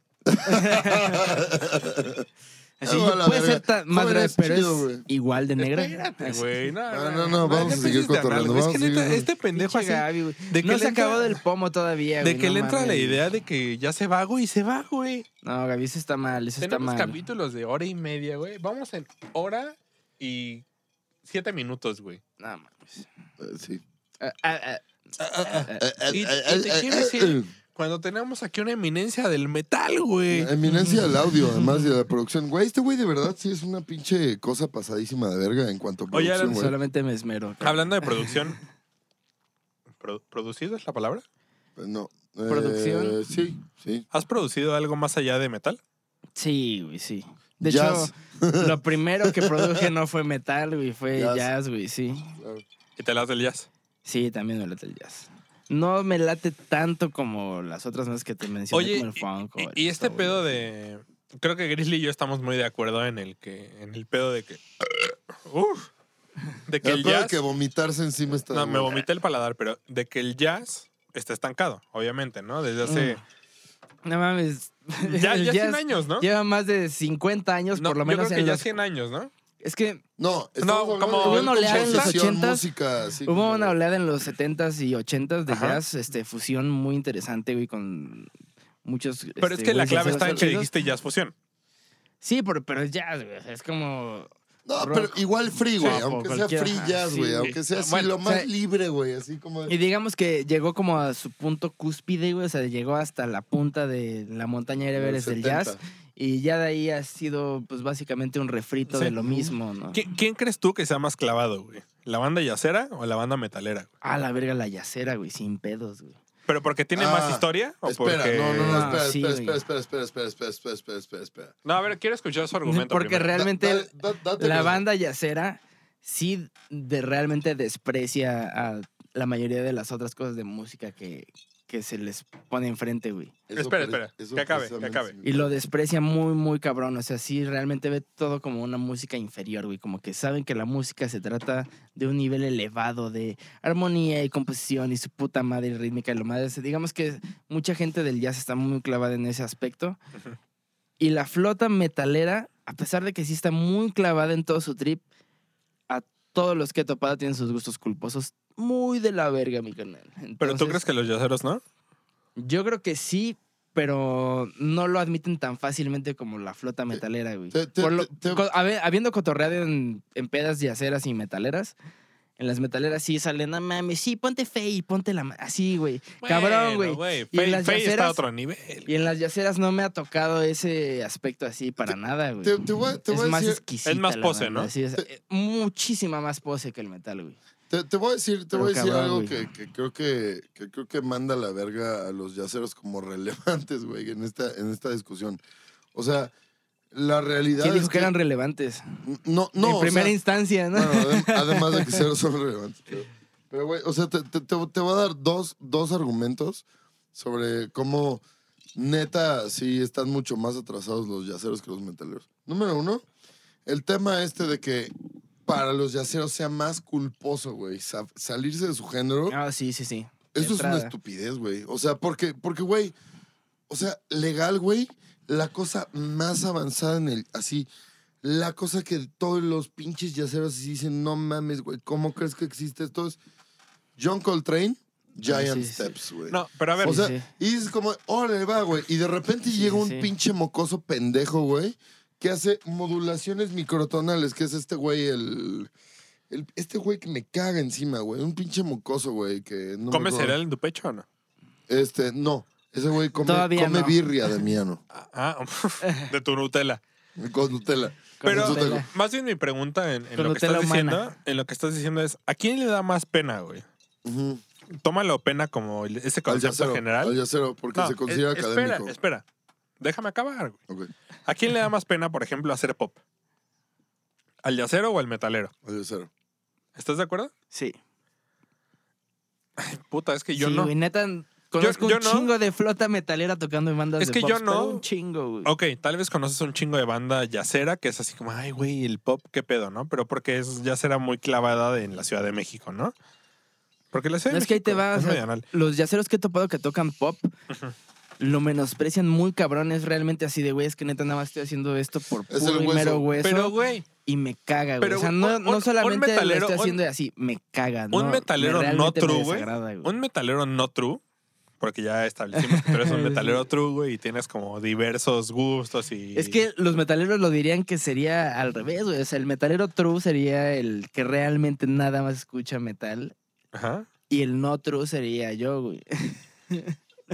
Speaker 1: Así,
Speaker 3: Ah, la
Speaker 1: puede
Speaker 3: verga.
Speaker 1: ser tan más
Speaker 3: Joder,
Speaker 1: grave,
Speaker 3: es
Speaker 1: pero
Speaker 3: chido,
Speaker 1: es
Speaker 3: güey.
Speaker 1: igual de negra.
Speaker 2: Espérate,
Speaker 1: Así.
Speaker 2: güey. No,
Speaker 3: Ah, No, no, no, vamos
Speaker 2: ya
Speaker 3: a seguir
Speaker 2: empieces de anal,
Speaker 3: cotorreando,
Speaker 2: güey.
Speaker 3: vamos
Speaker 2: Es
Speaker 3: a
Speaker 2: que neta,
Speaker 3: seguir-
Speaker 2: este pendejo
Speaker 1: Pinche
Speaker 2: así,
Speaker 1: Gaby, güey.
Speaker 2: de que
Speaker 1: no
Speaker 2: le
Speaker 1: se
Speaker 2: entra-
Speaker 1: acabó del pomo todavía,
Speaker 2: de
Speaker 1: güey,
Speaker 2: que
Speaker 1: no
Speaker 2: le entra la
Speaker 1: mames.
Speaker 2: idea de que ya se va, güey, y se va, güey.
Speaker 1: No, Gaby, eso está mal, eso está
Speaker 2: Tenemos
Speaker 1: mal.
Speaker 2: capítulos de hora y media, güey. Vamos en hora y siete minutos, güey.
Speaker 1: No, mames.
Speaker 3: Eh, Sí.
Speaker 1: Ah, ah, ah.
Speaker 2: Y- y te quiero decir- Cuando tenemos aquí una eminencia del metal, güey.
Speaker 3: Eh, Eminencia del audio, además de la producción. Güey, este güey de verdad sí es una pinche cosa pasadísima de verga en cuanto a
Speaker 2: Oye,
Speaker 3: producción,
Speaker 2: Alan,
Speaker 3: güey.
Speaker 1: Solamente me esmero. cabrón.
Speaker 2: Hablando de producción. ¿pro- ¿Producido es la palabra?
Speaker 3: No. eh,
Speaker 1: ¿Producción?
Speaker 3: sí, sí.
Speaker 2: ¿Has producido algo más allá de metal?
Speaker 1: Sí, güey, sí. De
Speaker 3: Jazz.
Speaker 1: hecho, lo primero que produje no fue metal, güey, fue
Speaker 3: Jazz.
Speaker 1: jazz, güey, sí.
Speaker 2: ¿Y te las del jazz?
Speaker 1: Sí, también me late el jazz. No me late tanto como las otras más que te mencioné,
Speaker 2: Oye,
Speaker 1: como el
Speaker 2: y-
Speaker 1: funk. o
Speaker 2: Y,
Speaker 1: el
Speaker 2: y este
Speaker 1: soul.
Speaker 2: pedo de. Creo que Grizzly y yo estamos muy de acuerdo en el que. En el pedo de que. Uf, de que
Speaker 3: El
Speaker 2: el
Speaker 3: pedo
Speaker 2: jazz.
Speaker 3: de que vomitarse encima está.
Speaker 2: no, me
Speaker 3: güey.
Speaker 2: vomité el paladar, pero de que el jazz está estancado, obviamente, ¿no? Desde
Speaker 3: Mm.
Speaker 2: hace.
Speaker 1: No mames.
Speaker 2: Ya,
Speaker 1: el
Speaker 2: ya 100
Speaker 1: jazz
Speaker 2: años, ¿no?
Speaker 1: Lleva más de 50 años,
Speaker 2: No,
Speaker 1: por lo
Speaker 2: yo
Speaker 1: menos.
Speaker 2: creo que
Speaker 1: en
Speaker 2: ya
Speaker 1: los-
Speaker 2: 100 años, ¿no?
Speaker 1: Es que
Speaker 3: No, estamos
Speaker 2: No,
Speaker 3: hablando
Speaker 2: como-
Speaker 3: de
Speaker 2: Hubo
Speaker 3: nivel
Speaker 2: una oleada
Speaker 1: en los
Speaker 3: composición,
Speaker 1: 80s,
Speaker 3: música, sí,
Speaker 1: Hubo
Speaker 3: como-
Speaker 1: una oleada en los 70s y 80s de
Speaker 2: Ajá.
Speaker 1: jazz, este, fusión muy interesante, güey, con muchos.
Speaker 2: Pero es
Speaker 1: este,
Speaker 2: que la
Speaker 1: güeyes
Speaker 2: clave
Speaker 1: así
Speaker 2: está en que
Speaker 1: chidos.
Speaker 2: dijiste jazz fusión.
Speaker 1: Sí, pero, pero es jazz, güey. o sea, Es como.
Speaker 3: No,
Speaker 1: rock.
Speaker 3: pero igual free, güey.
Speaker 1: Guapo,
Speaker 3: aunque sea
Speaker 1: cualquiera.
Speaker 3: free jazz,
Speaker 1: Sí,
Speaker 3: güey.
Speaker 1: güey.
Speaker 3: aunque sea así,
Speaker 2: Bueno,
Speaker 3: lo más
Speaker 1: o sea,
Speaker 3: libre, güey. Así como.
Speaker 1: Y digamos que llegó como a su punto cúspide, güey. O sea, llegó hasta la punta de la montaña de Everest del jazz.
Speaker 3: 70.
Speaker 1: Y ya de ahí ha sido, pues, básicamente un refrito
Speaker 2: Sí.
Speaker 1: de lo mismo, ¿no?
Speaker 2: ¿Qui- ¿Quién crees tú que sea más clavado, güey? ¿La banda yacera o la banda metalera? güey?
Speaker 1: Ah, la verga, la yacera, güey, sin pedos, güey.
Speaker 2: ¿Pero porque tiene
Speaker 3: Ah,
Speaker 2: más historia? ¿O
Speaker 3: Espera,
Speaker 2: porque...
Speaker 3: no, no, no,
Speaker 1: Ah,
Speaker 3: espera,
Speaker 1: sí,
Speaker 3: espera,
Speaker 1: güey.
Speaker 3: espera, espera, espera, espera, espera, espera, espera, espera, espera.
Speaker 2: No, a ver, quiero escuchar su argumento.
Speaker 1: Porque
Speaker 2: primero.
Speaker 1: realmente
Speaker 3: Da- da- date
Speaker 1: la
Speaker 3: los-
Speaker 1: banda yacera sí de, realmente desprecia a la mayoría de las otras cosas de música que, que se les pone enfrente, güey.
Speaker 3: Eso
Speaker 2: Espera,
Speaker 3: pare-
Speaker 2: espera,
Speaker 3: eso
Speaker 2: que acabe, que
Speaker 3: precisamente
Speaker 2: acabe.
Speaker 3: sí.
Speaker 1: Y lo desprecia muy, muy cabrón. O sea, sí, realmente ve todo como una música inferior, güey. Como que saben que la música se trata de un nivel elevado de armonía y composición y su puta madre y rítmica y lo madre. Digamos que mucha gente del jazz está muy clavada en ese aspecto.
Speaker 2: Ujú.
Speaker 1: Y la flota metalera, a pesar de que sí está muy clavada en todo su trip, a todos los que he topado tienen sus gustos culposos muy de la verga, mi canal.
Speaker 2: ¿Pero tú crees que los yaceros no?
Speaker 1: Yo creo que sí, pero no lo admiten tan fácilmente como la flota metalera, güey.
Speaker 3: Eh, te- te-
Speaker 1: Por lo-
Speaker 3: te- te-
Speaker 1: co- habi- habiendo cotorreado en, en pedas y aceras y metaleras, en las metaleras sí salen, no mames, sí, ponte fe y ponte la... ma-". Así, güey. Cabrón, güey. Y en
Speaker 2: Fey
Speaker 1: las
Speaker 2: Fey está a
Speaker 1: yaceras-
Speaker 2: otro nivel.
Speaker 1: Y en las yaceras no me ha tocado ese aspecto así para nada, güey.
Speaker 3: Te, te voy, a- te
Speaker 1: es
Speaker 3: voy a
Speaker 1: más
Speaker 3: decir,
Speaker 1: exquisita.
Speaker 2: Es más
Speaker 1: la
Speaker 2: pose,
Speaker 1: banda,
Speaker 2: ¿no?
Speaker 1: sí, es, eh, muchísima más pose que el metal, güey.
Speaker 3: te, te voy a decir, te
Speaker 1: Pero
Speaker 3: voy a decir
Speaker 1: cabrón,
Speaker 3: algo
Speaker 1: güey.
Speaker 3: que, que creo que, que creo que manda la verga a los yaceros como relevantes, güey, en esta, en esta discusión. O sea, la realidad
Speaker 1: ¿Quién
Speaker 3: es
Speaker 1: dijo que eran relevantes?
Speaker 3: no, no,
Speaker 1: en
Speaker 3: o
Speaker 1: primera
Speaker 3: sea,
Speaker 1: instancia, ¿no?
Speaker 3: Bueno, adem- además de que cero son relevantes. pero- Pero, güey, o sea, te, te, te- te voy a dar dos, dos argumentos sobre cómo neta sí están mucho más atrasados los yaceros que los metaleros. Número uno, el tema este de que para los yaceros sea más culposo, güey, sa- salirse de su género.
Speaker 1: Ah, sí, sí, sí. De
Speaker 3: Eso es una
Speaker 1: entrada.
Speaker 3: estupidez, güey. O sea, porque, porque, güey, o sea, legal, güey, la cosa más avanzada en el, así, la cosa que todos los pinches yaceros así dicen, no mames, güey, ¿cómo crees que existe esto? Es John Coltrane, Giant
Speaker 1: Ah, sí, sí.
Speaker 3: Steps, güey.
Speaker 2: No, pero a ver,
Speaker 3: o sea,
Speaker 1: Sí, sí.
Speaker 3: y es como, órale, va, güey. Y de repente
Speaker 1: Sí,
Speaker 3: llega
Speaker 1: sí,
Speaker 3: un
Speaker 1: sí.
Speaker 3: pinche mocoso pendejo, güey, que hace modulaciones microtonales, que es este güey, el... el- este güey que me caga encima, güey. Un pinche mocoso, güey, que no me
Speaker 2: ¿comes
Speaker 3: acuerdo.
Speaker 2: cereal en tu pecho o no?
Speaker 3: Este, no. Ese güey come,
Speaker 1: Todavía
Speaker 3: come
Speaker 1: no.
Speaker 3: birria de miano.
Speaker 2: Ah, de tu Nutella.
Speaker 3: Con Nutella.
Speaker 2: Pero
Speaker 1: Con
Speaker 3: Con
Speaker 1: Nutella.
Speaker 2: más bien mi pregunta en, en
Speaker 1: Con
Speaker 2: lo que estás
Speaker 1: Nutella humana.
Speaker 2: diciendo, en lo que estás diciendo es ¿a quién le da más pena, güey?
Speaker 3: Ujú.
Speaker 2: Tómalo pena como el- ese
Speaker 3: Al
Speaker 2: concepto
Speaker 3: yacero.
Speaker 2: general.
Speaker 3: Al yacero, porque
Speaker 2: No,
Speaker 3: se considera
Speaker 2: es- espera,
Speaker 3: académico.
Speaker 2: espera. Déjame acabar, güey.
Speaker 3: Ok,
Speaker 2: ¿A quién le da más pena, por ejemplo, hacer pop? ¿Al yacero o al metalero?
Speaker 3: al yacero.
Speaker 2: ¿Estás de acuerdo?
Speaker 1: Sí.
Speaker 2: Puta, es que yo
Speaker 1: sí,
Speaker 2: no.
Speaker 1: güey, neta, conozco
Speaker 2: yo
Speaker 1: un
Speaker 2: no.
Speaker 1: chingo de flota metalera tocando en bandas
Speaker 2: Es
Speaker 1: de
Speaker 2: que
Speaker 1: pop,
Speaker 2: yo
Speaker 1: pero
Speaker 2: no.
Speaker 1: Un chingo, güey.
Speaker 2: Ok, tal vez conoces un chingo de banda yacera que es así como, ay, güey, el pop, qué pedo, ¿no? Pero porque es yacera muy clavada de- en la Ciudad de México, ¿no? Porque la Ciudad
Speaker 1: No,
Speaker 2: de
Speaker 1: es que ahí te
Speaker 2: México
Speaker 1: va,
Speaker 2: es
Speaker 1: o sea,
Speaker 2: medianal.
Speaker 1: Los yaceros que he topado que tocan pop lo menosprecian muy cabrón. Es realmente así de, güey, es que neta nada más estoy haciendo esto por
Speaker 3: Es el
Speaker 1: puro y
Speaker 3: hueso.
Speaker 1: mero hueso.
Speaker 2: Pero, güey,
Speaker 1: y me caga, güey.
Speaker 2: Pero,
Speaker 1: O sea,
Speaker 2: güey,
Speaker 1: no,
Speaker 2: un-
Speaker 1: no
Speaker 2: un-
Speaker 1: solamente
Speaker 2: un metalero,
Speaker 1: lo estoy
Speaker 2: un-
Speaker 1: haciendo así, me caga. no,
Speaker 2: un metalero
Speaker 1: me-
Speaker 2: no
Speaker 1: realmente me
Speaker 2: true, güey.
Speaker 1: desagrada, güey.
Speaker 2: Un metalero no true, porque ya establecimos que tú eres un metalero true, güey, y tienes como diversos gustos y.
Speaker 1: Es que los metaleros lo dirían que sería al revés, güey. O sea, el metalero true sería el que realmente nada más escucha metal.
Speaker 2: Ajá.
Speaker 1: Y el no true sería yo, güey.
Speaker 2: Pues,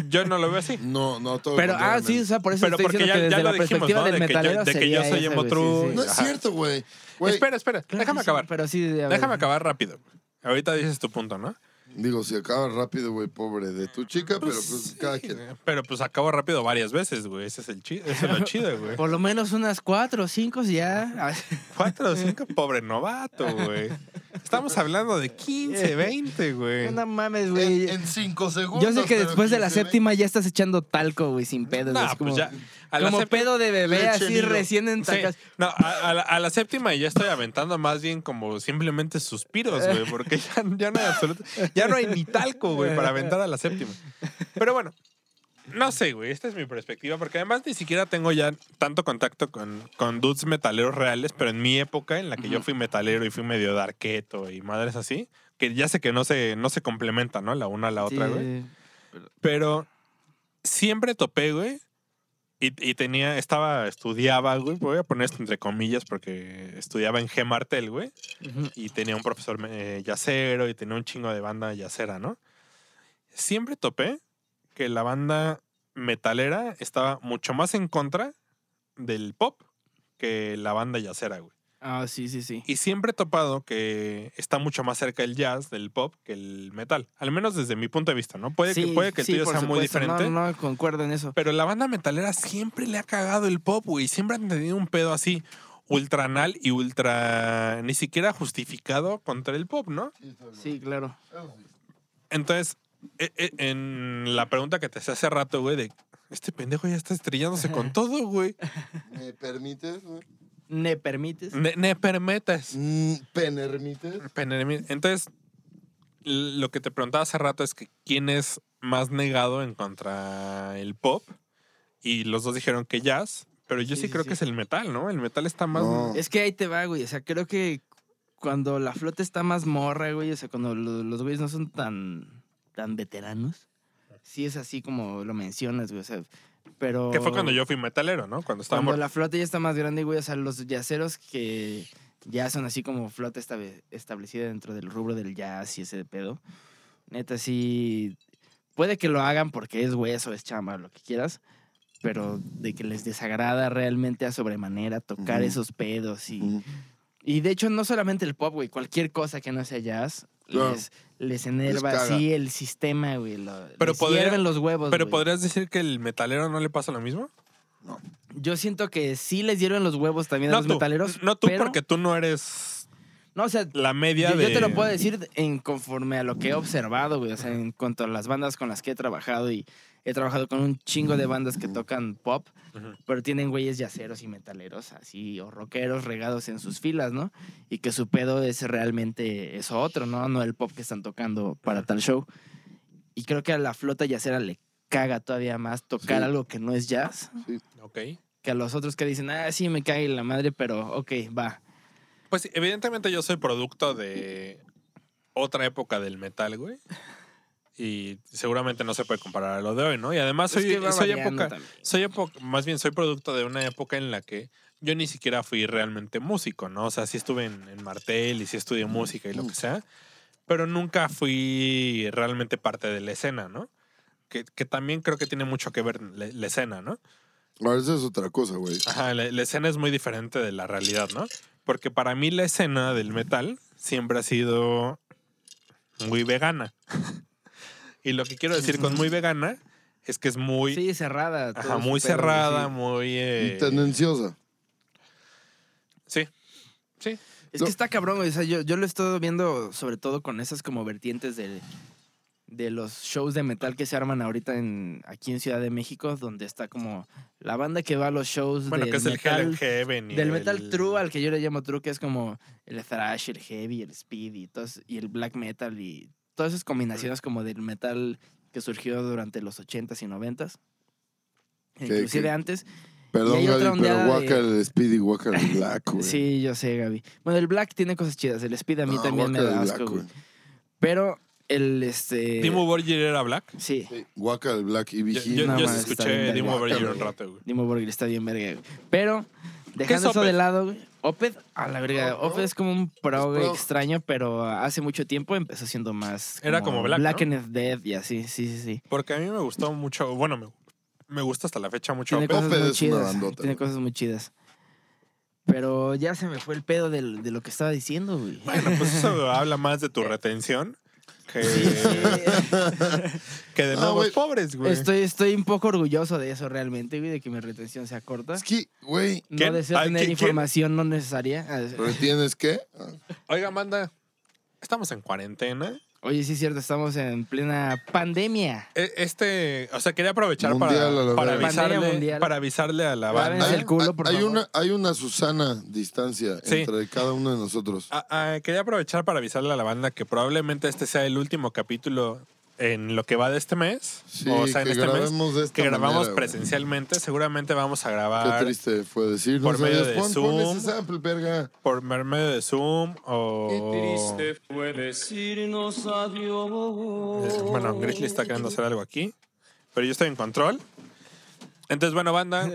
Speaker 2: Yo no lo veo así.
Speaker 3: No, no, todo. lo
Speaker 1: Pero, ah,
Speaker 3: contrario,
Speaker 1: sí, o
Speaker 3: men.
Speaker 1: sea, por eso
Speaker 2: Pero
Speaker 1: estoy
Speaker 2: porque
Speaker 1: diciendo
Speaker 2: ya-
Speaker 1: que
Speaker 2: ya
Speaker 1: desde
Speaker 2: lo
Speaker 1: la
Speaker 2: dijimos, ¿no?
Speaker 1: perspectiva
Speaker 2: De
Speaker 1: del
Speaker 2: que yo-
Speaker 1: metalero
Speaker 2: de que
Speaker 1: sería
Speaker 2: yo soy
Speaker 1: esa,
Speaker 2: emo
Speaker 1: güey,
Speaker 2: true.
Speaker 1: sí,
Speaker 3: No
Speaker 1: sí.
Speaker 3: es
Speaker 2: Ajá.
Speaker 3: cierto, güey. Güey,
Speaker 2: Espera, espera,
Speaker 1: Claro
Speaker 2: déjame
Speaker 1: que sí,
Speaker 2: acabar.
Speaker 1: Pero sí, a ver.
Speaker 2: Déjame acabar rápido. Ahorita dices tu punto, ¿no?
Speaker 3: Digo, si acaba rápido, güey, pobre de tu chica, pero pues cada quien.
Speaker 2: Pero pues acabo rápido varias veces, güey. Ese es el chido, eso es lo chido, güey.
Speaker 1: Por lo menos unas cuatro o cinco ya.
Speaker 2: Cuatro o cinco, pobre novato, güey. Estamos hablando de 15, 20, güey.
Speaker 1: No mames, güey.
Speaker 3: En, en cinco segundos.
Speaker 1: Yo sé que
Speaker 3: pero
Speaker 1: después de la
Speaker 3: 15,
Speaker 1: séptima ya estás echando talco, güey, sin pedos.
Speaker 2: Nah,
Speaker 1: es como,
Speaker 2: pues ya. A la
Speaker 1: como
Speaker 2: séptima-
Speaker 1: pedo de bebé
Speaker 3: leche
Speaker 1: así
Speaker 3: nido.
Speaker 1: recién
Speaker 2: Sí,
Speaker 1: entacas.
Speaker 2: no, a, a la, a la séptima ya estoy aventando más bien como simplemente suspiros, güey, porque ya, ya no hay absoluto, ya no hay ni talco, güey, para aventar a la séptima. Pero bueno, no sé, güey, esta es mi perspectiva, porque además ni siquiera tengo ya tanto contacto con, con dudes metaleros reales, pero en mi época, en la que yo fui metalero y fui medio darketo y madres así, que ya sé que no se, no se complementan, ¿no? La una a la otra,
Speaker 1: Sí,
Speaker 2: güey.
Speaker 1: sí, sí.
Speaker 2: Pero siempre topé, güey. Y, y tenía, estaba, estudiaba, güey. Voy a poner esto entre comillas porque estudiaba en G. Martel, güey.
Speaker 1: Ujú.
Speaker 2: Y tenía un profesor eh, yacero y tenía un chingo de banda yacera, ¿no? Siempre topé que la banda metalera estaba mucho más en contra del pop que la banda yacera, güey.
Speaker 1: Ah, sí, sí, sí.
Speaker 2: Y siempre he topado que está mucho más cerca el jazz del pop que el metal. Al menos desde mi punto de vista, ¿no? Puede, que,
Speaker 1: Sí,
Speaker 2: puede que el
Speaker 1: sí,
Speaker 2: tuyo
Speaker 1: por
Speaker 2: sea muy
Speaker 1: supuesto.
Speaker 2: diferente.
Speaker 1: No, no, concuerdo en eso.
Speaker 2: Pero la banda metalera siempre le ha cagado el pop, güey. Siempre han tenido un pedo así ultranal y ultra ni siquiera justificado contra el pop, ¿no?
Speaker 1: Sí, claro.
Speaker 2: Entonces, e- e- en la pregunta que te hacía hace rato, güey, de este pendejo ya está estrellándose con todo, güey.
Speaker 3: ¿Me permites? güey?
Speaker 1: ¿Me permites?
Speaker 2: Ne, ne permetas.
Speaker 3: Mm, ¿Penermites?
Speaker 2: Penemi- Entonces, l- lo que te preguntaba hace rato es que quién es más negado en contra el pop. Y los dos dijeron que jazz, pero yo
Speaker 1: Sí,
Speaker 2: sí,
Speaker 1: sí,
Speaker 2: creo
Speaker 1: sí.
Speaker 2: que es el metal, ¿no? El metal está más...
Speaker 3: No.
Speaker 1: Es que ahí te va, güey. O sea, creo que cuando la flota está más morra, güey, o sea, cuando lo- los güeyes no son tan, tan veteranos, sí es así como lo mencionas, güey. O sea, pero.
Speaker 2: Que fue cuando yo fui metalero, ¿no? Cuando
Speaker 1: Cuando
Speaker 2: estábamos.
Speaker 1: la flota ya está más grande, güey. O sea, los yaceros que ya son así como flota estabe- establecida dentro del rubro del jazz y ese pedo. Neta, sí. Puede que lo hagan porque es hueso, es chamba, lo que quieras. Pero de que les desagrada realmente a sobremanera tocar
Speaker 3: Ujú.
Speaker 1: esos pedos y.
Speaker 3: Ujú.
Speaker 1: Y de hecho, no solamente el pop, güey. Cualquier cosa que no sea jazz
Speaker 3: Claro.
Speaker 1: les, les enerva
Speaker 3: Les caga.
Speaker 1: así el sistema, güey. Lo,
Speaker 2: Pero
Speaker 1: les
Speaker 2: podría-
Speaker 1: hierven los huevos,
Speaker 2: Pero
Speaker 1: güey.
Speaker 2: podrías decir que el metalero no le pasa lo mismo.
Speaker 1: Yo siento que sí les hierven los huevos también a
Speaker 2: No
Speaker 1: los
Speaker 2: tú,
Speaker 1: metaleros.
Speaker 2: no tú
Speaker 1: pero-
Speaker 2: porque tú no eres
Speaker 1: No, o sea,
Speaker 2: la media
Speaker 1: yo,
Speaker 2: de.
Speaker 1: yo te lo puedo decir en conforme a lo que he observado, güey. O sea, en cuanto a las bandas con las que he trabajado y he trabajado con un chingo de bandas que tocan pop,
Speaker 2: Ujú.
Speaker 1: pero tienen güeyes yaceros y metaleros así, o rockeros regados en sus filas, ¿no? Y que su pedo es realmente eso otro, ¿no? No el pop que están tocando para tal show. Y creo que a la flota yacera le caga todavía más tocar
Speaker 3: Sí.
Speaker 1: algo que no es jazz
Speaker 2: Ok.
Speaker 1: que a los otros que dicen, ah, sí, me cae la madre, pero ok, va.
Speaker 2: Pues sí, evidentemente yo soy producto de otra época del metal, güey. Y seguramente no se puede comparar a lo de hoy, ¿no? Y además
Speaker 1: Es
Speaker 2: soy,
Speaker 1: que va
Speaker 2: soy
Speaker 1: variando
Speaker 2: época,
Speaker 1: también.
Speaker 2: soy época, más bien soy producto de una época en la que yo ni siquiera fui realmente músico, ¿no? O sea, sí estuve en, en Martel y sí estudié
Speaker 1: Mm,
Speaker 2: música y lo que sea, pero nunca fui realmente parte de la escena, ¿no? Que, que también creo que tiene mucho que ver la- la escena, ¿no?
Speaker 3: Ahora, esa es otra cosa, güey.
Speaker 2: Ajá, la, la escena es muy diferente de la realidad, ¿no? Porque para mí la escena del metal siempre ha sido muy vegana. y lo que quiero decir con muy vegana es que es muy,
Speaker 1: Sí, cerrada. todo
Speaker 2: ajá,
Speaker 1: ese
Speaker 2: muy
Speaker 1: pedo,
Speaker 2: cerrada,
Speaker 1: sí.
Speaker 2: muy... eh,
Speaker 3: Y tendenciosa.
Speaker 2: sí, sí.
Speaker 1: Es
Speaker 3: No.
Speaker 1: que está cabrón, güey, o sea, yo, yo lo he estado viendo sobre todo con esas como vertientes de, de los shows de metal que se arman ahorita en, aquí en Ciudad de México, donde está como la banda que va a los shows
Speaker 2: Bueno,
Speaker 1: del
Speaker 2: que es el Hell
Speaker 1: metal,
Speaker 2: and Heaven. y
Speaker 1: del metal
Speaker 2: el-
Speaker 1: true al que yo le llamo true, que es como el thrash, el heavy, el speed y, todos- y el black metal y todas esas combinaciones como del metal que surgió durante los 80s y 90s. e
Speaker 3: Que-
Speaker 1: Inclusive
Speaker 3: que-
Speaker 1: antes.
Speaker 3: Perdón,
Speaker 1: hay otra
Speaker 3: Gaby,
Speaker 1: ondeada
Speaker 3: pero
Speaker 1: de-
Speaker 3: Wacker el Speedy, Wacker el Black, güey.
Speaker 1: Sí, yo sé, Gaby. Bueno, el black tiene cosas chidas. El speed a mí
Speaker 2: Ah,
Speaker 3: No,
Speaker 1: también me
Speaker 3: guácala
Speaker 1: da
Speaker 3: el
Speaker 1: asco,
Speaker 3: Black,
Speaker 1: güey. Pero el este.
Speaker 2: Dimmu Borgir era black.
Speaker 1: Sí,
Speaker 3: Wacker el Black y
Speaker 2: Yo,
Speaker 3: Vigil.
Speaker 2: yo-
Speaker 1: No
Speaker 2: yo sí
Speaker 1: mames, está bien
Speaker 2: escuché Dimmu
Speaker 1: verga,
Speaker 2: Borgir
Speaker 1: güey.
Speaker 2: un rato, güey.
Speaker 1: Dimo Borgir está bien verga, güey. Pero,
Speaker 2: es
Speaker 1: dejando eso de
Speaker 2: Opeth?
Speaker 1: lado, güey, Opeth, a la verga.
Speaker 3: Pro, pro.
Speaker 1: Opeth es como un pro,
Speaker 3: Es pro.
Speaker 1: extraño, pero hace mucho tiempo empezó siendo más.
Speaker 2: Era como Black,
Speaker 1: and
Speaker 2: ¿no?
Speaker 1: Death y así, sí, sí, sí.
Speaker 2: Porque a mí me gustó mucho, bueno, me, me gusta hasta la fecha mucho.
Speaker 1: Tiene cosas
Speaker 2: Opeth.
Speaker 3: Opeth
Speaker 1: muy
Speaker 3: es una
Speaker 1: chidas.
Speaker 3: bandota,
Speaker 1: tiene
Speaker 3: güey.
Speaker 1: cosas muy chidas. Pero ya se me fue el pedo del- de, lo que estaba diciendo, güey.
Speaker 2: Bueno, pues eso habla más de tu retención que... que de
Speaker 3: Ah,
Speaker 2: nuevos
Speaker 3: güey.
Speaker 2: pobres, güey.
Speaker 1: Estoy, estoy un poco orgulloso de eso realmente, güey, de que mi retención sea corta.
Speaker 3: Es que, güey,
Speaker 1: No
Speaker 2: ¿Quién?
Speaker 1: deseo
Speaker 2: Ay,
Speaker 1: tener
Speaker 2: ¿quién- quién?
Speaker 1: información no necesaria. Ah,
Speaker 3: ¿retienes qué? Ah,
Speaker 1: Pues
Speaker 2: Oiga, manda, estamos en cuarentena.
Speaker 1: Oye, sí es cierto, estamos en plena pandemia.
Speaker 2: E- Este, o sea, quería aprovechar
Speaker 3: Mundial, a
Speaker 2: para,
Speaker 3: la
Speaker 2: para
Speaker 3: verga.
Speaker 1: Pandemia
Speaker 2: avisarle,
Speaker 1: mundial.
Speaker 2: para avisarle a la
Speaker 1: Claro,
Speaker 2: banda.
Speaker 1: el culo, por
Speaker 3: hay
Speaker 1: favor.
Speaker 3: Una, hay una Susana distancia
Speaker 2: Sí.
Speaker 3: entre cada uno de nosotros.
Speaker 2: Ah, ah, quería aprovechar para avisarle a la banda que probablemente este sea el último capítulo en lo que va de este mes.
Speaker 3: Sí,
Speaker 2: o sea, en
Speaker 3: que
Speaker 2: este mes
Speaker 3: grabemos de esta
Speaker 2: que grabamos
Speaker 3: manera, güey.
Speaker 2: presencialmente. Seguramente vamos a grabar
Speaker 3: Qué triste fue decir.
Speaker 2: por
Speaker 3: no
Speaker 2: medio
Speaker 3: sabías,
Speaker 2: de
Speaker 3: pon, pon
Speaker 2: Zoom.
Speaker 3: ese sample, verga.
Speaker 2: por medio de Zoom o...
Speaker 5: fue decirnos adiós.
Speaker 2: Eh, Bueno, Grizzly está queriendo hacer algo aquí, pero yo estoy en control. Entonces, bueno, banda,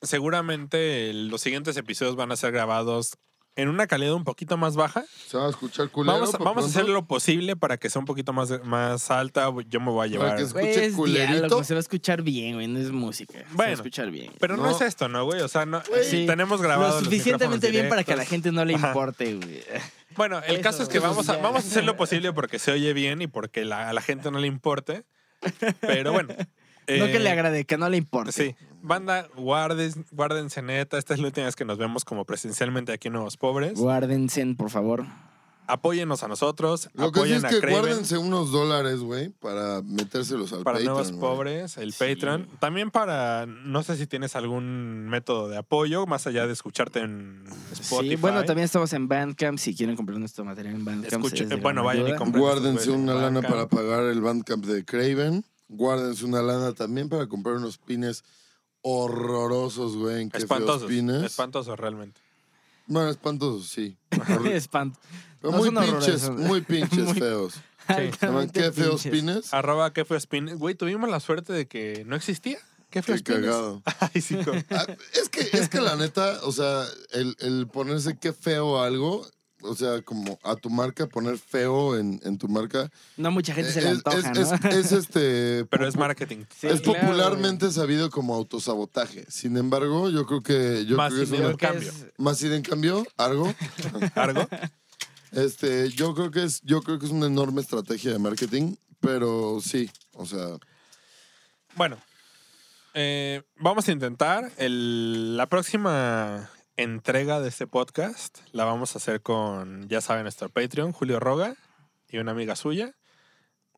Speaker 2: seguramente los siguientes episodios van a ser grabados en una calidad un poquito más baja.
Speaker 3: Se va a escuchar culero.
Speaker 2: Vamos,
Speaker 1: pues,
Speaker 2: a-
Speaker 3: por
Speaker 2: vamos a
Speaker 3: pronto,
Speaker 2: hacer lo posible para que sea un poquito más, más alta. Yo me voy a llevar.
Speaker 3: Para que escuche
Speaker 1: Güey, es
Speaker 3: culerito.
Speaker 1: diálogo, se va a escuchar bien, güey, no es música. se va a
Speaker 2: Bueno,
Speaker 1: escuchar bien.
Speaker 2: Pero no.
Speaker 3: No.
Speaker 2: es esto, ¿no, güey? O sea, no,
Speaker 1: Sí.
Speaker 2: tenemos grabado.
Speaker 1: Lo suficientemente bien para que a la gente no le
Speaker 2: Ajá.
Speaker 1: importe, güey.
Speaker 2: Bueno, el
Speaker 1: Eso,
Speaker 2: caso es que
Speaker 1: eso
Speaker 2: vamos a,
Speaker 1: sí ya.
Speaker 2: vamos a hacer lo posible porque se oye bien y porque la- a la gente no le importe. Pero bueno.
Speaker 1: No que le
Speaker 2: eh,
Speaker 1: agrade, que no le importe.
Speaker 2: Sí, banda, guardes, guárdense neta. Esta es la última vez que nos vemos como presencialmente aquí en Nuevos Pobres.
Speaker 1: Guárdense, por favor.
Speaker 2: Apóyennos a nosotros,
Speaker 3: Lo que sí
Speaker 2: apoyen
Speaker 3: es que
Speaker 2: a Craven
Speaker 3: guárdense unos dólares, güey, para metérselos al
Speaker 2: para
Speaker 3: Patreon,
Speaker 2: Nuevos
Speaker 3: güey.
Speaker 2: Pobres, el
Speaker 1: Sí.
Speaker 2: Patreon. También para, no sé si tienes algún método de apoyo, más allá de escucharte en Spotify.
Speaker 1: Sí, bueno, también estamos en Bandcamp. Si quieren comprar nuestro material en Bandcamp,
Speaker 2: Escuche- eh,
Speaker 1: es de gran
Speaker 2: bueno, vayan y
Speaker 1: ayuda.
Speaker 2: compren.
Speaker 3: Guárdense
Speaker 2: Compren
Speaker 3: una
Speaker 2: sus
Speaker 3: lana para
Speaker 2: Bandcamp.
Speaker 3: pagar el Bandcamp de Craven. Guárdense una lana también para comprar unos pines horrorosos, güey. Qué feos
Speaker 2: Espantosos,
Speaker 3: pines.
Speaker 2: espantosos realmente.
Speaker 3: Bueno, espantosos, sí.
Speaker 1: Espanto.
Speaker 3: Pero
Speaker 1: No,
Speaker 3: muy
Speaker 1: son horrores,
Speaker 3: pinches,
Speaker 1: son-
Speaker 3: muy pinches
Speaker 1: Muy-
Speaker 3: feos. ¿Saben
Speaker 1: Altamente
Speaker 3: qué feos
Speaker 1: pinches. Ah,
Speaker 3: pines?
Speaker 2: Arroba qué fue spin. Güey, tuvimos la suerte de que no existía. ¿Qué fue
Speaker 3: Qué
Speaker 2: spin?
Speaker 3: cagado.
Speaker 2: Ay, sí, co-
Speaker 3: Ah, es, que, es que la neta, o sea, el, el ponerse qué feo a algo, o sea, como a tu marca, poner feo en, en tu marca.
Speaker 1: No mucha gente se
Speaker 3: eh,
Speaker 1: le
Speaker 3: es,
Speaker 1: antoja,
Speaker 3: es-
Speaker 1: ¿no?
Speaker 3: es- es este.
Speaker 2: Pero es marketing.
Speaker 1: Sí,
Speaker 3: es
Speaker 1: claro,
Speaker 3: popularmente sabido como autosabotaje. Sin embargo, yo creo que. Yo
Speaker 2: Más
Speaker 3: creo que es
Speaker 2: dinero
Speaker 3: una-
Speaker 1: Porque
Speaker 2: cambio.
Speaker 1: es-
Speaker 3: más sin en cambio, algo.
Speaker 2: Argo.
Speaker 3: Este, yo creo que es, yo creo que es una enorme estrategia de marketing, pero sí, o sea,
Speaker 2: Bueno, eh, vamos a intentar. el- la próxima entrega de este podcast la vamos a hacer con, ya saben, nuestro Patreon, Julio Roga y una amiga suya.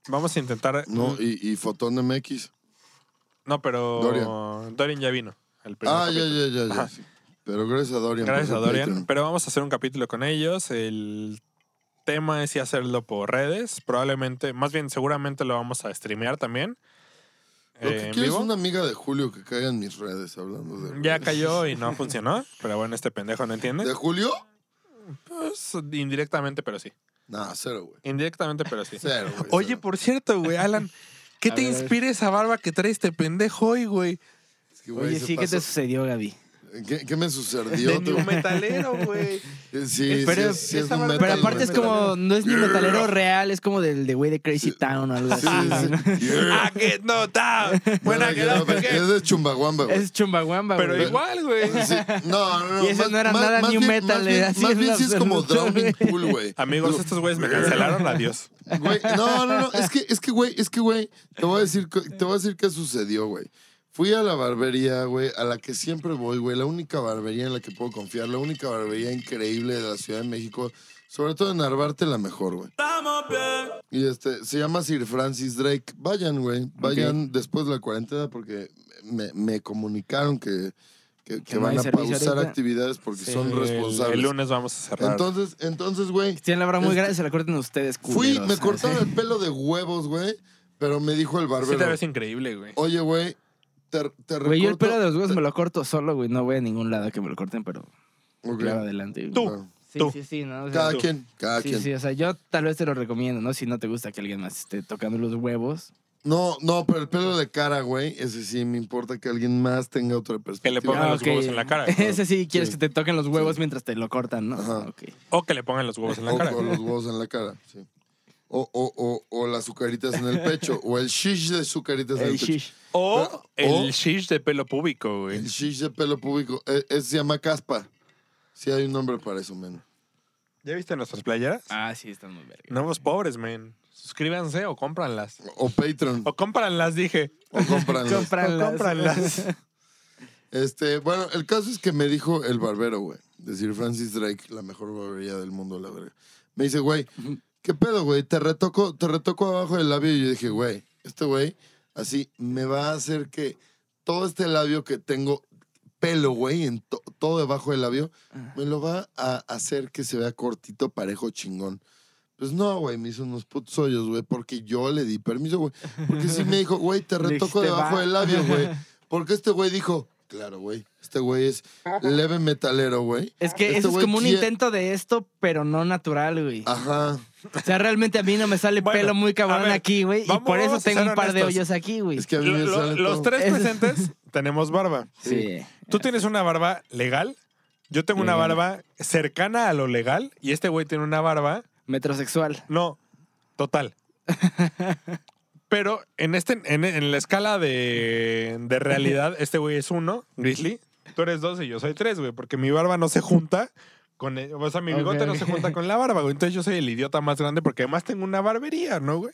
Speaker 2: Vamos a intentar.
Speaker 3: no, y, y Fotón MX.
Speaker 2: no, pero. Dorian. ya vino. el primer
Speaker 3: Ah, ya,
Speaker 2: capítulo.
Speaker 3: ya, ya, ya.
Speaker 2: Ajá.
Speaker 3: sí. Pero gracias a Dorian. por
Speaker 2: Gracias a
Speaker 3: su
Speaker 2: Dorian.
Speaker 3: Patreon.
Speaker 2: Pero vamos a hacer un capítulo con ellos. El tema es si hacerlo por redes. Probablemente, más bien, seguramente lo vamos a streamear también.
Speaker 3: Lo
Speaker 2: eh,
Speaker 3: que
Speaker 2: en
Speaker 3: quiero es
Speaker 2: vivo.
Speaker 3: una amiga de Julio que caiga en mis redes hablando de.
Speaker 2: Ya
Speaker 3: redes.
Speaker 2: cayó y no funcionó. Pero bueno, este pendejo no entiende.
Speaker 3: ¿De Julio?
Speaker 2: Pues, indirectamente, pero sí.
Speaker 3: Nah, cero, güey.
Speaker 2: Indirectamente, pero sí.
Speaker 3: Cero, güey.
Speaker 2: Oye, pues,
Speaker 3: cero.
Speaker 2: por cierto, güey, Alan, ¿qué
Speaker 1: A
Speaker 2: te
Speaker 1: ver, a ver.
Speaker 2: inspira esa barba que trae este pendejo hoy, güey?
Speaker 3: Es que, güey,
Speaker 1: Oye,
Speaker 3: se
Speaker 1: sí, ¿qué te
Speaker 3: pasó.
Speaker 1: sucedió, Gaby?
Speaker 3: ¿Qué, qué me
Speaker 2: De
Speaker 3: sucedió?
Speaker 2: new metalero, güey.
Speaker 3: Sí, sí,
Speaker 1: Pero-
Speaker 3: es- sí es
Speaker 2: esa
Speaker 3: un
Speaker 2: barba-
Speaker 3: metal,
Speaker 1: Pero aparte es como,
Speaker 2: metalero.
Speaker 1: no es ni metalero real, es como del de güey de Crazy Town o algo
Speaker 3: Sí,
Speaker 1: así.
Speaker 3: sí,
Speaker 1: ¿no?
Speaker 3: sí. Yeah.
Speaker 2: Ah, que no, ta.
Speaker 3: Bueno,
Speaker 2: Buena que no,
Speaker 3: que-
Speaker 2: pegué.
Speaker 3: Es de Chumbaguamba, güey.
Speaker 1: Es chumbaguamba,
Speaker 2: Pero
Speaker 1: güey.
Speaker 2: igual, güey.
Speaker 3: Sí, No, no, no.
Speaker 1: Y ese no era nada new
Speaker 3: bien-
Speaker 1: metal,
Speaker 3: Más
Speaker 1: eh,
Speaker 3: bien,
Speaker 1: así
Speaker 3: más
Speaker 1: en
Speaker 3: bien
Speaker 1: lo
Speaker 3: sí es como
Speaker 1: absoluto,
Speaker 3: Drowning
Speaker 1: güey.
Speaker 3: Pool, güey.
Speaker 2: Amigos, estos güeyes me cancelaron, adiós.
Speaker 3: Güey, No, no, no. Es que, es que, güey, es que, güey, te voy a decir, co- te voy a decir qué sucedió, güey. Fui a la barbería, güey, a la que siempre voy, güey, la única barbería en la que puedo confiar, la única barbería increíble de la Ciudad de México, sobre todo en Narvarte la mejor, güey. Y este, se llama Sir Francis Drake. Vayan, güey, vayan después de la cuarentena porque me, me comunicaron que, que, que
Speaker 1: no
Speaker 3: van
Speaker 1: hay
Speaker 3: a
Speaker 1: servicio
Speaker 3: pausar
Speaker 1: ahorita.
Speaker 3: actividades porque son
Speaker 2: El-
Speaker 3: responsables.
Speaker 2: El lunes vamos a cerrar.
Speaker 3: Entonces, entonces, güey,
Speaker 1: Tienen la barba muy
Speaker 3: Este-
Speaker 1: grande, se la corten ustedes,
Speaker 3: fui,
Speaker 1: culeros,
Speaker 3: me
Speaker 1: ¿sabes?
Speaker 3: cortaron el pelo de huevos, güey, pero me dijo el
Speaker 2: sí, te
Speaker 3: barbero,
Speaker 2: ves increíble, güey.
Speaker 3: oye, güey, te, te
Speaker 1: Güey, yo el
Speaker 3: recorto-
Speaker 1: pelo de los huevos me lo corto solo, güey. No voy a ningún lado que me lo corten, pero
Speaker 3: Ok,
Speaker 1: claro, adelante. güey.
Speaker 2: Tú.
Speaker 3: bueno.
Speaker 1: Sí,
Speaker 2: tú.
Speaker 1: sí, sí, ¿no? O sea,
Speaker 3: Cada
Speaker 2: tú.
Speaker 3: quien, cada
Speaker 1: sí,
Speaker 3: quien.
Speaker 1: sí, o sea, yo tal vez te lo recomiendo, ¿no? Si no te gusta que alguien más esté tocando los huevos.
Speaker 3: No, no, pero el pelo de cara, güey, ese sí me importa que alguien más tenga otra
Speaker 2: Que
Speaker 3: perspectiva.
Speaker 2: le pongan
Speaker 1: Ah,
Speaker 2: los
Speaker 1: ok.
Speaker 2: huevos en la cara.
Speaker 1: Ese sí quieres
Speaker 3: Sí.
Speaker 1: que te toquen los huevos mientras te lo cortan, ¿no?
Speaker 3: Ajá.
Speaker 1: Ok.
Speaker 2: O que le pongan los huevos en la
Speaker 3: o
Speaker 2: cara.
Speaker 3: con los huevos en la cara, sí. O, o, o, o las azucaritas en el pecho, o el shish de azucaritas en
Speaker 1: El
Speaker 3: el pecho.
Speaker 1: shish.
Speaker 2: O el
Speaker 3: O-
Speaker 2: shish de pelo púbico, güey.
Speaker 3: El shish de pelo público, e, se llama caspa. Sí hay un nombre para eso, men.
Speaker 2: ¿Ya viste nuestras playeras?
Speaker 1: Ah, sí, están muy verga.
Speaker 2: Nuevos pobres, men. Suscríbanse o cómpranlas.
Speaker 3: O Patreon,
Speaker 2: O cómpranlas, dije.
Speaker 3: o compran.
Speaker 1: Cómpralas.
Speaker 2: O cómpranlas.
Speaker 3: Este, bueno, el caso es que me dijo el barbero, güey. Decir Francis Drake, la mejor barbería del mundo, la verga. Me dice, güey, ¿qué pedo, güey? Te retoco, te retoco abajo del labio. Y yo dije, güey, este güey, así me va a hacer que todo este labio que tengo, pelo, güey, en to- todo debajo del labio, me lo va a hacer que se vea cortito, parejo, chingón. Pues no, güey, me hizo unos putos hoyos, güey, porque yo le di permiso, güey. Porque sí me dijo, güey, te
Speaker 1: Le
Speaker 3: retoco
Speaker 1: dijiste,
Speaker 3: debajo
Speaker 1: "Va".
Speaker 3: del labio, güey. Porque este güey dijo, claro, güey, este güey es leve metalero, güey.
Speaker 1: Es que
Speaker 3: Este
Speaker 1: eso es
Speaker 3: güey
Speaker 1: como un
Speaker 3: quiere-
Speaker 1: intento de esto, pero no natural, güey.
Speaker 3: Ajá.
Speaker 1: O sea, realmente a mí no me sale
Speaker 2: Bueno,
Speaker 1: pelo muy
Speaker 2: a
Speaker 1: cabrón
Speaker 2: ver,
Speaker 1: aquí, güey. Y
Speaker 2: vamos-
Speaker 1: por eso
Speaker 2: vamos a
Speaker 1: tengo
Speaker 2: ser
Speaker 1: un par de
Speaker 2: honestos.
Speaker 1: hoyos aquí, güey.
Speaker 3: Es que a mí me
Speaker 2: Lo- lo-
Speaker 3: sale
Speaker 2: los
Speaker 3: todo.
Speaker 2: tres
Speaker 1: Es-
Speaker 2: presentes tenemos barba.
Speaker 1: Sí.
Speaker 2: Tú tienes una barba legal. Yo tengo una
Speaker 1: Legal.
Speaker 2: barba cercana a lo legal. Y este güey tiene una barba
Speaker 1: Metrosexual.
Speaker 2: No, total. Pero en, este, en, en la escala de, de realidad, este güey es uno, Grizzly. Tú eres dos y yo soy tres, güey, porque mi barba no se junta con. el- O sea, mi bigote
Speaker 1: Ok,
Speaker 2: no
Speaker 1: ok.
Speaker 2: se junta con la barba, güey. Entonces yo soy el idiota más grande porque además tengo una barbería, ¿no, güey?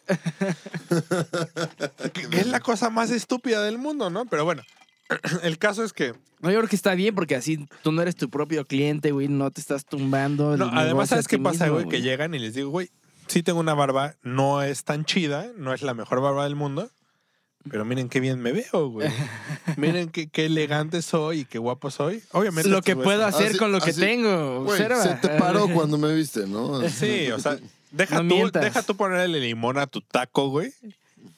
Speaker 2: Que- que es la cosa más estúpida del mundo, ¿no? Pero bueno, el caso es que.
Speaker 1: No, yo creo que está bien porque así tú no eres tu propio cliente, güey. No te estás tumbando. el
Speaker 2: No,
Speaker 1: negocio
Speaker 2: además, ¿sabes
Speaker 1: a
Speaker 2: qué
Speaker 1: ti
Speaker 2: pasa,
Speaker 1: mismo,
Speaker 2: güey? Que llegan y les digo, güey, sí tengo una barba, no es tan chida, no es la mejor barba del mundo, pero miren qué bien me veo, güey. miren qué, qué elegante soy y qué guapo soy. Obviamente.
Speaker 1: Lo
Speaker 2: estos
Speaker 1: que
Speaker 2: güeyes-
Speaker 1: puedo hacer
Speaker 3: Así-
Speaker 1: con lo que
Speaker 3: así-
Speaker 1: tengo.
Speaker 3: Güey,
Speaker 1: observa.
Speaker 3: se te paró cuando me viste, ¿no?
Speaker 2: Sí, o sea, deja,
Speaker 1: No
Speaker 2: tú,
Speaker 1: mientas.
Speaker 2: deja tú ponerle limón a tu taco, güey.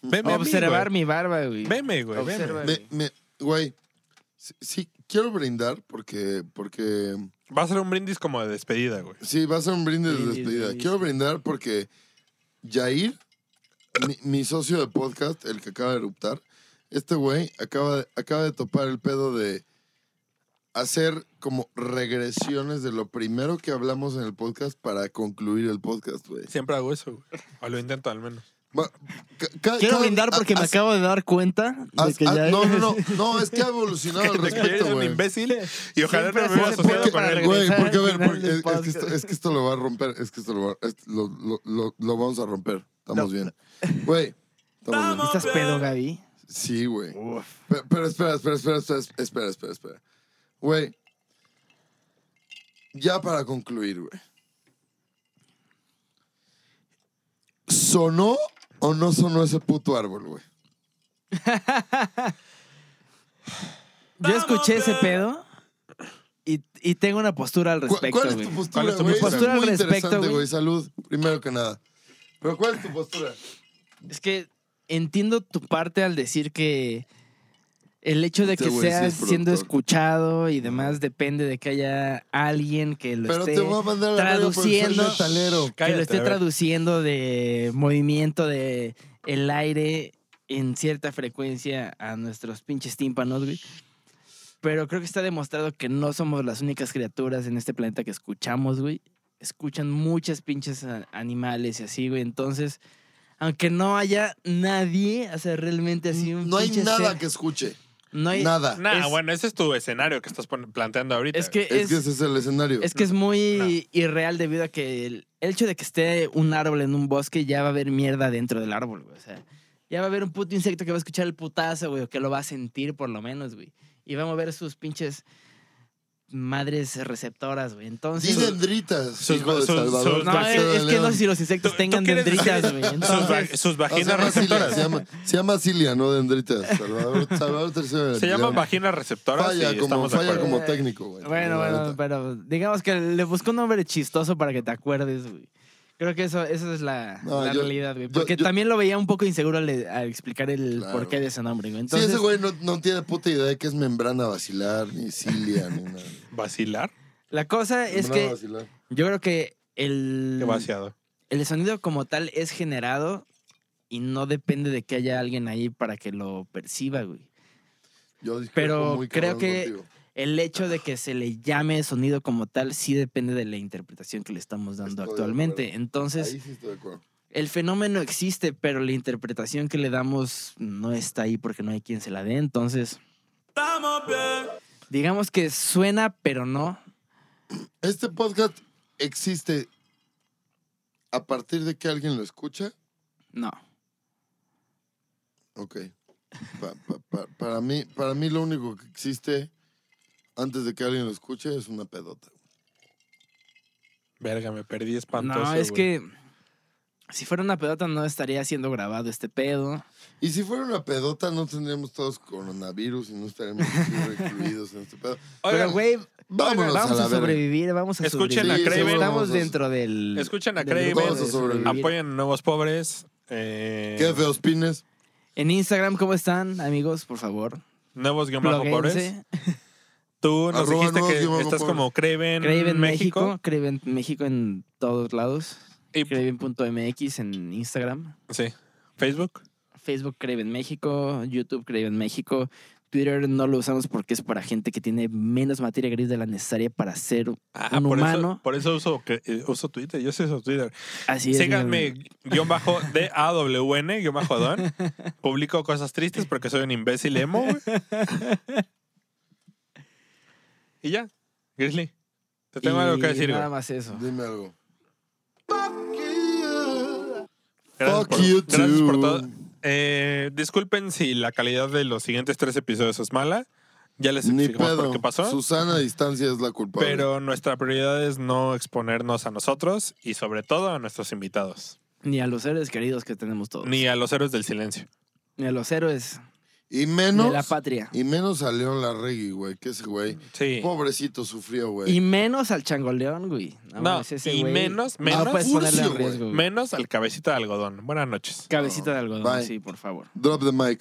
Speaker 2: Veme a mí,
Speaker 1: Observar
Speaker 2: güey.
Speaker 1: mi barba, güey.
Speaker 2: Veme, güey, veme.
Speaker 1: Observa.
Speaker 3: Me- me- Güey, Sí, sí, quiero brindar porque, porque
Speaker 2: Va a ser un brindis como de despedida, güey.
Speaker 3: Sí, va a ser un brindis de
Speaker 1: Brindis,
Speaker 3: despedida.
Speaker 1: brindis.
Speaker 3: Quiero brindar porque Jair, mi, mi socio de podcast, el que acaba de eruptar, este güey acaba, de- acaba de topar el pedo de hacer como regresiones de lo primero que hablamos en el podcast para concluir el podcast, güey.
Speaker 2: Siempre hago eso, güey. O lo intento al menos.
Speaker 3: Va- ca- ca-
Speaker 1: Quiero
Speaker 3: cada-
Speaker 1: brindar porque
Speaker 3: ha-
Speaker 1: me
Speaker 3: has-
Speaker 1: acabo de dar cuenta de
Speaker 3: has-
Speaker 1: que
Speaker 3: has-
Speaker 1: ya...
Speaker 3: no, no, no, no, es que ha evolucionado al
Speaker 2: Te crees
Speaker 3: respecto,
Speaker 2: un
Speaker 3: güey.
Speaker 2: imbécil y ojalá
Speaker 1: Siempre
Speaker 2: no me hubiera
Speaker 1: haces
Speaker 2: asociado
Speaker 1: pedo
Speaker 2: con
Speaker 1: para
Speaker 2: él.
Speaker 1: regresar.
Speaker 3: Güey, porque a
Speaker 1: al
Speaker 3: ver,
Speaker 1: final
Speaker 3: porque
Speaker 1: del
Speaker 3: es, es que esto,
Speaker 1: podcast.
Speaker 3: es que esto lo va a romper, es que esto lo va a, es- lo, lo, lo- lo vamos a romper. Estamos bien. Güey, estamos bien.
Speaker 1: ¿Estás pedo, Gaby?
Speaker 3: Sí, güey. Pe- Pero espera, espera, espera, espera, espera, espera, espera. Güey. Ya para concluir, güey. ¿Sonó o no sonó ese puto árbol, güey?
Speaker 1: Yo escuché ese pedo y, y tengo una postura al
Speaker 3: ¿Cu-
Speaker 1: respecto,
Speaker 3: ¿Cuál es
Speaker 1: güey.
Speaker 3: tu postura,
Speaker 2: ¿Cuál es tu
Speaker 3: güey?
Speaker 1: postura al
Speaker 3: muy
Speaker 1: respecto,
Speaker 3: interesante,
Speaker 1: güey?
Speaker 3: güey. Salud, primero que nada. Pero ¿cuál es tu postura?
Speaker 1: Es que entiendo tu parte al decir que el hecho de
Speaker 3: Este
Speaker 1: que
Speaker 3: güey sí
Speaker 1: seas
Speaker 3: es
Speaker 1: siendo
Speaker 3: productor.
Speaker 1: escuchado y demás depende de que haya alguien que lo
Speaker 3: Pero
Speaker 1: esté
Speaker 3: te voy a mandar a la radio por ser
Speaker 1: traduciendo.
Speaker 3: metalero.
Speaker 1: que lo
Speaker 2: Cállate,
Speaker 1: esté
Speaker 2: a ver.
Speaker 1: traduciendo de movimiento de el aire en cierta frecuencia a nuestros pinches tímpanos, güey. Pero creo que está demostrado que no somos las únicas criaturas en este planeta que escuchamos, güey. Escuchan muchas pinches a- animales y así, güey. Entonces, aunque no haya nadie, o sea, realmente así un
Speaker 3: No hay
Speaker 1: pinche
Speaker 3: nada
Speaker 1: ser-
Speaker 3: que escuche.
Speaker 1: no hay
Speaker 3: Nada.
Speaker 2: Nah,
Speaker 1: Es-
Speaker 2: bueno, ese es tu escenario que estás pon- planteando ahorita.
Speaker 1: Es que
Speaker 2: güey.
Speaker 3: Es, que ese es el escenario.
Speaker 1: Es que es muy irreal debido a que el, el hecho de que esté un árbol en un bosque ya va a haber mierda dentro del árbol, güey. O sea, ya va a haber un puto insecto que va a escuchar el putazo, güey, o que lo va a sentir por lo menos, güey. Y va a mover sus pinches madres receptoras, güey. Entonces.
Speaker 3: Di dendritas,
Speaker 2: Sus-
Speaker 3: hijo
Speaker 2: sus-
Speaker 3: de Salvador.
Speaker 2: sus-
Speaker 1: no, es,
Speaker 3: García de
Speaker 1: es que no
Speaker 3: León.
Speaker 1: sé si los insectos
Speaker 2: ¿Tú- tú
Speaker 1: tengan
Speaker 2: quieres
Speaker 1: dendritas,
Speaker 2: decir-
Speaker 1: güey.
Speaker 2: sus, va-
Speaker 1: Entonces,
Speaker 2: sus
Speaker 3: Ah, se
Speaker 2: vaginas
Speaker 3: llama Cilia,
Speaker 2: receptoras.
Speaker 3: Se llama, se llama Cilia, no dendritas. Salvador, Salvador tercero.
Speaker 2: Se llaman vaginas receptoras
Speaker 3: Falla
Speaker 2: y
Speaker 3: como,
Speaker 2: estamos de
Speaker 3: falla
Speaker 2: acuerdo.
Speaker 3: como técnico, güey.
Speaker 1: bueno,
Speaker 3: pues, la
Speaker 1: bueno,
Speaker 3: neta.
Speaker 1: pero digamos que le busco un nombre chistoso para que te acuerdes, güey. Creo que eso, esa es la,
Speaker 3: No,
Speaker 1: la
Speaker 3: yo-
Speaker 1: realidad, güey.
Speaker 3: yo-
Speaker 1: Porque
Speaker 3: yo-
Speaker 1: también lo veía un poco inseguro al, al explicar el
Speaker 3: Claro.
Speaker 1: porqué de ese nombre, güey.
Speaker 3: sí,
Speaker 1: Entonces,
Speaker 3: ese güey no, no tiene puta idea de qué es membrana vacilar, ni cilia, ni nada.
Speaker 2: ¿Vacilar?
Speaker 1: la cosa es
Speaker 3: Membrana
Speaker 1: que
Speaker 3: vacilar.
Speaker 1: yo creo que el...
Speaker 3: Mm.
Speaker 2: Qué vaciado.
Speaker 1: el sonido como tal es generado y no depende de que haya alguien ahí para que lo perciba, güey.
Speaker 3: Yo discrepo
Speaker 1: Pero
Speaker 3: muy
Speaker 1: creo
Speaker 3: cabrón
Speaker 1: que-
Speaker 3: contigo.
Speaker 1: El hecho de que se le llame sonido como tal sí depende de la interpretación que le estamos dando
Speaker 3: Estoy de
Speaker 1: actualmente.
Speaker 3: acuerdo.
Speaker 1: Entonces,
Speaker 3: Ahí sí estoy de acuerdo.
Speaker 1: el fenómeno existe, pero la interpretación que le damos no está ahí porque no hay quien se la dé. Entonces, digamos que suena, pero no.
Speaker 3: Este podcast existe a partir de que alguien lo escucha.
Speaker 1: No.
Speaker 3: Ok. Pa- pa- pa- para, mí, para mí lo único que existe antes de que alguien lo escuche es una pedota.
Speaker 2: Verga, me perdí espantoso.
Speaker 1: no, es
Speaker 2: güey.
Speaker 1: que si fuera una pedota no estaría siendo grabado este pedo.
Speaker 3: Y si fuera una pedota no tendríamos todos coronavirus y no estaríamos aquí recluidos en este pedo.
Speaker 1: pero,
Speaker 2: Oigan,
Speaker 1: güey,
Speaker 3: Vámonos
Speaker 1: vamos
Speaker 3: a la
Speaker 1: a,
Speaker 3: verga.
Speaker 1: sobrevivir, vamos a
Speaker 2: Escuchen
Speaker 1: sobrevivir.
Speaker 2: a Craven.
Speaker 1: Estamos
Speaker 3: Sí,
Speaker 1: dentro del.
Speaker 2: Escuchen a
Speaker 1: del
Speaker 2: Craven.
Speaker 1: grupo de
Speaker 3: Vamos a sobrevivir.
Speaker 1: sobrevivir.
Speaker 2: apoyen a nuevos pobres. eh,
Speaker 3: Qué feos pines.
Speaker 1: En Instagram, ¿cómo están, amigos? Por favor.
Speaker 2: Nuevos guión bajo pobres.
Speaker 1: Plóguense.
Speaker 2: Tú nos
Speaker 3: Arroba
Speaker 2: dijiste
Speaker 3: nuevos
Speaker 2: que
Speaker 3: guión bajo
Speaker 2: estás
Speaker 3: pobres.
Speaker 2: como Craven,
Speaker 1: Craven
Speaker 2: México.
Speaker 1: México. Craven México en todos lados.
Speaker 2: Y,
Speaker 1: Craven.mx en Instagram.
Speaker 2: sí. Facebook.
Speaker 1: Facebook Craven México, YouTube Craven México, Twitter no lo usamos porque es para gente que tiene menos materia gris de la necesaria para ser
Speaker 2: Ah,
Speaker 1: un
Speaker 2: por,
Speaker 1: humano.
Speaker 2: eso, por eso uso, que- eh, uso Twitter. Yo sí uso Twitter.
Speaker 1: Así es.
Speaker 2: Síganme,
Speaker 1: mi-
Speaker 2: guión bajo D-A-W-N, guión bajo Don. Publico cosas tristes porque soy un imbécil emo, güey. Y ya, Grizzly. Te tengo algo que
Speaker 1: y
Speaker 2: decir,
Speaker 1: Nada
Speaker 2: güey.
Speaker 1: más eso.
Speaker 3: Dime algo.
Speaker 2: Gracias
Speaker 3: Fuck
Speaker 2: por,
Speaker 3: you
Speaker 2: gracias por
Speaker 3: too.
Speaker 2: todo. Eh, disculpen si la calidad de los siguientes tres episodios es mala. Ya les
Speaker 3: Ni
Speaker 2: explicamos
Speaker 3: pedo.
Speaker 2: por qué pasó.
Speaker 3: Susana a distancia es la culpable.
Speaker 2: Pero nuestra prioridad es no exponernos a nosotros y sobre todo a nuestros invitados.
Speaker 1: Ni a los héroes queridos que tenemos todos. Ni,
Speaker 2: Ni a los héroes del silencio.
Speaker 1: a los héroes
Speaker 3: y menos.
Speaker 1: de la patria.
Speaker 3: Y menos a León Larregui, güey. Que ese güey.
Speaker 2: Sí.
Speaker 3: Pobrecito sufrió,
Speaker 1: Y
Speaker 3: güey.
Speaker 1: menos al changoleón, güey.
Speaker 2: No,
Speaker 1: mames, ese
Speaker 2: y
Speaker 1: güey-
Speaker 2: menos-
Speaker 1: No
Speaker 2: menos-
Speaker 1: puedes ponerle
Speaker 3: Furcio,
Speaker 1: en riesgo. güey.
Speaker 2: Menos al cabecita de algodón. Buenas noches.
Speaker 1: Cabecita de algodón,
Speaker 3: Bye.
Speaker 1: sí, por favor.
Speaker 3: Drop the mic.